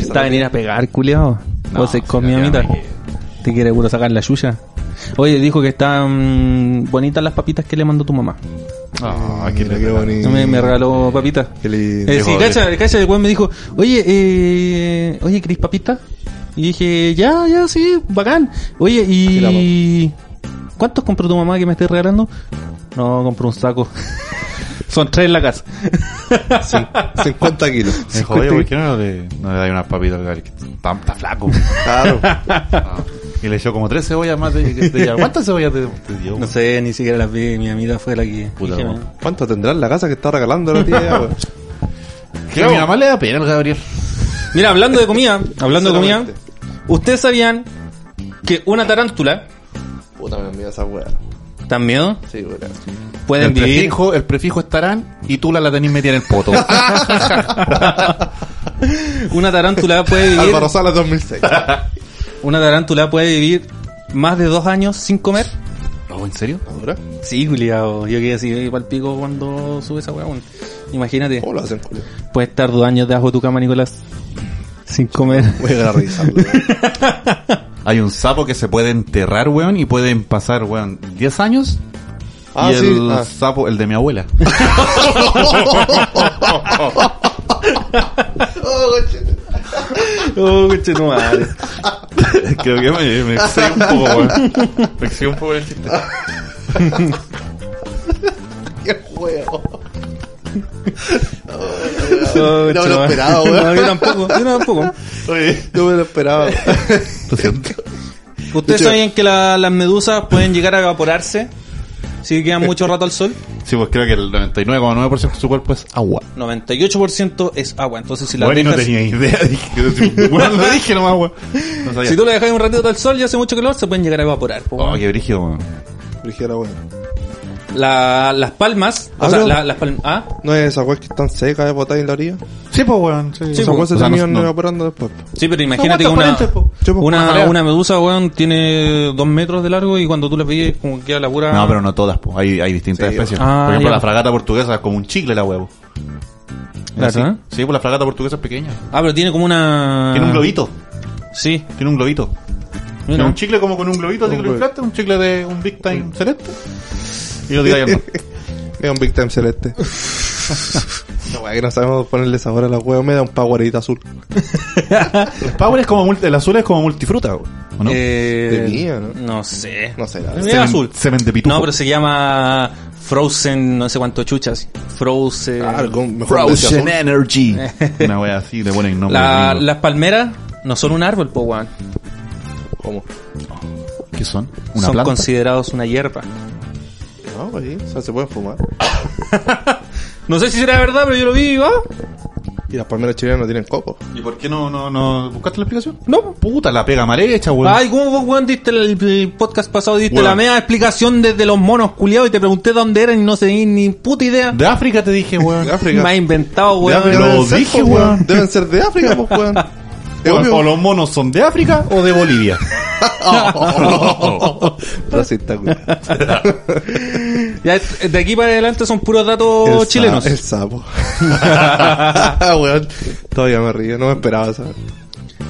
[SPEAKER 3] Está a venir a pegar, culiao.
[SPEAKER 2] No,
[SPEAKER 3] Vos se
[SPEAKER 2] si
[SPEAKER 3] comió
[SPEAKER 2] no,
[SPEAKER 3] a
[SPEAKER 2] ya
[SPEAKER 3] mitad.
[SPEAKER 2] me quedé.
[SPEAKER 3] Te quiere puro sacar la suya. Oye, dijo que están bonitas las papitas que le mandó tu mamá.
[SPEAKER 2] Ah, qué
[SPEAKER 1] Mira, qué bonito.
[SPEAKER 3] Me, me regaló papitas.
[SPEAKER 1] Qué lindo.
[SPEAKER 3] Eh, sí,
[SPEAKER 2] Dijo,
[SPEAKER 3] cacha, cacha, el weón me dijo, oye, eh, oye, ¿querés papitas? Y dije, ya, ya, sí, bacán. Oye, y... ¿Cuántos compró tu mamá que me esté regalando? No, compró un saco. Son tres en la casa.
[SPEAKER 1] Cin- 50 kilos.
[SPEAKER 2] Me dijo, oye, ¿por qué no le, no le dais unas papitas al Gary? Que Está, está flaco.
[SPEAKER 1] Claro.
[SPEAKER 2] Ah, Y le echó como tres cebollas más de, de, de- ¿Cuántas cebollas te, te dio?
[SPEAKER 3] No sé, ni siquiera las vi, mi amiga fue la que...
[SPEAKER 2] Puta,
[SPEAKER 3] dije,
[SPEAKER 2] weón.
[SPEAKER 1] ¿Cuánto tendrá en la casa que está regalando la tía? güey?
[SPEAKER 2] Que a mi mamá le da pena al Gabriel.
[SPEAKER 3] Mira, hablando de comida, hablando de comida,
[SPEAKER 1] Solamente.
[SPEAKER 3] ¿ustedes sabían que una tarántula
[SPEAKER 1] Puta, me envía esa weá.
[SPEAKER 3] también
[SPEAKER 1] Sí, güey.
[SPEAKER 3] pueden
[SPEAKER 2] El
[SPEAKER 3] vivir?
[SPEAKER 2] prefijo, el prefijo estarán y tú la, la tenés metida en el poto.
[SPEAKER 3] Una tarántula puede vivir,
[SPEAKER 1] Álvaro Sala 2006.
[SPEAKER 3] una tarántula puede vivir más de dos años sin comer.
[SPEAKER 2] no, Oh, ¿en serio?
[SPEAKER 1] ¿Ahora?
[SPEAKER 3] Sí, culiao. Yo quedé así eh, pa'l pico cuando sube esa weá, weón. Imagínate,
[SPEAKER 1] ¿Cómo lo hacen, Julio?
[SPEAKER 3] puedes estar dos años debajo de tu cama, Nicolás, sin comer.
[SPEAKER 1] Voy a llegar a revisarlo.
[SPEAKER 2] Hay un sapo que se puede enterrar, weón, y pueden pasar, weón, 10 años.
[SPEAKER 1] Ah,
[SPEAKER 2] y
[SPEAKER 1] sí.
[SPEAKER 2] el
[SPEAKER 1] Ah.
[SPEAKER 2] sapo, el de mi abuela.
[SPEAKER 3] Oh, conchetumare.
[SPEAKER 2] Creo que me, me excedí un poco, weón. Me excedí un poco en el chiste.
[SPEAKER 1] ¡Qué juego! No
[SPEAKER 3] Oh,
[SPEAKER 1] me lo
[SPEAKER 3] conchetumare.
[SPEAKER 1] esperaba, weón.
[SPEAKER 3] No, yo tampoco, yo tampoco.
[SPEAKER 1] Oye, no me lo esperaba.
[SPEAKER 2] Lo siento.
[SPEAKER 3] ¿Ustedes
[SPEAKER 1] De hecho-
[SPEAKER 3] sabían que la- las medusas pueden llegar a evaporarse si quedan mucho rato al sol?
[SPEAKER 2] Sí, pues creo que el 99,9% de su cuerpo es agua.
[SPEAKER 3] 98% es agua, entonces si la
[SPEAKER 2] Bueno, y no
[SPEAKER 3] dejas-
[SPEAKER 2] tenía idea. Dije, bueno, lo dije nomás, weón. No sabía.
[SPEAKER 3] si tú la dejas un ratito al sol y hace mucho calor, se pueden llegar a evaporar. po,
[SPEAKER 2] Oh,
[SPEAKER 3] weón.
[SPEAKER 2] qué brígido, weón. "Ah,
[SPEAKER 1] Brigiera, güey.
[SPEAKER 3] La- las palmas, o
[SPEAKER 1] Ah,
[SPEAKER 3] sea,
[SPEAKER 1] no.
[SPEAKER 3] la- las palmas, ah,
[SPEAKER 1] ¿No es esas weas que están secas de botar en la orilla?
[SPEAKER 2] Sí, pues, weón.
[SPEAKER 3] Sí,
[SPEAKER 1] esas weas se
[SPEAKER 2] o sea, no-
[SPEAKER 1] terminan
[SPEAKER 2] no-
[SPEAKER 1] evaporando después.
[SPEAKER 3] sí, pero imagínate que
[SPEAKER 1] Son
[SPEAKER 3] una,
[SPEAKER 1] guantes transparentes, po. Sí, po.
[SPEAKER 3] una,
[SPEAKER 1] Ojalá.
[SPEAKER 3] una medusa, weón, tiene dos metros de largo y cuando tú la pillas, como que queda la pura...
[SPEAKER 2] No, pero no todas, po. hay, hay distintas
[SPEAKER 1] Sí,
[SPEAKER 2] especies.
[SPEAKER 3] ah,
[SPEAKER 2] Por ejemplo,
[SPEAKER 3] ya.
[SPEAKER 2] la fragata portuguesa es como un chicle la huevo. Es
[SPEAKER 3] Claro,
[SPEAKER 2] así.
[SPEAKER 3] ¿eh?
[SPEAKER 2] Sí, pues la fragata portuguesa es pequeña.
[SPEAKER 3] Ah, pero tiene como una...
[SPEAKER 2] Tiene un globito,
[SPEAKER 3] Sí.
[SPEAKER 2] tiene un globito. Tiene
[SPEAKER 3] mira.
[SPEAKER 2] un chicle como con un globito, así que lo
[SPEAKER 1] globito.
[SPEAKER 2] inflaste, un chicle de un Big Time celeste. Y lo tiráis al mar.
[SPEAKER 1] Es un Big Time celeste. No, wea, que no sabemos ponerle sabor a la wea. Me da un Powerade azul.
[SPEAKER 2] El Power es como, multi- el azul es como multifruta, ¿o no?
[SPEAKER 3] Eh,
[SPEAKER 1] De mía, ¿no?
[SPEAKER 3] No sé.
[SPEAKER 1] No sé, la
[SPEAKER 3] Es
[SPEAKER 1] verdad.
[SPEAKER 2] Semen-
[SPEAKER 3] azul.
[SPEAKER 2] Semen de pitufo.
[SPEAKER 3] No, pero se llama Frozen, no sé cuánto chuchas.
[SPEAKER 2] Ah,
[SPEAKER 3] Frozen.
[SPEAKER 1] Claro, con mejor de ese
[SPEAKER 2] Frozen
[SPEAKER 1] azul.
[SPEAKER 2] Energy. Una wea así, le ponen nombre.
[SPEAKER 3] La-
[SPEAKER 2] gringo.
[SPEAKER 3] las palmeras no son un árbol, po, weón.
[SPEAKER 1] ¿Cómo?
[SPEAKER 2] ¿Qué son? Una
[SPEAKER 3] son
[SPEAKER 2] planta.
[SPEAKER 3] considerados una hierba.
[SPEAKER 1] No, güey. O sea, se pueden fumar.
[SPEAKER 3] No sé si será verdad, pero yo lo vi, ¿va?
[SPEAKER 1] Y las palmeras chilenas no tienen coco.
[SPEAKER 2] ¿Y por qué no, no, no buscaste la explicación?
[SPEAKER 3] No.
[SPEAKER 2] Puta, la pega mal hecha, weón.
[SPEAKER 3] Ay, ¿cómo vos, weón, diste el, el podcast pasado, diste
[SPEAKER 2] Weón.
[SPEAKER 3] la media explicación desde los monos culiados y te pregunté dónde eran y no sé ni, ni puta idea?
[SPEAKER 2] De África te dije, weón.
[SPEAKER 1] De África.
[SPEAKER 3] Me has inventado,
[SPEAKER 1] De África
[SPEAKER 3] weón.
[SPEAKER 2] Lo
[SPEAKER 1] deben ser,
[SPEAKER 2] dije,
[SPEAKER 1] po,
[SPEAKER 2] weón.
[SPEAKER 1] Deben ser de África, pues, weón. Es
[SPEAKER 2] Weón,
[SPEAKER 1] obvio.
[SPEAKER 2] O los monos son de África o de Bolivia.
[SPEAKER 1] Racista, güey.
[SPEAKER 3] Ya, de aquí para adelante son puros
[SPEAKER 1] El
[SPEAKER 3] datos
[SPEAKER 1] sa-
[SPEAKER 3] chilenos.
[SPEAKER 1] El sapo. Ah, weón. Todavía me río. No me esperaba saber.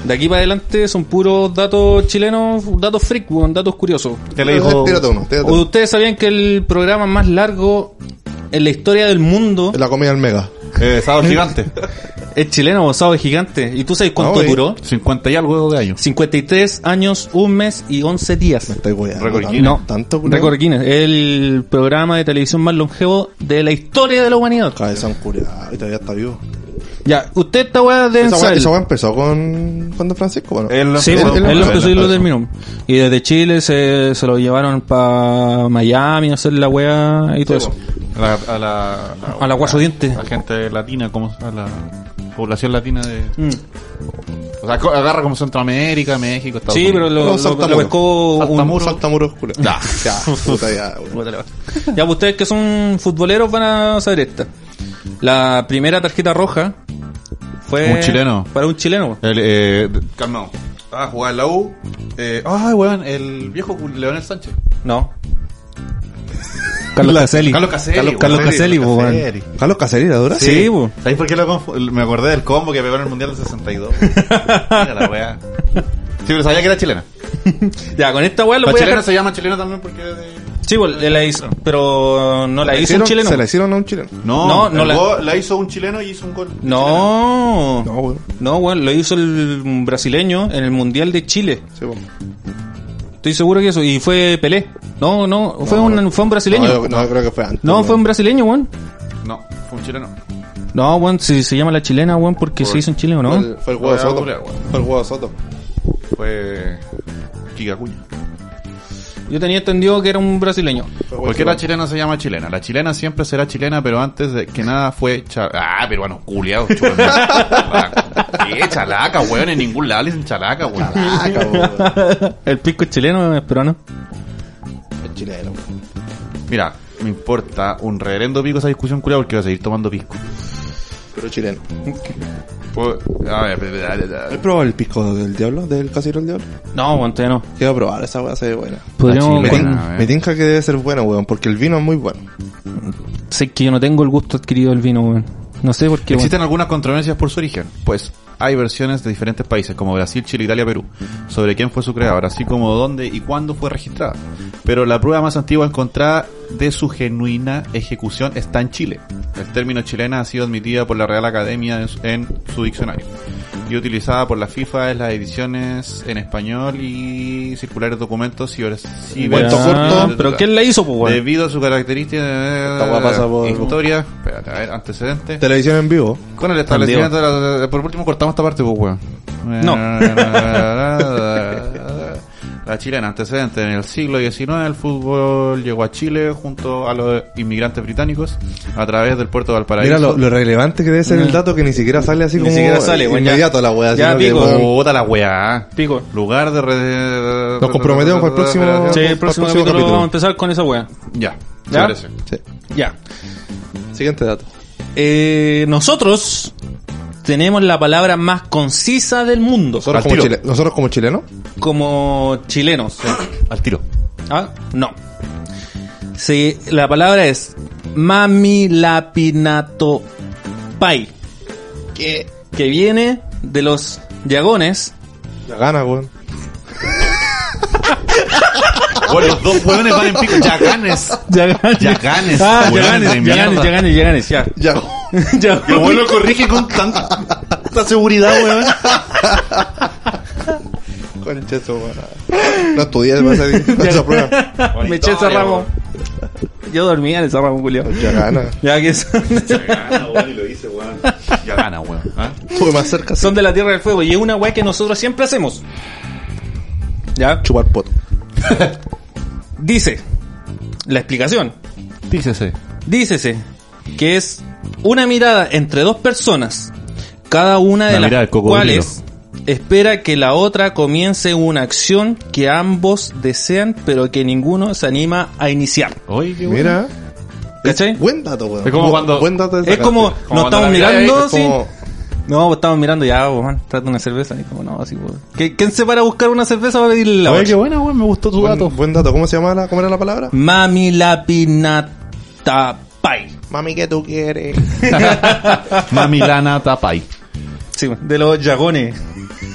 [SPEAKER 3] De aquí para adelante son puros datos chilenos, datos freak, weón, datos curiosos.
[SPEAKER 2] ¿Qué le dijo?
[SPEAKER 1] Tírate uno, tírate
[SPEAKER 3] ¿O
[SPEAKER 1] uno.
[SPEAKER 3] ¿Ustedes sabían que el programa más largo en la historia del mundo
[SPEAKER 1] Es La comida al mega.
[SPEAKER 2] Eh, sábado gigante.
[SPEAKER 3] es chileno, Bosado Gigante? ¿Y tú sabes cuánto
[SPEAKER 1] No, eh.
[SPEAKER 3] duró?
[SPEAKER 2] 50 y algo de años.
[SPEAKER 3] 53 años, un mes y 11 días.
[SPEAKER 1] Estoy weando.
[SPEAKER 2] Récord
[SPEAKER 1] tanto-
[SPEAKER 2] Guinness.
[SPEAKER 3] No,
[SPEAKER 1] Tanto, culiao.
[SPEAKER 3] Record Guinness, el programa de televisión más longevo de la historia de la humanidad.
[SPEAKER 1] Cabezón culiao. Y todavía está vivo.
[SPEAKER 3] Ya, usted esta weá deben
[SPEAKER 1] Esa weá
[SPEAKER 3] saber.
[SPEAKER 1] esa weá empezó con... Con Don Francisco, bueno.
[SPEAKER 2] Él lo
[SPEAKER 3] Sí,
[SPEAKER 2] empezó,
[SPEAKER 3] bueno,
[SPEAKER 1] él
[SPEAKER 3] él lo
[SPEAKER 1] empezó,
[SPEAKER 3] empezó y
[SPEAKER 2] él
[SPEAKER 3] lo
[SPEAKER 2] empezó.
[SPEAKER 3] terminó. Y desde Chile se, se lo llevaron para Miami a hacer la weá y todo eso.
[SPEAKER 2] A la, a la,
[SPEAKER 3] A la guaso diente.
[SPEAKER 2] a la gente latina, como a la población latina de.
[SPEAKER 3] Mm.
[SPEAKER 2] O sea, co- agarra como Centroamérica, México, Estados
[SPEAKER 3] Sí, pero
[SPEAKER 2] Unidos.
[SPEAKER 3] lo,
[SPEAKER 1] No,
[SPEAKER 3] lo-
[SPEAKER 1] saltamuro.
[SPEAKER 3] lo pescó un...
[SPEAKER 1] Saltamuro. Saltamuro, culiao.
[SPEAKER 2] Ya.
[SPEAKER 1] Ya, puta ya, weón.
[SPEAKER 3] Ya, pues, ustedes que son futboleros van a saber esta. La primera tarjeta roja Fue
[SPEAKER 2] Un chileno.
[SPEAKER 3] Para un chileno.
[SPEAKER 2] El, eh, calmado. Ah, jugaba en la U. Eh, ah, weón, el viejo cul- Leonel Sánchez.
[SPEAKER 3] No.
[SPEAKER 4] Carlos Caselli.
[SPEAKER 2] Carlos Caselli.
[SPEAKER 4] Carlos,
[SPEAKER 2] weón.
[SPEAKER 4] Carlos Caselli, po, weón.
[SPEAKER 1] Carlos Caselli, ¿la dura?
[SPEAKER 3] Sí, po.
[SPEAKER 2] ¿Sabéis por qué lo confu- me acordé del combo que pegó en el Mundial del 62? Mira la weá. Sí, pero sabía que era chilena.
[SPEAKER 3] Ya, con esta weá lo
[SPEAKER 2] La
[SPEAKER 3] voy a
[SPEAKER 2] chilena
[SPEAKER 3] dejar.
[SPEAKER 2] se llama chilena también porque... es de-
[SPEAKER 3] Sí, po, la hizo, pero no la hizo un
[SPEAKER 1] ¿Hicieron-
[SPEAKER 3] chileno.
[SPEAKER 1] ¿Se la hicieron a un chileno?
[SPEAKER 3] No, no
[SPEAKER 2] el
[SPEAKER 3] la-
[SPEAKER 2] gol la hizo un chileno y hizo un gol.
[SPEAKER 3] No.
[SPEAKER 1] No, weón.
[SPEAKER 3] No, weón, lo hizo el brasileño en el Mundial de Chile.
[SPEAKER 1] Sí, po.
[SPEAKER 3] Estoy seguro que eso. Y fue Pelé. No, no, fue, un, fue un brasileño.
[SPEAKER 1] No,
[SPEAKER 3] No,
[SPEAKER 1] yo- no, yo creo que fue antes.
[SPEAKER 3] fue un brasileño, weón.
[SPEAKER 2] No, fue un chileno.
[SPEAKER 3] No, weón, si se llama la chilena, weón, porque se hizo en Chile, ¿o no?
[SPEAKER 1] Fue el- Fue el huevo
[SPEAKER 2] Weá,
[SPEAKER 1] Soto.
[SPEAKER 2] dura, weón.
[SPEAKER 1] Fue el huevo Soto.
[SPEAKER 2] Fue... Kikakuña.
[SPEAKER 3] Yo tenía entendido que era un brasileño.
[SPEAKER 1] Fue el
[SPEAKER 2] ¿Por qué la
[SPEAKER 1] huevo
[SPEAKER 2] chilena se llama chilena? La chilena siempre será chilena, pero antes de que nada fue... cha- Ah, peruanos culiados. chupen. ¿Qué? Chalaca, weón. En ningún lado le dicen chalaca, weón.
[SPEAKER 1] Soto. Ah, cabrón.
[SPEAKER 3] El pisco es chileno, es peruano.
[SPEAKER 1] El chileno.
[SPEAKER 2] Mira, me importa un reverendo pico esa discusión culiada porque voy a seguir tomando pisco.
[SPEAKER 1] Pero chileno.
[SPEAKER 2] Pues, a ver, a ver, a
[SPEAKER 1] ¿Has
[SPEAKER 2] ver.
[SPEAKER 1] probado el pisco del diablo? ¿Del casero del diablo?
[SPEAKER 3] No, weón, todavía no.
[SPEAKER 1] Quiero probar, esa weá se ve buena.
[SPEAKER 3] Podríamos.
[SPEAKER 2] La
[SPEAKER 1] Me,
[SPEAKER 2] chilena.
[SPEAKER 3] Bueno,
[SPEAKER 2] a ver.
[SPEAKER 1] me tinca que debe ser buena, weón, porque el vino es muy bueno.
[SPEAKER 3] Sé que yo no tengo el gusto adquirido del vino, weón. No sé por qué, weón.
[SPEAKER 2] Existen algunas controversias por su origen, pues hay versiones de diferentes países como Brasil, Chile, Italia, Perú, sobre quién fue su creador, así como dónde y cuándo fue registrada. Pero la prueba más antigua encontrada de su genuina ejecución está en Chile. El término chilena ha sido admitida por la Real Academia en su, en su diccionario y utilizada por la FIFA en las ediciones en español y circulares documentos ciber, ciber-
[SPEAKER 1] Cuento corto,
[SPEAKER 3] ¿Pero quién la hizo, pues, weón?
[SPEAKER 2] Debido a su característica
[SPEAKER 1] weá pasa por-
[SPEAKER 2] historia, espérate, a ver, antecedentes.
[SPEAKER 1] Televisión en vivo.
[SPEAKER 2] Con el establecimiento de la- de- Por último cortamos esta parte, pues, weón.
[SPEAKER 3] No.
[SPEAKER 2] La chilena antecedente en el siglo XIX el fútbol llegó a Chile junto a los inmigrantes británicos a través del puerto de Valparaíso.
[SPEAKER 1] Mira lo, lo relevante que debe ser el dato que ni siquiera sale así
[SPEAKER 3] Mm. Ni
[SPEAKER 1] como
[SPEAKER 3] siquiera sale, weón, ya.
[SPEAKER 1] inmediato la weá.
[SPEAKER 3] Ya,
[SPEAKER 1] sino que,
[SPEAKER 3] pico.
[SPEAKER 1] weón,
[SPEAKER 2] Puta la weá.
[SPEAKER 3] Pico.
[SPEAKER 2] Lugar de... re-
[SPEAKER 1] Nos comprometemos para el próximo-
[SPEAKER 3] Sí, el
[SPEAKER 1] Para el
[SPEAKER 3] próximo
[SPEAKER 1] próximo
[SPEAKER 3] capítulo,
[SPEAKER 1] capítulo.
[SPEAKER 3] vamos a empezar con esa weá.
[SPEAKER 2] Ya.
[SPEAKER 3] ¿Ya?
[SPEAKER 2] ¿Ya? parece.
[SPEAKER 1] sí.
[SPEAKER 3] Ya.
[SPEAKER 1] Siguiente dato.
[SPEAKER 3] Eh, nosotros tenemos la palabra más concisa del mundo
[SPEAKER 1] Nosotros,
[SPEAKER 2] Al
[SPEAKER 1] como,
[SPEAKER 2] tiro.
[SPEAKER 1] chile- nosotros como chilenos,
[SPEAKER 3] como chilenos.
[SPEAKER 2] Al tiro.
[SPEAKER 3] ¿Ah? No. Sí, la palabra es mami lapinato pai,
[SPEAKER 1] ¿qué?
[SPEAKER 3] que viene de los yagones.
[SPEAKER 1] La gana, weón.
[SPEAKER 2] Bueno, los dos hueones van en pico. Yaganes.
[SPEAKER 3] Yaganes.
[SPEAKER 2] Yaganes,
[SPEAKER 3] Ah,
[SPEAKER 2] hueones
[SPEAKER 3] yaganes,
[SPEAKER 2] de mierda.
[SPEAKER 3] yaganes, yaganes, yaganes, ya.
[SPEAKER 1] Ya.
[SPEAKER 3] Ya.
[SPEAKER 2] Que vos lo corrige con tanta, tanta seguridad, weón.
[SPEAKER 1] Concha de su madre. No estudié, va a salir con esa prueba.
[SPEAKER 3] Me eché ese ramo. Yo dormía en ese ramo, Julio.
[SPEAKER 1] Ya gana.
[SPEAKER 3] Ya que son,
[SPEAKER 2] Gana, weón, y lo hice, weón. Ya gana, weón. ¿Ah?
[SPEAKER 1] Estuve más cerca
[SPEAKER 3] son de la Tierra del Fuego y es una weá que nosotros siempre hacemos. ¿Ya?
[SPEAKER 1] chupar pot.
[SPEAKER 3] Dice la explicación.
[SPEAKER 2] Dícese.
[SPEAKER 3] Dícese que es una mirada entre dos personas, cada una de
[SPEAKER 2] La mirada
[SPEAKER 3] las
[SPEAKER 2] del cocodrilo.
[SPEAKER 3] cuales espera que la otra comience una acción que ambos desean, pero que ninguno se anima a iniciar.
[SPEAKER 2] Oye, qué bueno.
[SPEAKER 1] Mira.
[SPEAKER 3] ¿Cachai?
[SPEAKER 1] Buen dato, weón.
[SPEAKER 2] Es como
[SPEAKER 1] Bu-
[SPEAKER 2] cuando-
[SPEAKER 1] Buen dato de
[SPEAKER 3] Es
[SPEAKER 1] sacaste.
[SPEAKER 3] como,
[SPEAKER 2] Como
[SPEAKER 3] no
[SPEAKER 2] cuando
[SPEAKER 3] estamos
[SPEAKER 2] la miráis,
[SPEAKER 3] mirando,
[SPEAKER 1] Es
[SPEAKER 3] sí.
[SPEAKER 1] como-
[SPEAKER 3] No, pues estamos mirando ya, pues, man, trate una cerveza. Y como, no, así, pues. ¿Qué- ¿Quién se para a buscar una cerveza para pedirle la
[SPEAKER 2] Oye,
[SPEAKER 3] otra?
[SPEAKER 2] qué buena, weón. Me gustó tu
[SPEAKER 1] buen,
[SPEAKER 2] dato.
[SPEAKER 1] buen dato. ¿Cómo se llama la, cómo era la palabra?
[SPEAKER 3] Mami lapinata pai.
[SPEAKER 1] Mami, ¿qué tú quieres?
[SPEAKER 2] Mamilana Tapay.
[SPEAKER 3] Sí, de los yagones.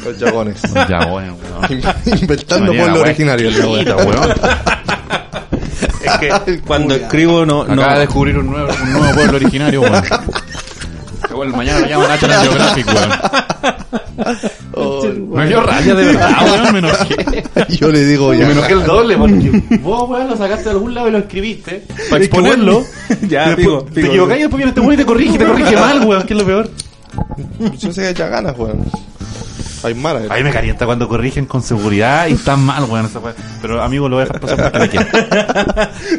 [SPEAKER 1] Los chagones.
[SPEAKER 2] Ya, weón. weón.
[SPEAKER 1] Inventando
[SPEAKER 2] María,
[SPEAKER 1] por lo
[SPEAKER 2] weón,
[SPEAKER 1] originario. la weá.
[SPEAKER 2] Quita, weón.
[SPEAKER 3] Es que cuando escribo no... no
[SPEAKER 2] Acaba de descubrir un nuevo, un nuevo pueblo originario, weón. Igual mañana me llamo National Geographic, weón. Me dio rabia de verdad, weón. Me enojé.
[SPEAKER 1] Yo le digo ya.
[SPEAKER 2] Me enojé el doble porque vos, weón, lo sacaste de algún lado y lo escribiste. Para exponerlo.
[SPEAKER 3] ya, digo,
[SPEAKER 2] Te equivocás y después viene este weón y te corrige, te corrige mal, weón, que es lo peor.
[SPEAKER 1] Yo sé que echa ganas, weón. Hay mala.
[SPEAKER 2] A mí me calienta cuando corrigen con seguridad y están mal, weón. esa weá. Pero amigo, lo voy a dejar pasar porque me quiere.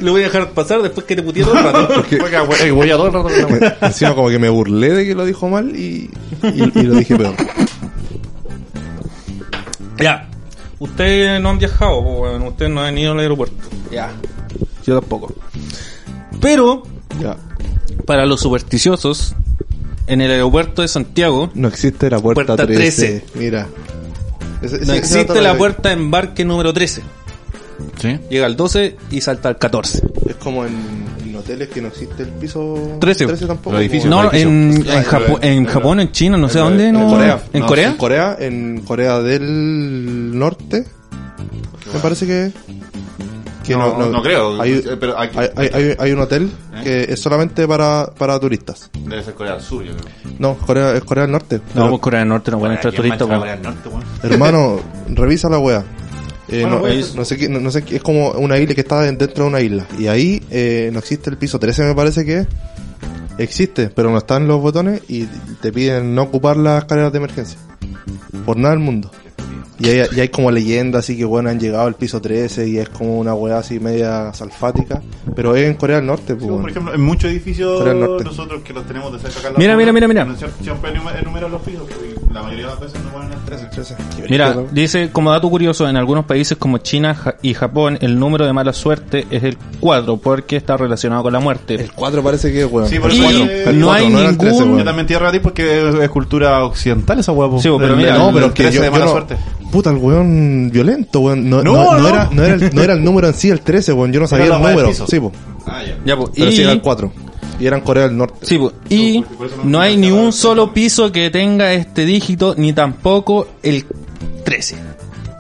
[SPEAKER 3] Lo voy a dejar pasar después que te puteé todo el rato.
[SPEAKER 2] Oiga, we- eh, Voy a todo el rato con la weá.
[SPEAKER 1] Encima como que me burlé de que lo dijo mal y, y, y lo dije peor.
[SPEAKER 3] ya. Ustedes no han viajado, po, weón. ustedes no han ido al aeropuerto. Ya. Yo tampoco. Pero,
[SPEAKER 1] Ya.
[SPEAKER 3] para los supersticiosos, en el aeropuerto de Santiago
[SPEAKER 1] No existe la puerta,
[SPEAKER 3] Puerta
[SPEAKER 1] 13. Mira. Ese- ese-
[SPEAKER 3] no
[SPEAKER 1] ese dato
[SPEAKER 3] existe
[SPEAKER 1] lo
[SPEAKER 3] la
[SPEAKER 1] vi.
[SPEAKER 3] puerta de embarque número 13.
[SPEAKER 2] Sí.
[SPEAKER 3] Llega al 12 y salta al 14.
[SPEAKER 1] Es como en, en hoteles que no existe el piso
[SPEAKER 3] 13.
[SPEAKER 1] tampoco.
[SPEAKER 2] Los edificios,
[SPEAKER 1] como-
[SPEAKER 3] No,
[SPEAKER 2] edificio.
[SPEAKER 3] en,
[SPEAKER 1] Ah,
[SPEAKER 3] en, Japo- en Japón, en China, no sé dónde.
[SPEAKER 1] En
[SPEAKER 3] no-
[SPEAKER 1] Corea.
[SPEAKER 3] ¿En
[SPEAKER 1] No,
[SPEAKER 3] Corea?
[SPEAKER 1] En Corea, en Corea del Norte. Me parece que. que
[SPEAKER 2] No, no creo.
[SPEAKER 1] Hay,
[SPEAKER 2] Eh, pero aquí-
[SPEAKER 1] hay, hay- hay- hay un hotel que es solamente para, para turistas.
[SPEAKER 2] Debe ser Corea del Sur, yo creo.
[SPEAKER 1] No, Corea, es Corea del Norte.
[SPEAKER 3] No,
[SPEAKER 1] Pero,
[SPEAKER 3] pues Corea del Norte no pueden entrar
[SPEAKER 2] Aquí en
[SPEAKER 3] turistas.
[SPEAKER 2] Mancha,
[SPEAKER 3] weón.
[SPEAKER 2] Corea del Norte, weón.
[SPEAKER 1] hermano, revisa la wea. Eh,
[SPEAKER 2] Bueno,
[SPEAKER 1] no,
[SPEAKER 2] puede
[SPEAKER 1] no
[SPEAKER 2] ser.
[SPEAKER 1] sé qué, no, no sé qué- es como una isla que está dentro de una isla. Y ahí eh, no existe el piso 13, me parece que es. existe, pero no están los botones y te piden no ocupar las escaleras de emergencia. Por nada del mundo. Y hay, y hay como leyendas así que bueno, han llegado al piso 13 y es como una weá así media salfática. Pero es en Corea del Norte, pues,
[SPEAKER 2] Sí, Por
[SPEAKER 1] bueno.
[SPEAKER 2] ejemplo, en muchos edificios
[SPEAKER 1] Corea del Norte.
[SPEAKER 2] nosotros que los tenemos de cerca acá en la
[SPEAKER 3] Mira,
[SPEAKER 2] zona,
[SPEAKER 3] mira, mira, mira.
[SPEAKER 2] Siempre enumer- enumeran los pisos y la mayoría de las veces no ponen el 13.
[SPEAKER 3] Mira, dice, como dato curioso, en algunos países como China Ja- y Japón, el número de mala suerte es el 4, porque está relacionado con la muerte.
[SPEAKER 1] El 4 parece que es weón.
[SPEAKER 2] Sí, por
[SPEAKER 3] Y
[SPEAKER 2] eso
[SPEAKER 1] Cuatro.
[SPEAKER 2] eh,
[SPEAKER 1] El
[SPEAKER 3] no
[SPEAKER 1] cuatro,
[SPEAKER 3] hay
[SPEAKER 1] era el 13,
[SPEAKER 3] ningún-
[SPEAKER 1] weón.
[SPEAKER 2] Yo también te iba a rebatir porque es, es cultura occidental esa huevo.
[SPEAKER 3] Sí, pero mira,
[SPEAKER 1] no, pero es
[SPEAKER 2] el
[SPEAKER 1] que
[SPEAKER 2] 13
[SPEAKER 1] yo,
[SPEAKER 2] de
[SPEAKER 1] yo
[SPEAKER 2] mala
[SPEAKER 1] no-
[SPEAKER 2] suerte.
[SPEAKER 1] Puta, el weón violento, weón. No,
[SPEAKER 2] No,
[SPEAKER 1] no, no
[SPEAKER 2] no.
[SPEAKER 1] Era, no, era el, no era el número en sí, el 13, weón. Yo no sabía
[SPEAKER 2] la
[SPEAKER 1] el
[SPEAKER 2] weá del
[SPEAKER 1] número.
[SPEAKER 2] piso.
[SPEAKER 1] Sí, po.
[SPEAKER 2] Ah, ya.
[SPEAKER 3] Ya, pues,
[SPEAKER 1] Pero
[SPEAKER 3] y,
[SPEAKER 1] sí era el 4. Y era en Corea del Norte.
[SPEAKER 3] sí, pues, y
[SPEAKER 2] Por- por eso no
[SPEAKER 3] no hay
[SPEAKER 2] funciona
[SPEAKER 3] ni
[SPEAKER 2] la
[SPEAKER 3] un
[SPEAKER 2] versión.
[SPEAKER 3] solo piso que tenga este dígito, ni tampoco el 13.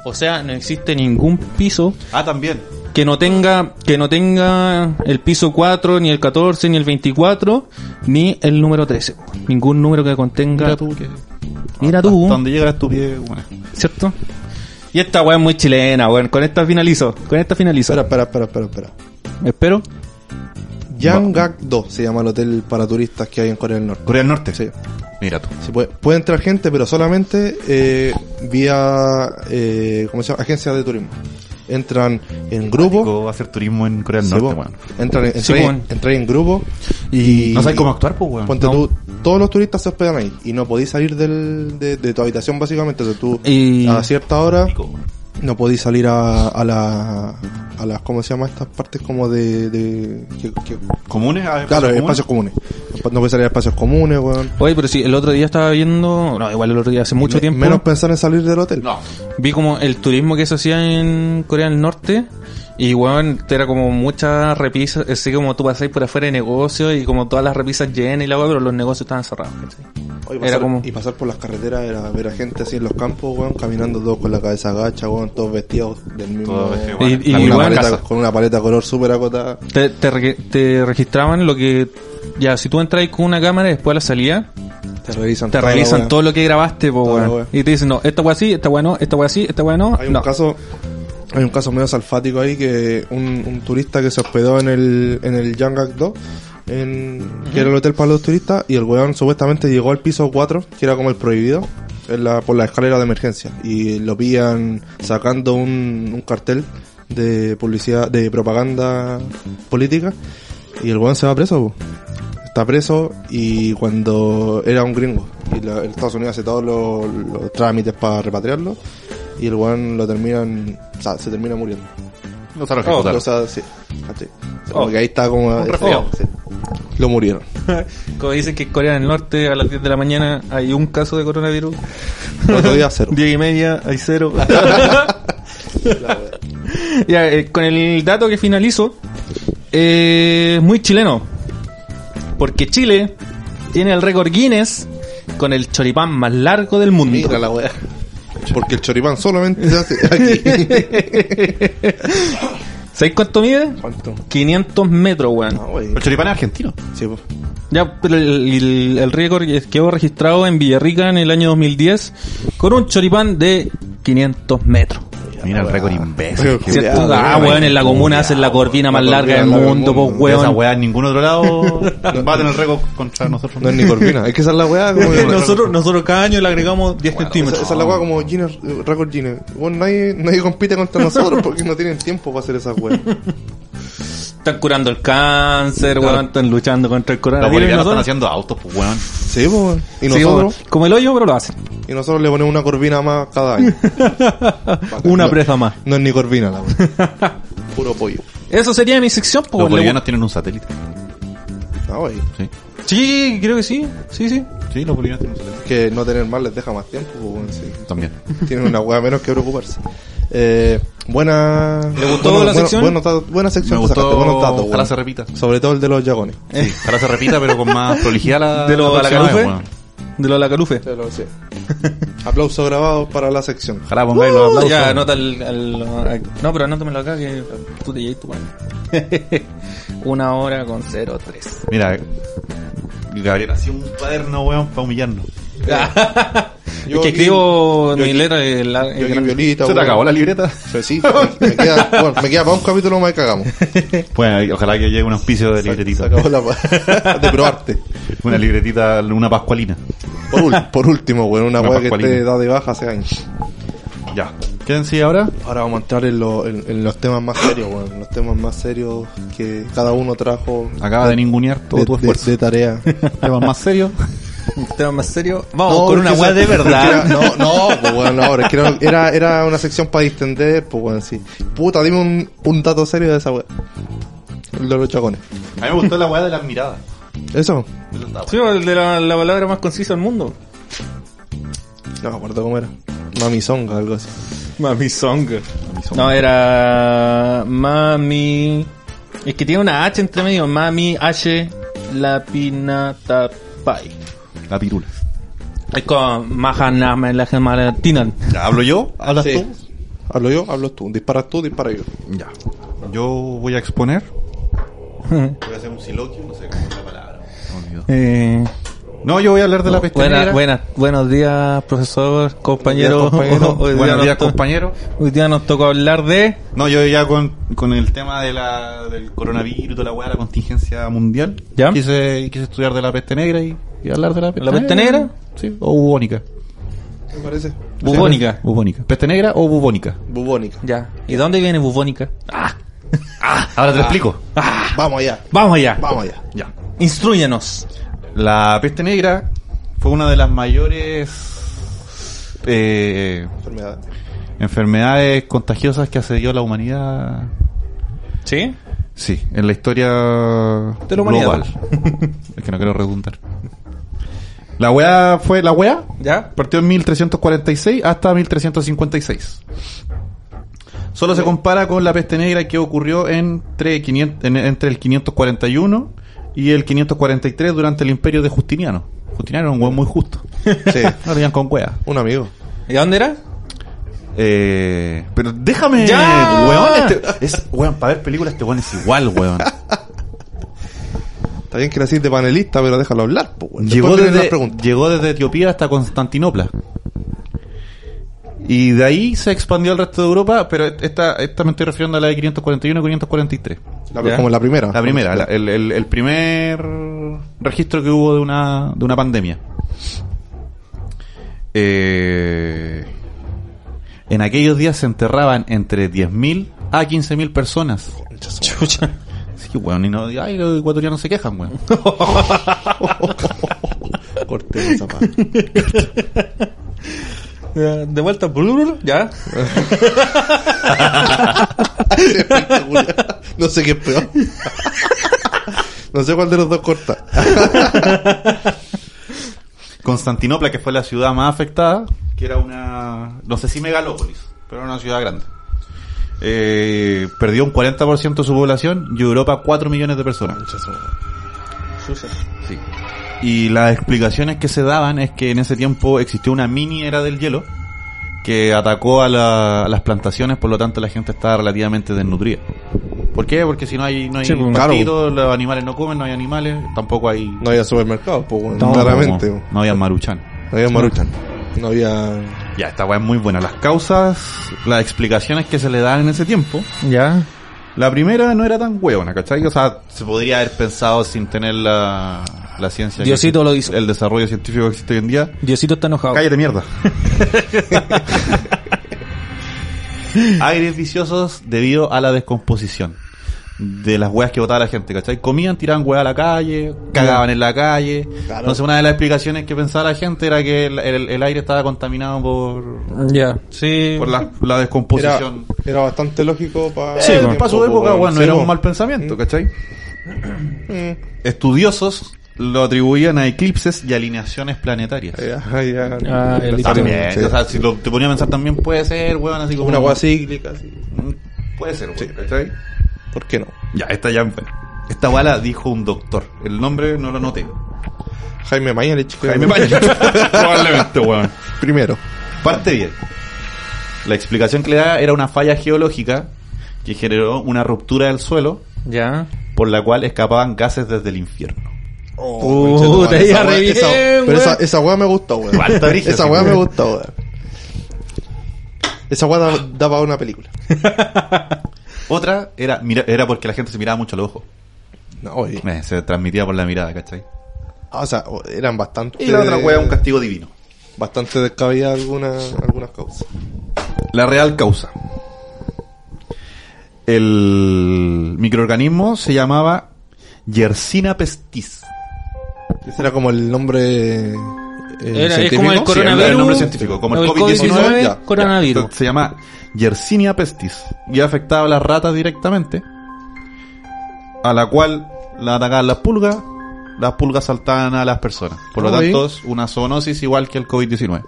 [SPEAKER 3] O sea, no existe ningún piso
[SPEAKER 2] Ah, también.
[SPEAKER 3] que no tenga que no tenga el piso 4 ni el 14 ni el 24 ni el número 13 ningún número que contenga mira tú,
[SPEAKER 2] Donde llega la estupidez, bueno.
[SPEAKER 3] cierto y esta weá es muy chilena weón con esta finalizo con esta finalizo
[SPEAKER 1] Espera, espera, espera, espera, espera.
[SPEAKER 3] espero
[SPEAKER 1] Yanggak-do se llama el hotel para turistas que hay en Corea del Norte.
[SPEAKER 2] Corea del Norte.
[SPEAKER 1] Sí.
[SPEAKER 2] Mira tú.
[SPEAKER 1] Sí, puede, puede entrar gente, pero solamente eh, vía eh, ¿cómo se llama? agencias de turismo. Entran en grupo.
[SPEAKER 2] Tico va a hacer turismo en Corea del
[SPEAKER 1] sí,
[SPEAKER 2] Norte,
[SPEAKER 1] po.
[SPEAKER 2] weón.
[SPEAKER 1] entran, entran,
[SPEAKER 3] Sí, weón.
[SPEAKER 1] entran en grupo.
[SPEAKER 2] Y no sabes cómo actuar, pues, weón.
[SPEAKER 1] Ponte tú, todos los turistas se hospedan ahí y no podís salir del, de, de tu habitación básicamente. Entonces tú
[SPEAKER 3] Y-
[SPEAKER 1] a cierta hora
[SPEAKER 2] Tico, weón.
[SPEAKER 1] no podís salir a, a la a las ¿cómo se llama estas partes como de, de que- que-
[SPEAKER 2] Comunes, ah,
[SPEAKER 1] claro
[SPEAKER 2] comunes.
[SPEAKER 1] espacios comunes no podís salir a espacios comunes weón.
[SPEAKER 3] oye pero si el otro día estaba viendo no igual el otro día hace mucho
[SPEAKER 1] Me-
[SPEAKER 3] tiempo
[SPEAKER 1] menos pensar en salir del hotel
[SPEAKER 2] No.
[SPEAKER 3] vi como el turismo que se hacía en Corea del Norte y weón era como muchas repisas así como tú pasáis por afuera de negocios y como todas las repisas llenas y la weá pero los negocios estaban cerrados ¿cachai?
[SPEAKER 1] Oye,
[SPEAKER 3] Era
[SPEAKER 1] pasar-
[SPEAKER 3] como-
[SPEAKER 1] y pasar por las carreteras era ver a gente así en los campos weón, caminando todos con la cabeza agacha weón, todos vestidos del mismo
[SPEAKER 2] Todos vestidos,
[SPEAKER 1] con,
[SPEAKER 2] weón.
[SPEAKER 3] y, y,
[SPEAKER 1] una
[SPEAKER 3] weón,
[SPEAKER 1] paleta, con una paleta color súper acotada
[SPEAKER 3] te, te, re- te registraban lo que. Ya, si tú entras con una cámara y después a la salida,
[SPEAKER 1] te revisan
[SPEAKER 3] te
[SPEAKER 1] toda la
[SPEAKER 3] revisan
[SPEAKER 1] weá.
[SPEAKER 3] todo lo que grabaste, po,
[SPEAKER 1] Toda la
[SPEAKER 3] weón.
[SPEAKER 1] wea.
[SPEAKER 3] Y te dicen, no, esta weá sí, esta weá no, esta weá sí, esta weá no.
[SPEAKER 1] Hay un
[SPEAKER 3] no.
[SPEAKER 1] caso hay un caso medio salfático ahí que un, un turista que se hospedó en el en el Yanggak Do en, que era el hotel para los turistas y el weón supuestamente llegó al piso 4 que era como el prohibido en la- por la escalera de emergencia y lo pillan sacando un, un cartel de publicidad de propaganda política y el weón se va preso po. está preso y cuando era un gringo y la- Estados Unidos hace todos los, los trámites para repatriarlo y el weón lo terminan o sea se termina muriendo
[SPEAKER 2] No sabes qué ejecutar.
[SPEAKER 1] o sea sí, ¿cachai? Como que ahí está como
[SPEAKER 2] resfriado.
[SPEAKER 1] sí. Oh. lo murieron
[SPEAKER 3] Como dicen que en Corea del Norte a las 10 de la mañana hay un caso de coronavirus.
[SPEAKER 1] otro día cero
[SPEAKER 3] 10 y media hay cero. ya, eh, con el dato que finalizo, eh, muy chileno. Porque Chile tiene el récord Guinness con el choripán más largo del mundo.
[SPEAKER 1] mira la weá porque el choripán solamente se hace aquí
[SPEAKER 3] ¿Sabéis cuánto mide?
[SPEAKER 1] ¿cuánto?
[SPEAKER 3] 500 metros, weón.
[SPEAKER 1] no wey
[SPEAKER 2] El choripán es argentino.
[SPEAKER 1] sí, po.
[SPEAKER 3] Ya, pero el, el, el récord que quedó registrado en Villarrica en el año 2010 con un choripán de 500 metros.
[SPEAKER 2] Mira el récord imbécil.
[SPEAKER 1] Qué
[SPEAKER 3] ¿Cierto?
[SPEAKER 1] weá,
[SPEAKER 3] ah,
[SPEAKER 1] weón.
[SPEAKER 3] weón, en la comuna hacen la corvina más
[SPEAKER 1] La
[SPEAKER 3] larga del
[SPEAKER 1] corvina
[SPEAKER 3] mundo,
[SPEAKER 1] larga del
[SPEAKER 3] pues,
[SPEAKER 1] mundo.
[SPEAKER 2] Esa
[SPEAKER 3] weón.
[SPEAKER 2] weá en ningún otro lado va a tener récord contra nosotros.
[SPEAKER 1] no es ni corvina es que esa es la weá como que-
[SPEAKER 3] nosotros, nosotros cada año le agregamos 10
[SPEAKER 1] esa,
[SPEAKER 3] centímetros.
[SPEAKER 1] esa es la weá como Guinness, eh, récord Guinness Weón, nadie, nadie compite contra nosotros porque no tienen tiempo para hacer esas weas
[SPEAKER 3] Están curando el cáncer, weón, están luchando contra el
[SPEAKER 2] Los
[SPEAKER 3] coronavirus. y
[SPEAKER 2] bolivianos están
[SPEAKER 3] nosotros-
[SPEAKER 2] haciendo autos, pues, weón.
[SPEAKER 1] sí po, weón. y
[SPEAKER 3] Sí,
[SPEAKER 1] nosotros
[SPEAKER 3] weón, como el hoyo, pero lo hacen.
[SPEAKER 1] y nosotros le ponemos una corvina más cada año
[SPEAKER 3] Una
[SPEAKER 1] No-
[SPEAKER 3] presa más.
[SPEAKER 1] no es ni corvina la weá puro pollo
[SPEAKER 3] Eso sería mi sección, pues,
[SPEAKER 2] Los
[SPEAKER 3] le-
[SPEAKER 2] bolivianos tienen un satélite.
[SPEAKER 1] ah wey
[SPEAKER 2] Sí.
[SPEAKER 3] Sí, creo que sí. Sí, sí.
[SPEAKER 2] Sí, los bolivianos tienen su teléfono.
[SPEAKER 1] Que no tener más les deja más tiempo, pues, bueno, sí.
[SPEAKER 2] También.
[SPEAKER 1] Tienen una hueá menos que preocuparse. Eh, buena. ¿Le
[SPEAKER 3] gustó la sección?
[SPEAKER 1] buena sección,
[SPEAKER 2] Me
[SPEAKER 1] te sacaste,
[SPEAKER 2] gustó.
[SPEAKER 1] buenos datos,
[SPEAKER 2] Ojalá
[SPEAKER 1] weón.
[SPEAKER 2] se repita.
[SPEAKER 1] Sobre todo el de los yagones.
[SPEAKER 2] Sí, ahora se repita, pero con más prolijidad la
[SPEAKER 1] Ah,
[SPEAKER 3] De los
[SPEAKER 2] la próxima vez,
[SPEAKER 3] Alacalufe.
[SPEAKER 2] weón.
[SPEAKER 3] De los Lacalufe.
[SPEAKER 1] Te lo sé. Aplauso grabado para la sección.
[SPEAKER 2] Ojalá pongáis los aplausos.
[SPEAKER 3] Oh, ya, anota al, al- a- No, pero anótamelo acá que tú te llevas tu mano. Una hora con 03.
[SPEAKER 2] Mira, Gabriel hacía un cuaderno, weón, para humillarnos.
[SPEAKER 3] es que
[SPEAKER 1] aquí-
[SPEAKER 3] escribo
[SPEAKER 1] yo
[SPEAKER 3] mi
[SPEAKER 1] aquí-
[SPEAKER 3] letra es la- es
[SPEAKER 1] Yo aquí
[SPEAKER 3] grande.
[SPEAKER 1] violita,
[SPEAKER 2] ¿Se te
[SPEAKER 1] weón.
[SPEAKER 2] acabó la libreta?
[SPEAKER 1] Pues sí, me queda, bueno, me queda para un capítulo más y cagamos.
[SPEAKER 2] Bueno, y Pues, ojalá que llegue un auspicio
[SPEAKER 1] Se
[SPEAKER 2] de libretita.
[SPEAKER 1] acabó la de probarte.
[SPEAKER 2] Una libretita, una pascualina.
[SPEAKER 1] Por, ul- por último, weón, una
[SPEAKER 2] Una
[SPEAKER 1] weá que
[SPEAKER 2] pascualina.
[SPEAKER 1] te da de baja hace años.
[SPEAKER 2] Ya. Quédense ahora.
[SPEAKER 1] Ahora vamos a entrar en, lo- en- en los temas más serios, weón. Los temas más serios que cada uno trajo
[SPEAKER 2] Acaba de ningunear todo
[SPEAKER 1] de,
[SPEAKER 2] tu
[SPEAKER 1] de-
[SPEAKER 2] esfuerzo.
[SPEAKER 1] de tarea.
[SPEAKER 2] Temas más serios.
[SPEAKER 3] Un tema más serio. Vamos
[SPEAKER 1] No,
[SPEAKER 3] con una
[SPEAKER 1] porque
[SPEAKER 3] weá
[SPEAKER 1] esa-
[SPEAKER 3] de
[SPEAKER 1] porque
[SPEAKER 3] verdad.
[SPEAKER 1] era- no, no, pues bueno, ahora es que era, era, era una sección para distender, pues bueno, sí. Puta, dime un, un dato serio de esa weá. El de los chacones.
[SPEAKER 2] A mí me gustó la weá de las miradas.
[SPEAKER 1] ¿Eso?
[SPEAKER 2] Eso está bueno.
[SPEAKER 3] Sí, el de la, la palabra más concisa del mundo.
[SPEAKER 1] No me acuerdo cómo era. Mamizonga, algo así.
[SPEAKER 3] Mami Song.
[SPEAKER 2] Mamizonga.
[SPEAKER 3] No, era. Mami. Es que tiene una H entre medio. Mami, H, Lapina, Tapai.
[SPEAKER 2] La pirula.
[SPEAKER 3] Es con Mahanama, la gemara Tinan.
[SPEAKER 2] Ya, ¿Hablo yo? ¿Hablas
[SPEAKER 1] Sí.
[SPEAKER 2] tú?
[SPEAKER 1] Hablo yo, hablo tú. Disparas tú, dispara yo.
[SPEAKER 2] Ya. Yo voy a exponer. Voy a hacer un siloquio, no sé cómo es la palabra. Me olvidó.
[SPEAKER 3] Eh,
[SPEAKER 2] No, yo voy a hablar de la peste
[SPEAKER 3] buena,
[SPEAKER 2] negra.
[SPEAKER 3] buena, buenos días, profesor, compañero.
[SPEAKER 1] Buenos días, compañero.
[SPEAKER 3] Hoy día
[SPEAKER 2] Buenos
[SPEAKER 3] nos
[SPEAKER 2] días,
[SPEAKER 3] to-
[SPEAKER 2] compañero.
[SPEAKER 3] Hoy día nos tocó hablar de.
[SPEAKER 2] No, yo ya con, con el tema de la, del coronavirus, de la weá, la contingencia mundial.
[SPEAKER 3] ¿Ya?
[SPEAKER 2] Quise, quise estudiar de la peste negra y, y hablar de la peste
[SPEAKER 3] ¿La peste negra?
[SPEAKER 2] Sí, o bubónica.
[SPEAKER 1] ¿Me parece?
[SPEAKER 3] Bubónica.
[SPEAKER 2] Bubónica. ¿Peste negra o bubónica?
[SPEAKER 1] Bubónica.
[SPEAKER 3] Ya. ¿Y dónde viene bubónica?
[SPEAKER 2] Ahora te lo explico.
[SPEAKER 1] Vamos allá,
[SPEAKER 3] Vamos allá.
[SPEAKER 1] vamos allá.
[SPEAKER 2] Ya.
[SPEAKER 3] Instruyanos.
[SPEAKER 2] La peste negra fue una de las mayores eh,
[SPEAKER 1] Enfermedad.
[SPEAKER 2] enfermedades contagiosas que asedió a la humanidad.
[SPEAKER 3] ¿Sí?
[SPEAKER 2] Sí, en la historia de
[SPEAKER 3] la humanidad.
[SPEAKER 2] es que no quiero redundar. La weá fue la weá.
[SPEAKER 3] ¿Ya?
[SPEAKER 2] Partió en 1346 hasta 1356. Solo se compara con la peste negra que ocurrió entre, 500 en- entre el 541 y el 543 durante el imperio de Justiniano. Justiniano era un weón muy justo.
[SPEAKER 1] Sí,
[SPEAKER 2] No le digan con weá.
[SPEAKER 1] un amigo.
[SPEAKER 3] ¿Y dónde era?
[SPEAKER 2] Eh, pero déjame,
[SPEAKER 3] ¡Ya!
[SPEAKER 2] weón. Este, es, weón, para ver películas este weón es igual, weón.
[SPEAKER 1] Está bien que le hacís de panelista, pero déjalo hablar, pues bueno.
[SPEAKER 2] Llegó
[SPEAKER 1] Después vienen
[SPEAKER 2] desde,
[SPEAKER 1] las preguntas.
[SPEAKER 2] llegó desde Etiopía hasta Constantinopla. Y de ahí se expandió al resto de Europa, pero esta, esta me estoy refiriendo a la de 541 y 543.
[SPEAKER 1] La-
[SPEAKER 3] Ya.
[SPEAKER 1] como la primera.
[SPEAKER 2] La primera, la- el, el- el primer registro que hubo de una, de una pandemia. Eh, en aquellos días se enterraban entre 10.000 a 15.000 personas.
[SPEAKER 3] Chucha.
[SPEAKER 2] Sí, weón, y no, ay, los ecuatorianos se quejan, weón.
[SPEAKER 1] Corté esa parte.
[SPEAKER 3] Ya, De vuelta. blur, Ya.
[SPEAKER 1] espectacular. No sé qué es peor. No sé cuál de los dos corta.
[SPEAKER 2] Constantinopla, que fue la ciudad más afectada, que era una, no sé si megalópolis, pero era una ciudad grande. Eh, perdió un 40% de su población y Europa 4 millones de personas. Sí. Y las explicaciones que se daban es que en ese tiempo existió una mini era del hielo que atacó a, la- a las plantaciones, por lo tanto la gente estaba relativamente desnutrida. ¿Por qué? Porque si no hay, no hay
[SPEAKER 3] Sí, pues,
[SPEAKER 1] claro.
[SPEAKER 2] pastitos, los animales no comen, no hay animales, tampoco hay...
[SPEAKER 1] No había supermercado, pues, bueno,
[SPEAKER 2] no,
[SPEAKER 1] claramente.
[SPEAKER 2] no, no había maruchan.
[SPEAKER 1] No había maruchan. No había...
[SPEAKER 2] Ya, esta weá es muy buena. Las causas, las explicaciones que se le dan en ese tiempo.
[SPEAKER 3] Ya.
[SPEAKER 2] La primera no era tan huevona, ¿cachai? O sea, se podría haber pensado sin tener la, la ciencia. que
[SPEAKER 3] Diosito
[SPEAKER 2] existe-
[SPEAKER 3] lo hizo.
[SPEAKER 2] El desarrollo científico que existe hoy en día.
[SPEAKER 3] Diosito está enojado.
[SPEAKER 2] Cállate mierda. Aires viciosos debido a la descomposición de las weas que botaba la gente, ¿cachai? Comían, tiraban weas a la calle, cagaban en la calle. Entonces una de las explicaciones que pensaba la gente era que el- el- el aire estaba contaminado por,
[SPEAKER 3] Ya. Sí.
[SPEAKER 2] por la, la
[SPEAKER 1] Era,
[SPEAKER 2] descomposición.
[SPEAKER 1] era bastante lógico para...
[SPEAKER 3] Sí,
[SPEAKER 2] Eh,
[SPEAKER 3] bueno.
[SPEAKER 2] para su época, bueno,
[SPEAKER 1] pues, sí,
[SPEAKER 2] era un
[SPEAKER 1] bueno.
[SPEAKER 2] Eh. mal pensamiento, ¿cachai? Estudiosos lo atribuían a eclipses y alineaciones planetarias.
[SPEAKER 1] Eh, Ya, ya.
[SPEAKER 4] Ah, el
[SPEAKER 2] Eh, También,
[SPEAKER 1] Sí.
[SPEAKER 2] o sea, si lo- te ponía a pensar también puede ser, weón, así como
[SPEAKER 1] Una hueá cíclica, así.
[SPEAKER 2] Mm, Puede ser,
[SPEAKER 1] Sí,
[SPEAKER 2] weón,
[SPEAKER 1] ¿está ahí? ¿Por qué no?
[SPEAKER 2] Ya, esta ya Esta bala dijo un doctor. El nombre no lo noté.
[SPEAKER 1] Jaime Mañalich. creo.
[SPEAKER 2] Jaime Paña. Probablemente, weón.
[SPEAKER 1] Primero.
[SPEAKER 2] Parte bien. La explicación que le da era una falla geológica que generó una ruptura del suelo
[SPEAKER 3] Ya.
[SPEAKER 2] por la cual escapaban gases desde el infierno.
[SPEAKER 1] Oh,
[SPEAKER 3] Puta,
[SPEAKER 1] conchetumare,
[SPEAKER 3] ya
[SPEAKER 1] esa
[SPEAKER 3] re
[SPEAKER 1] weá-
[SPEAKER 3] bien,
[SPEAKER 1] esa- Pero esa,
[SPEAKER 3] weón.
[SPEAKER 1] esa weá me gustó, weón.
[SPEAKER 2] Igual está brígido,
[SPEAKER 1] Esa
[SPEAKER 2] sí,
[SPEAKER 1] weá me
[SPEAKER 2] weón.
[SPEAKER 1] gustó, weón. Esa weá da, da para una película.
[SPEAKER 2] Otra era, mira- era porque la gente se miraba mucho al ojo.
[SPEAKER 1] No, oye.
[SPEAKER 2] Eh, se transmitía por la mirada, ¿cachai?
[SPEAKER 1] Ah, O sea, o- eran bastante.
[SPEAKER 2] Y la otra hueá, un castigo divino.
[SPEAKER 1] Bastante descabidas algunas, algunas causas.
[SPEAKER 2] La real causa. El microorganismo se llamaba Yersina pestis.
[SPEAKER 1] Ese era como el nombre. eh,
[SPEAKER 3] Era- es
[SPEAKER 1] científico.
[SPEAKER 3] como el
[SPEAKER 1] Sí,
[SPEAKER 3] coronavirus.
[SPEAKER 2] el nombre científico, como el
[SPEAKER 3] El
[SPEAKER 2] COVID-19.
[SPEAKER 3] COVID-19,
[SPEAKER 2] ya, ya.
[SPEAKER 3] coronavirus.
[SPEAKER 2] Entonces, se llama Yersinia pestis y afectaba a las ratas directamente, a la cual la atacaban las pulgas, las pulgas saltaban a las personas. Por lo
[SPEAKER 1] Ah,
[SPEAKER 2] tanto, es una zoonosis igual que el COVID-19.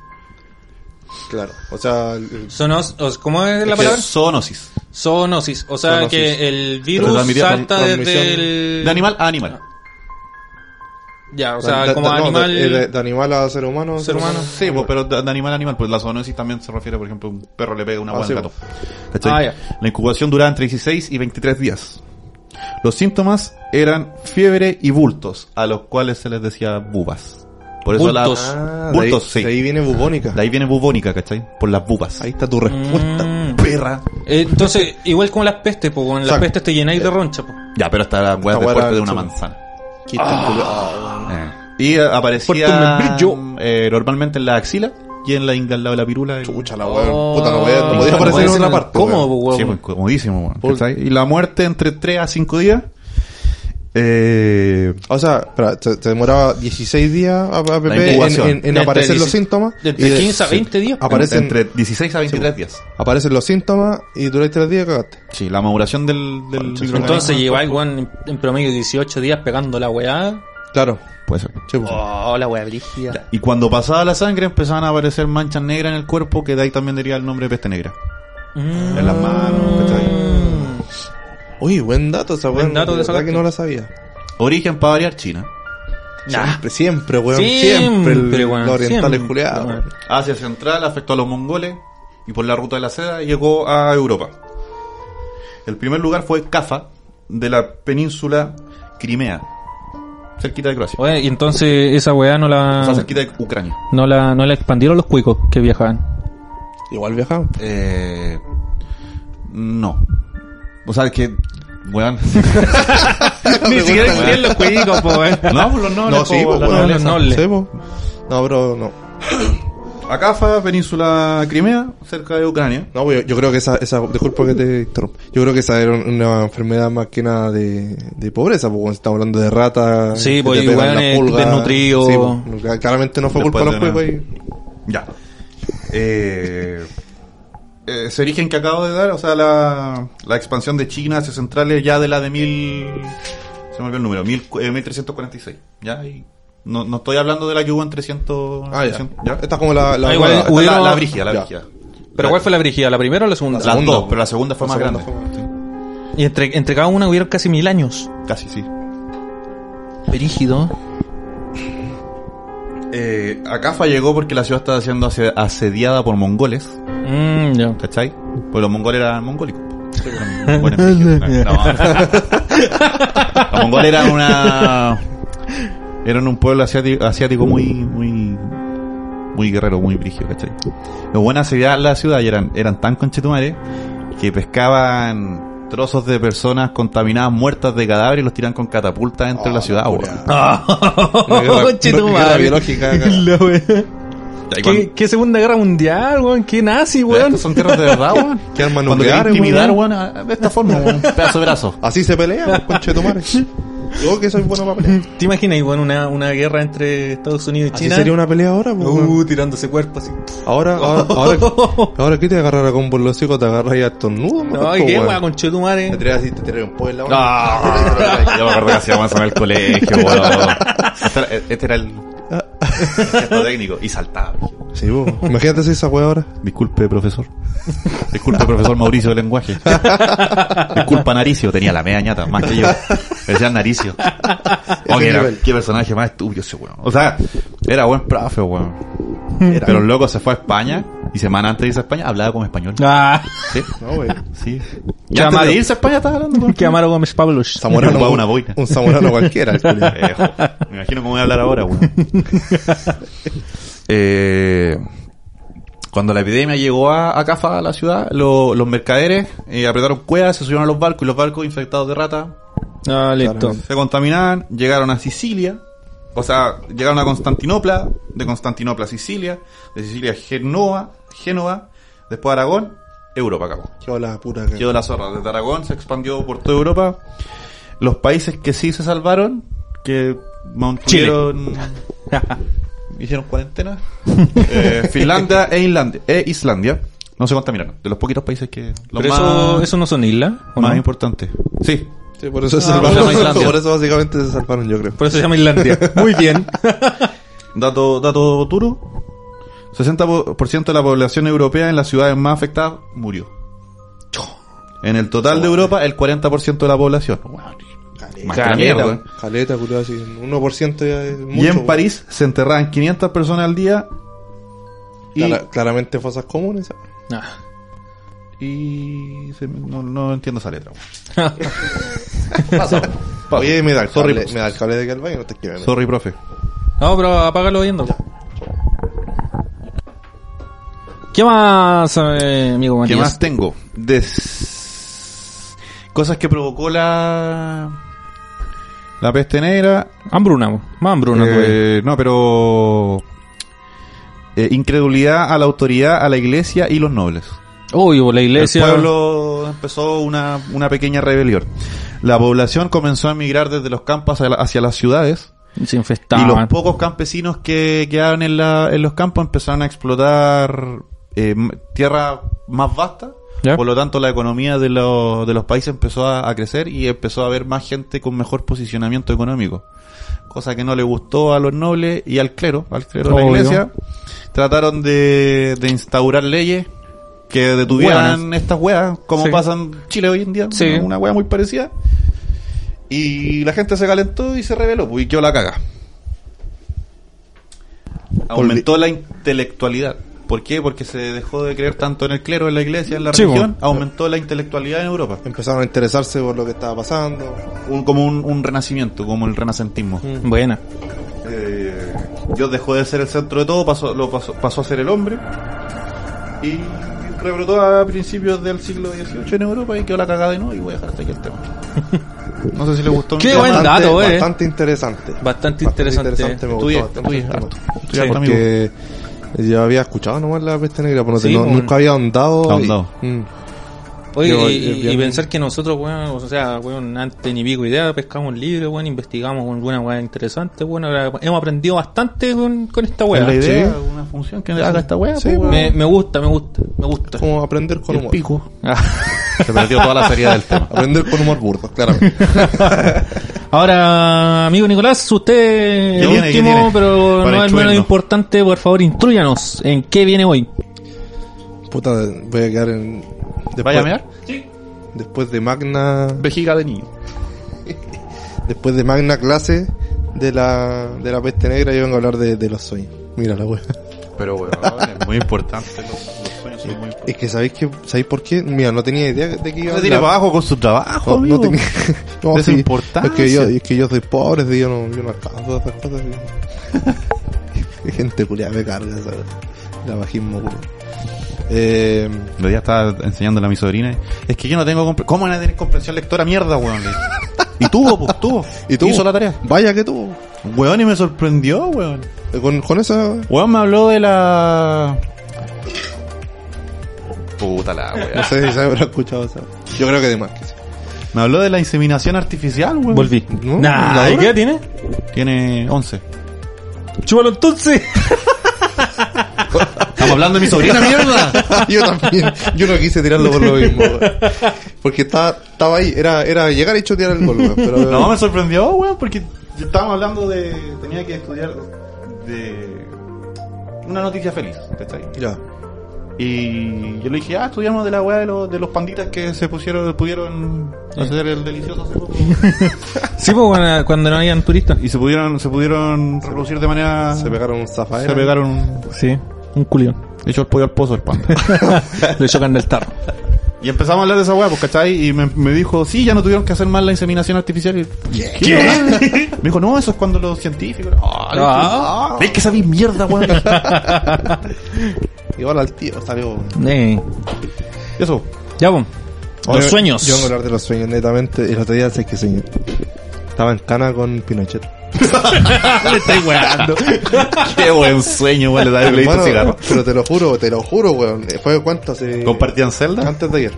[SPEAKER 1] Claro. O sea, el-
[SPEAKER 3] Sonos, os- ¿Cómo es la
[SPEAKER 2] Que es
[SPEAKER 3] palabra?
[SPEAKER 2] Zoonosis.
[SPEAKER 3] Zoonosis. O sea
[SPEAKER 1] Zoonosis.
[SPEAKER 3] que el
[SPEAKER 1] Pero
[SPEAKER 3] virus
[SPEAKER 1] transmitida por-
[SPEAKER 3] salta
[SPEAKER 1] por
[SPEAKER 3] desde
[SPEAKER 1] misión
[SPEAKER 3] el...
[SPEAKER 2] De animal a animal.
[SPEAKER 3] Ya, o sea,
[SPEAKER 1] da-
[SPEAKER 3] como
[SPEAKER 1] da- no,
[SPEAKER 3] animal... eh,
[SPEAKER 1] de, de- de animal a ser humano.
[SPEAKER 3] Ser humano.
[SPEAKER 2] Sí, pues, pero de de animal a animal, pues la zoonosis también se refiere, por ejemplo, un perro le pega una
[SPEAKER 1] Ah,
[SPEAKER 2] buena
[SPEAKER 1] sí,
[SPEAKER 2] gato. ¿Cachai?
[SPEAKER 3] Ah, ya.
[SPEAKER 2] La incubación duraba entre 16 y 23 días. Los síntomas eran fiebre y bultos, a los cuales se les decía bubas. Por eso la-
[SPEAKER 3] Bultos.
[SPEAKER 1] Ah, de ahí,
[SPEAKER 2] bultos, sí.
[SPEAKER 1] de ahí viene bubónica.
[SPEAKER 2] De ahí viene bubónica, ¿cachai? Por las bubas.
[SPEAKER 1] Ahí está tu respuesta,
[SPEAKER 3] Mm.
[SPEAKER 1] perra.
[SPEAKER 3] Eh, Entonces, igual como las pestes, pues con las
[SPEAKER 1] Exacto. Eh,
[SPEAKER 3] pestes te llenáis de roncha, pues.
[SPEAKER 2] Ya, pero esta weá es
[SPEAKER 1] Esta
[SPEAKER 2] de
[SPEAKER 1] weá
[SPEAKER 2] porte
[SPEAKER 1] era
[SPEAKER 2] de una
[SPEAKER 1] chupa.
[SPEAKER 2] manzana.
[SPEAKER 1] Quita el culo. Ah,
[SPEAKER 2] Eh. Y eh, aparecía eh, normalmente en la axila y en la ingle al lado de la pirula.
[SPEAKER 1] chucha la weón. Puta, no podía, no podía aparecer en
[SPEAKER 3] No Oh, puede
[SPEAKER 1] otra
[SPEAKER 3] ser
[SPEAKER 1] parte.
[SPEAKER 3] ¿Cómo,
[SPEAKER 1] weón.
[SPEAKER 3] po,
[SPEAKER 2] Sí,
[SPEAKER 3] weón?
[SPEAKER 2] pues, comodísimo, weón,
[SPEAKER 1] Pul-
[SPEAKER 2] ¿cachai? Y la muerte entre 3 a 5 días. Eh,
[SPEAKER 1] O sea, espera, se, se demoraba 16 días a, a PP en,
[SPEAKER 2] incubación.
[SPEAKER 1] en- en
[SPEAKER 3] Entre
[SPEAKER 1] aparecer los
[SPEAKER 3] 16
[SPEAKER 1] síntomas.
[SPEAKER 3] Entre
[SPEAKER 1] y de-
[SPEAKER 3] 15 a 20 días.
[SPEAKER 1] Apare- Aparecen-
[SPEAKER 2] entre 16 a 23 días.
[SPEAKER 1] Aparecen los síntomas y duráis 3 días cagaste.
[SPEAKER 2] Sí, la maduración del, del microorganismo.
[SPEAKER 3] Entonces lleva el weón en- en promedio 18 días pegando la weá.
[SPEAKER 1] Claro.
[SPEAKER 2] Puede ser.
[SPEAKER 1] Sí, pues.
[SPEAKER 3] Oh, la weá brígida.
[SPEAKER 2] Y cuando pasaba la sangre empezaban a aparecer manchas negras en el cuerpo, que de ahí también diría el nombre de peste negra.
[SPEAKER 3] Mm.
[SPEAKER 2] En las manos, ¿cachai?
[SPEAKER 1] Mm. Uy, buen dato esa
[SPEAKER 3] Buen
[SPEAKER 1] weón.
[SPEAKER 3] dato
[SPEAKER 1] de
[SPEAKER 3] que
[SPEAKER 1] verdad
[SPEAKER 3] sacaste.
[SPEAKER 1] que no la sabía.
[SPEAKER 2] Origen para variar China.
[SPEAKER 3] Nah.
[SPEAKER 1] Siempre, siempre, weón.
[SPEAKER 3] Siempre,
[SPEAKER 1] Siempre, el-
[SPEAKER 3] weón,
[SPEAKER 1] los orientales
[SPEAKER 3] siempre,
[SPEAKER 1] culeados.
[SPEAKER 3] weón.
[SPEAKER 2] Asia Central afectó a los mongoles y por la ruta de la seda llegó a Europa. El primer lugar fue Cafa, de la península Crimea, cerquita de Croacia.
[SPEAKER 3] Oye, y entonces esa weá no la,
[SPEAKER 2] O sea, cerquita de Ucrania.
[SPEAKER 3] no la no la expandieron los cuicos que viajaban.
[SPEAKER 1] Igual viajaban.
[SPEAKER 2] Eh, no. O sea, que... Weón.
[SPEAKER 3] Ni siquiera existían los cuicos, po, weón.
[SPEAKER 2] No, pues los
[SPEAKER 1] No,
[SPEAKER 2] nobles,
[SPEAKER 1] sí,
[SPEAKER 2] po,
[SPEAKER 1] pues,
[SPEAKER 2] la
[SPEAKER 1] weón.
[SPEAKER 2] nobleza.
[SPEAKER 3] no, noble.
[SPEAKER 1] Sí, pues. No, pero no.
[SPEAKER 2] A Cafa, península Crimea, cerca de Ucrania.
[SPEAKER 1] No, pues, yo, yo creo que esa, esa, disculpa que te interrumpa. Yo creo que esa era una enfermedad más que nada de, de pobreza, porque cuando estamos hablando de ratas,
[SPEAKER 3] Sí,
[SPEAKER 1] que
[SPEAKER 3] pues,
[SPEAKER 1] te
[SPEAKER 3] y
[SPEAKER 1] pegan la
[SPEAKER 3] hueones
[SPEAKER 1] pulga.
[SPEAKER 3] desnutridos.
[SPEAKER 1] Sí, pues, nunca- claramente no fue
[SPEAKER 2] Después
[SPEAKER 1] culpa de
[SPEAKER 2] de
[SPEAKER 1] los
[SPEAKER 2] una-
[SPEAKER 1] juegos
[SPEAKER 2] Ya. Eh, eh, ese origen que acabo de dar, o sea, la, la expansión de China hacia centrales ya de la de mil... Se me olvidó el número, mil, cu- eh, 1346. Ya, y no, no estoy hablando de la que hubo en 300...
[SPEAKER 1] Ah, ya.
[SPEAKER 2] 300,
[SPEAKER 1] Esta es como la, la,
[SPEAKER 3] Ah, igual
[SPEAKER 1] la-
[SPEAKER 2] Esta es
[SPEAKER 3] hubieron-
[SPEAKER 2] la, la brígida, la
[SPEAKER 1] Ya.
[SPEAKER 2] brígida.
[SPEAKER 3] Pero ¿cuál fue la brígida? ¿La primera o la segunda?
[SPEAKER 2] Las
[SPEAKER 1] segunda,
[SPEAKER 2] dos, pero la segunda fue
[SPEAKER 1] la
[SPEAKER 2] más
[SPEAKER 1] segunda
[SPEAKER 2] grande.
[SPEAKER 3] Y entre, entre cada una hubieron casi mil años.
[SPEAKER 2] Sí, casi, sí.
[SPEAKER 3] Brígido.
[SPEAKER 2] Eh, Akafa llegó porque la ciudad estaba siendo ase- asediada por mongoles.
[SPEAKER 3] Mm, ya.
[SPEAKER 2] ¿Cachai? Pues los mongoles eran mongólicos. Eran buenos pijos. No, no. Los mongoles eran una. Eran un pueblo asiático, asiático muy, muy. Muy guerrero, muy brigio, ¿cachai? Los buenos asediaban la ciudad y eran, eran tan conchetumares que pescaban trozos de personas contaminadas, muertas de cadáveres y los tiran con catapultas entre
[SPEAKER 3] Ah,
[SPEAKER 2] la ciudad, weón.
[SPEAKER 1] Una guerra-
[SPEAKER 3] Conche tu
[SPEAKER 1] una guerra
[SPEAKER 3] madre.
[SPEAKER 1] biológica, acá.
[SPEAKER 3] La wea.
[SPEAKER 2] Ya, y cuando-
[SPEAKER 3] ¿Qué, qué Segunda Guerra Mundial, weón? ¿Qué nazi,
[SPEAKER 2] Ya,
[SPEAKER 3] weón?
[SPEAKER 2] estas son guerras de verdad, weón.
[SPEAKER 1] Qué armas
[SPEAKER 2] Cuando te
[SPEAKER 1] nucleares,
[SPEAKER 2] intimidar,
[SPEAKER 1] weón. eh,
[SPEAKER 2] weón, de esta forma, weón. Pedazo de brazo.
[SPEAKER 1] Así se pelea, conche tu madre. Yo que soy bueno para pelear.
[SPEAKER 3] ¿Te imaginas, weón, una, una guerra entre Estados Unidos y
[SPEAKER 1] Así
[SPEAKER 3] China?
[SPEAKER 1] sería una pelea ahora, po,
[SPEAKER 3] Uh,
[SPEAKER 1] weón.
[SPEAKER 3] tirándose cuerpos así.
[SPEAKER 1] Ahora, ahora, ahora, ahora que te agarrar a combo en los hijos, te agarras ahí a estornudo,
[SPEAKER 3] No, ¿y qué, weón, con
[SPEAKER 1] Te tiras así, te tiras un poco en la boca.
[SPEAKER 2] Ah, yo me acuerdo que hacíamos eso en el colegio, weón. Este era, este era el gesto técnico. Y saltaba.
[SPEAKER 1] Sí, po. Imagínate si esa wea ahora.
[SPEAKER 2] Disculpe, profesor. Disculpe, profesor Mauricio del lenguaje. Disculpa, Naricio. Tenía la media ñata, más que yo. Me Decían Naricio. Oh,
[SPEAKER 1] Ese
[SPEAKER 2] que era-
[SPEAKER 1] nivel.
[SPEAKER 2] qué personaje más estúpido ese weón. O sea, era buen profe, weón.
[SPEAKER 1] Hmm.
[SPEAKER 2] Pero el loco se fue a España y semana antes de irse a España hablaba como español.
[SPEAKER 3] Ah,
[SPEAKER 2] Sí,
[SPEAKER 1] No, wey.
[SPEAKER 2] sí.
[SPEAKER 3] Qué
[SPEAKER 2] Ya antes
[SPEAKER 3] amaro.
[SPEAKER 2] de irse a España estaba hablando con
[SPEAKER 3] que Amaro Gómez Pablos.
[SPEAKER 2] Me
[SPEAKER 1] Zamorano.
[SPEAKER 2] ocupaba una boina.
[SPEAKER 1] Un zamorano cualquiera. el culiao.
[SPEAKER 2] Eh, jo, me imagino cómo voy a hablar ahora, weón. Eh, cuando la epidemia llegó a, a Cafa, a la ciudad, lo- los mercaderes eh, apretaron cuevas, se subieron a los barcos y los barcos infectados de rata
[SPEAKER 3] Ah, listo.
[SPEAKER 2] se contaminaban, llegaron a Sicilia, o sea, llegaron a Constantinopla, de Constantinopla a Sicilia, de Sicilia a Génova, Génova, después a Aragón, Europa acabó.
[SPEAKER 1] Qué hola pura que.
[SPEAKER 2] Quedó la zorra. Desde Aragón se expandió por toda Europa. Los países que sí se salvaron, que mantuvieron. hicieron cuarentena. eh, Finlandia e Islandia, e Islandia. No se contaminaron. De los poquitos países que. Los
[SPEAKER 3] Pero
[SPEAKER 2] más,
[SPEAKER 3] eso, eso no son islas, ¿o
[SPEAKER 2] más
[SPEAKER 3] no?
[SPEAKER 2] importantes. Sí.
[SPEAKER 1] Sí, por eso se
[SPEAKER 2] por eso
[SPEAKER 1] salvaron.
[SPEAKER 2] Islandia.
[SPEAKER 1] Por eso básicamente se salvaron, yo creo.
[SPEAKER 3] Ah, Por eso se llama Islandia. Muy bien.
[SPEAKER 2] Dato, dato duro: 60% de la población europea en las ciudades más afectadas murió. En el total de Europa, el 40% de la población. Más que la mierda.
[SPEAKER 1] Caleta, culiao, así. Un 1% ya es mucho.
[SPEAKER 2] y en
[SPEAKER 1] weón.
[SPEAKER 2] París se enterraban 500 personas al día y,
[SPEAKER 1] Clara- claramente fosas comunes. ¿sabes?
[SPEAKER 3] Ah.
[SPEAKER 2] y se- no, no entiendo esa letra. weón.
[SPEAKER 1] Oye, me da el
[SPEAKER 2] Sorry,
[SPEAKER 1] cable,
[SPEAKER 2] profe.
[SPEAKER 1] me da el cable de que al baño no te quiero.
[SPEAKER 2] Sorry, profe.
[SPEAKER 3] No, pero apágalo viendo. ¿Qué más, eh, amigo
[SPEAKER 2] ¿Qué
[SPEAKER 3] Matías?
[SPEAKER 2] más tengo? Des- Cosas que provocó la la peste negra.
[SPEAKER 3] Hambruna, mo. más hambruna.
[SPEAKER 2] Eh,
[SPEAKER 3] tuve.
[SPEAKER 2] no, pero eh, incredulidad a la autoridad, a la iglesia y los nobles.
[SPEAKER 3] pues. Uy, bo, la iglesia.
[SPEAKER 2] El pueblo empezó una, una pequeña rebelión. La población comenzó a emigrar desde los campos hacia, la- hacia las ciudades.
[SPEAKER 3] se
[SPEAKER 2] Y los
[SPEAKER 3] infestaba.
[SPEAKER 2] pocos campesinos que quedaban en, la- en los campos empezaron a explotar eh, m- tierra más vasta.
[SPEAKER 3] Ya.
[SPEAKER 2] Por lo tanto, la economía de, los- de los países empezó a, a crecer y empezó a haber más gente con mejor posicionamiento económico. Cosa que no le gustó a los nobles y al clero, al clero de la
[SPEAKER 3] Obvio.
[SPEAKER 2] iglesia. Trataron de, de instaurar leyes que detuvieran estas weas, como
[SPEAKER 3] Sí.
[SPEAKER 2] pasa en Chile hoy en día.
[SPEAKER 3] Sí.
[SPEAKER 2] Una wea muy parecida. Y la gente se calentó y se rebeló, pues, y quedó la caga. Aumentó la intelectualidad. ¿Por qué? Porque se dejó de creer tanto en el clero, en la iglesia, en la
[SPEAKER 3] Sí,
[SPEAKER 2] religión. Aumentó la intelectualidad en Europa.
[SPEAKER 1] Empezaron a interesarse por lo que estaba pasando.
[SPEAKER 2] Un- como un, un renacimiento, como el renacentismo.
[SPEAKER 3] Mm. Buena.
[SPEAKER 2] Eh, Dios dejó de ser el centro de todo, pasó, lo pasó, pasó a ser el hombre. Y rebrotó a principios del siglo XVIII en Europa y quedó la cagada de nuevo. Y voy a dejar hasta aquí el tema. no sé si le gustó. mi
[SPEAKER 3] Qué
[SPEAKER 2] tema.
[SPEAKER 3] buen
[SPEAKER 1] Bastante-
[SPEAKER 3] dato, eh.
[SPEAKER 1] Bastante interesante.
[SPEAKER 3] Bastante interesante.
[SPEAKER 1] me gustó
[SPEAKER 2] Estudié,
[SPEAKER 1] bastante
[SPEAKER 2] estudié
[SPEAKER 1] el tema.
[SPEAKER 2] harto.
[SPEAKER 3] Sí,
[SPEAKER 2] Estudié harto, amigo. pues,
[SPEAKER 1] Porque yo había escuchado nomás la peste negra, pero no sé,
[SPEAKER 3] Sí,
[SPEAKER 1] no-
[SPEAKER 3] bueno.
[SPEAKER 1] nunca había ahondado.
[SPEAKER 2] Ahondado.
[SPEAKER 1] y- mm.
[SPEAKER 2] Ah,
[SPEAKER 3] Oye,
[SPEAKER 1] Yo-
[SPEAKER 2] eh,
[SPEAKER 3] y,
[SPEAKER 1] yo-
[SPEAKER 3] y
[SPEAKER 1] yo-
[SPEAKER 3] pensar que nosotros, weón, o sea, weón, antes ni pico idea, pescamos libre, weón, investigamos con buena weón interesante, weón, ahora hemos aprendido bastante con, con esta
[SPEAKER 2] Es
[SPEAKER 3] weón.
[SPEAKER 2] la idea, una función que haga esta wea.
[SPEAKER 1] Sí,
[SPEAKER 2] pues,
[SPEAKER 1] pues.
[SPEAKER 2] weón.
[SPEAKER 3] Me, me gusta, me gusta, me gusta.
[SPEAKER 1] Como aprender con humor.
[SPEAKER 2] Se perdió toda la serie del tema.
[SPEAKER 1] Aprender con humor burdo, claramente.
[SPEAKER 3] Ahora, amigo Nicolás, usted el
[SPEAKER 2] viene, qué
[SPEAKER 3] último,
[SPEAKER 2] viene?
[SPEAKER 3] pero no
[SPEAKER 2] Para
[SPEAKER 3] es menos
[SPEAKER 2] instruirnos.
[SPEAKER 3] importante, por favor, instruyanos en qué viene hoy.
[SPEAKER 1] Puta, voy a quedar en. Después,
[SPEAKER 2] ¿Vaya a mear?
[SPEAKER 1] Después de Magna.
[SPEAKER 2] Vejiga de niño.
[SPEAKER 1] Después de Magna clase de la, de la peste negra, yo vengo a hablar de, de los sueños. Mira la wea.
[SPEAKER 2] Pero weón, es muy importante. Los, los sueños son muy
[SPEAKER 1] Es
[SPEAKER 2] importantes.
[SPEAKER 1] que sabéis que, ¿sabéis por qué? Mira, no tenía idea de que iba a
[SPEAKER 2] Se tira
[SPEAKER 1] hablar.
[SPEAKER 2] para abajo con su trabajo,
[SPEAKER 1] No, no
[SPEAKER 2] amigo.
[SPEAKER 1] tenía. No, sí. Es
[SPEAKER 2] Desimportancia.
[SPEAKER 1] que yo, es que yo soy pobre, sí, yo no, yo no alcanzo esas cosas. sí. Gente culiada me carga esa La bajismo culo. Eh,
[SPEAKER 2] El otro día estaba enseñándole a mi sobrina. Es que yo no tengo comprensión. ¿Cómo van a tener comprensión lectora? Mierda, weón. Le dije. Y tuvo, pues tuvo.
[SPEAKER 1] y tú
[SPEAKER 2] Hizo la tarea.
[SPEAKER 1] Vaya que tú.
[SPEAKER 2] Weón, y me sorprendió, weón.
[SPEAKER 1] Eh, Con, con esa.
[SPEAKER 2] Weón me habló de la. Puta la weón.
[SPEAKER 1] No sé si se habrá escuchado esa. Yo creo que de más que sí.
[SPEAKER 2] Me habló de la inseminación artificial, weón.
[SPEAKER 3] Volví.
[SPEAKER 1] No,
[SPEAKER 3] Nah,
[SPEAKER 1] ¿la
[SPEAKER 3] ¿y
[SPEAKER 1] hora?
[SPEAKER 3] qué tiene?
[SPEAKER 2] Tiene 11.
[SPEAKER 3] Chúbalo entonces.
[SPEAKER 2] Estamos hablando de mi sobrina, mierda.
[SPEAKER 1] Yo también. Yo no quise tirarlo por lo mismo. güey. Porque estaba, estaba ahí. Era, era llegar y tirar el gol, güey, Pero,
[SPEAKER 2] No, me sorprendió, weón, porque estábamos hablando de. Tenía que estudiar de. Una noticia feliz, ¿cachai?
[SPEAKER 1] Ya.
[SPEAKER 2] Y yo le dije, ah, estudiamos de la weá de, los- de los panditas que se pusieron, pudieron hacer el delicioso hace poco.
[SPEAKER 3] Sí, pues bueno, cuando no habían turistas.
[SPEAKER 2] Y se pudieron, se pudieron reproducir de manera.
[SPEAKER 1] Se pegaron un zafaera.
[SPEAKER 2] Se pegaron un.
[SPEAKER 3] Sí, un culión.
[SPEAKER 2] Echó el pollo al pozo el panda.
[SPEAKER 3] Le chocan del tarro.
[SPEAKER 2] y empezamos a hablar de esa weá, pues, ¿cachai? Y me, me dijo, sí, ya no tuvieron que hacer más la inseminación artificial. Y, ¿Qué? me dijo, no, eso es cuando los científicos. Ah, le dije,
[SPEAKER 3] Ah.
[SPEAKER 2] ¿Ves que sabéis mierda, weón?
[SPEAKER 1] Y ahora el tío salió.
[SPEAKER 3] Eh.
[SPEAKER 2] eso.
[SPEAKER 3] Ya, pues.
[SPEAKER 1] Oye,
[SPEAKER 3] Los sueños.
[SPEAKER 1] Yo vengo a hablar de los sueños netamente. El otro día sé que soñé. Estaba en cana con Pinochet.
[SPEAKER 3] Le estáis weando.
[SPEAKER 2] Qué buen sueño, weón. Le da el leíto
[SPEAKER 1] Hermano,
[SPEAKER 2] cigarro.
[SPEAKER 1] pero te lo juro, te lo juro, weón. Fue cuánto hace.
[SPEAKER 2] ¿Compartían celda?
[SPEAKER 1] Antes de ayer.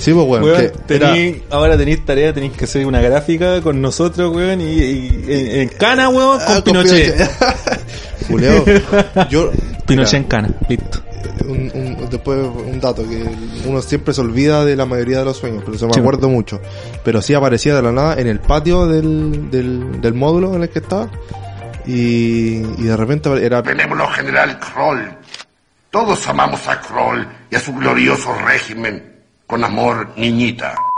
[SPEAKER 1] Sí, pues, weón.
[SPEAKER 4] Weón,
[SPEAKER 1] que era-
[SPEAKER 4] tení- ahora tenéis tarea, tenéis que hacer una gráfica con nosotros, weón, y, y- en, en cana, weón, con
[SPEAKER 1] Ah,
[SPEAKER 4] Pinochet.
[SPEAKER 1] Julio, yo.
[SPEAKER 3] Pinochet en
[SPEAKER 1] mira,
[SPEAKER 3] cana. Listo.
[SPEAKER 1] un- un- después un dato que uno siempre se olvida de la mayoría de los sueños, pero se me
[SPEAKER 3] Sí. pues.
[SPEAKER 1] acuerdo mucho. Pero sí aparecía de la nada en el patio del, del, del módulo en el que estaba. Y, y de repente era
[SPEAKER 7] Benévolo general Kroll. Todos amamos a Kroll y a su glorioso régimen. Con amor, niñita.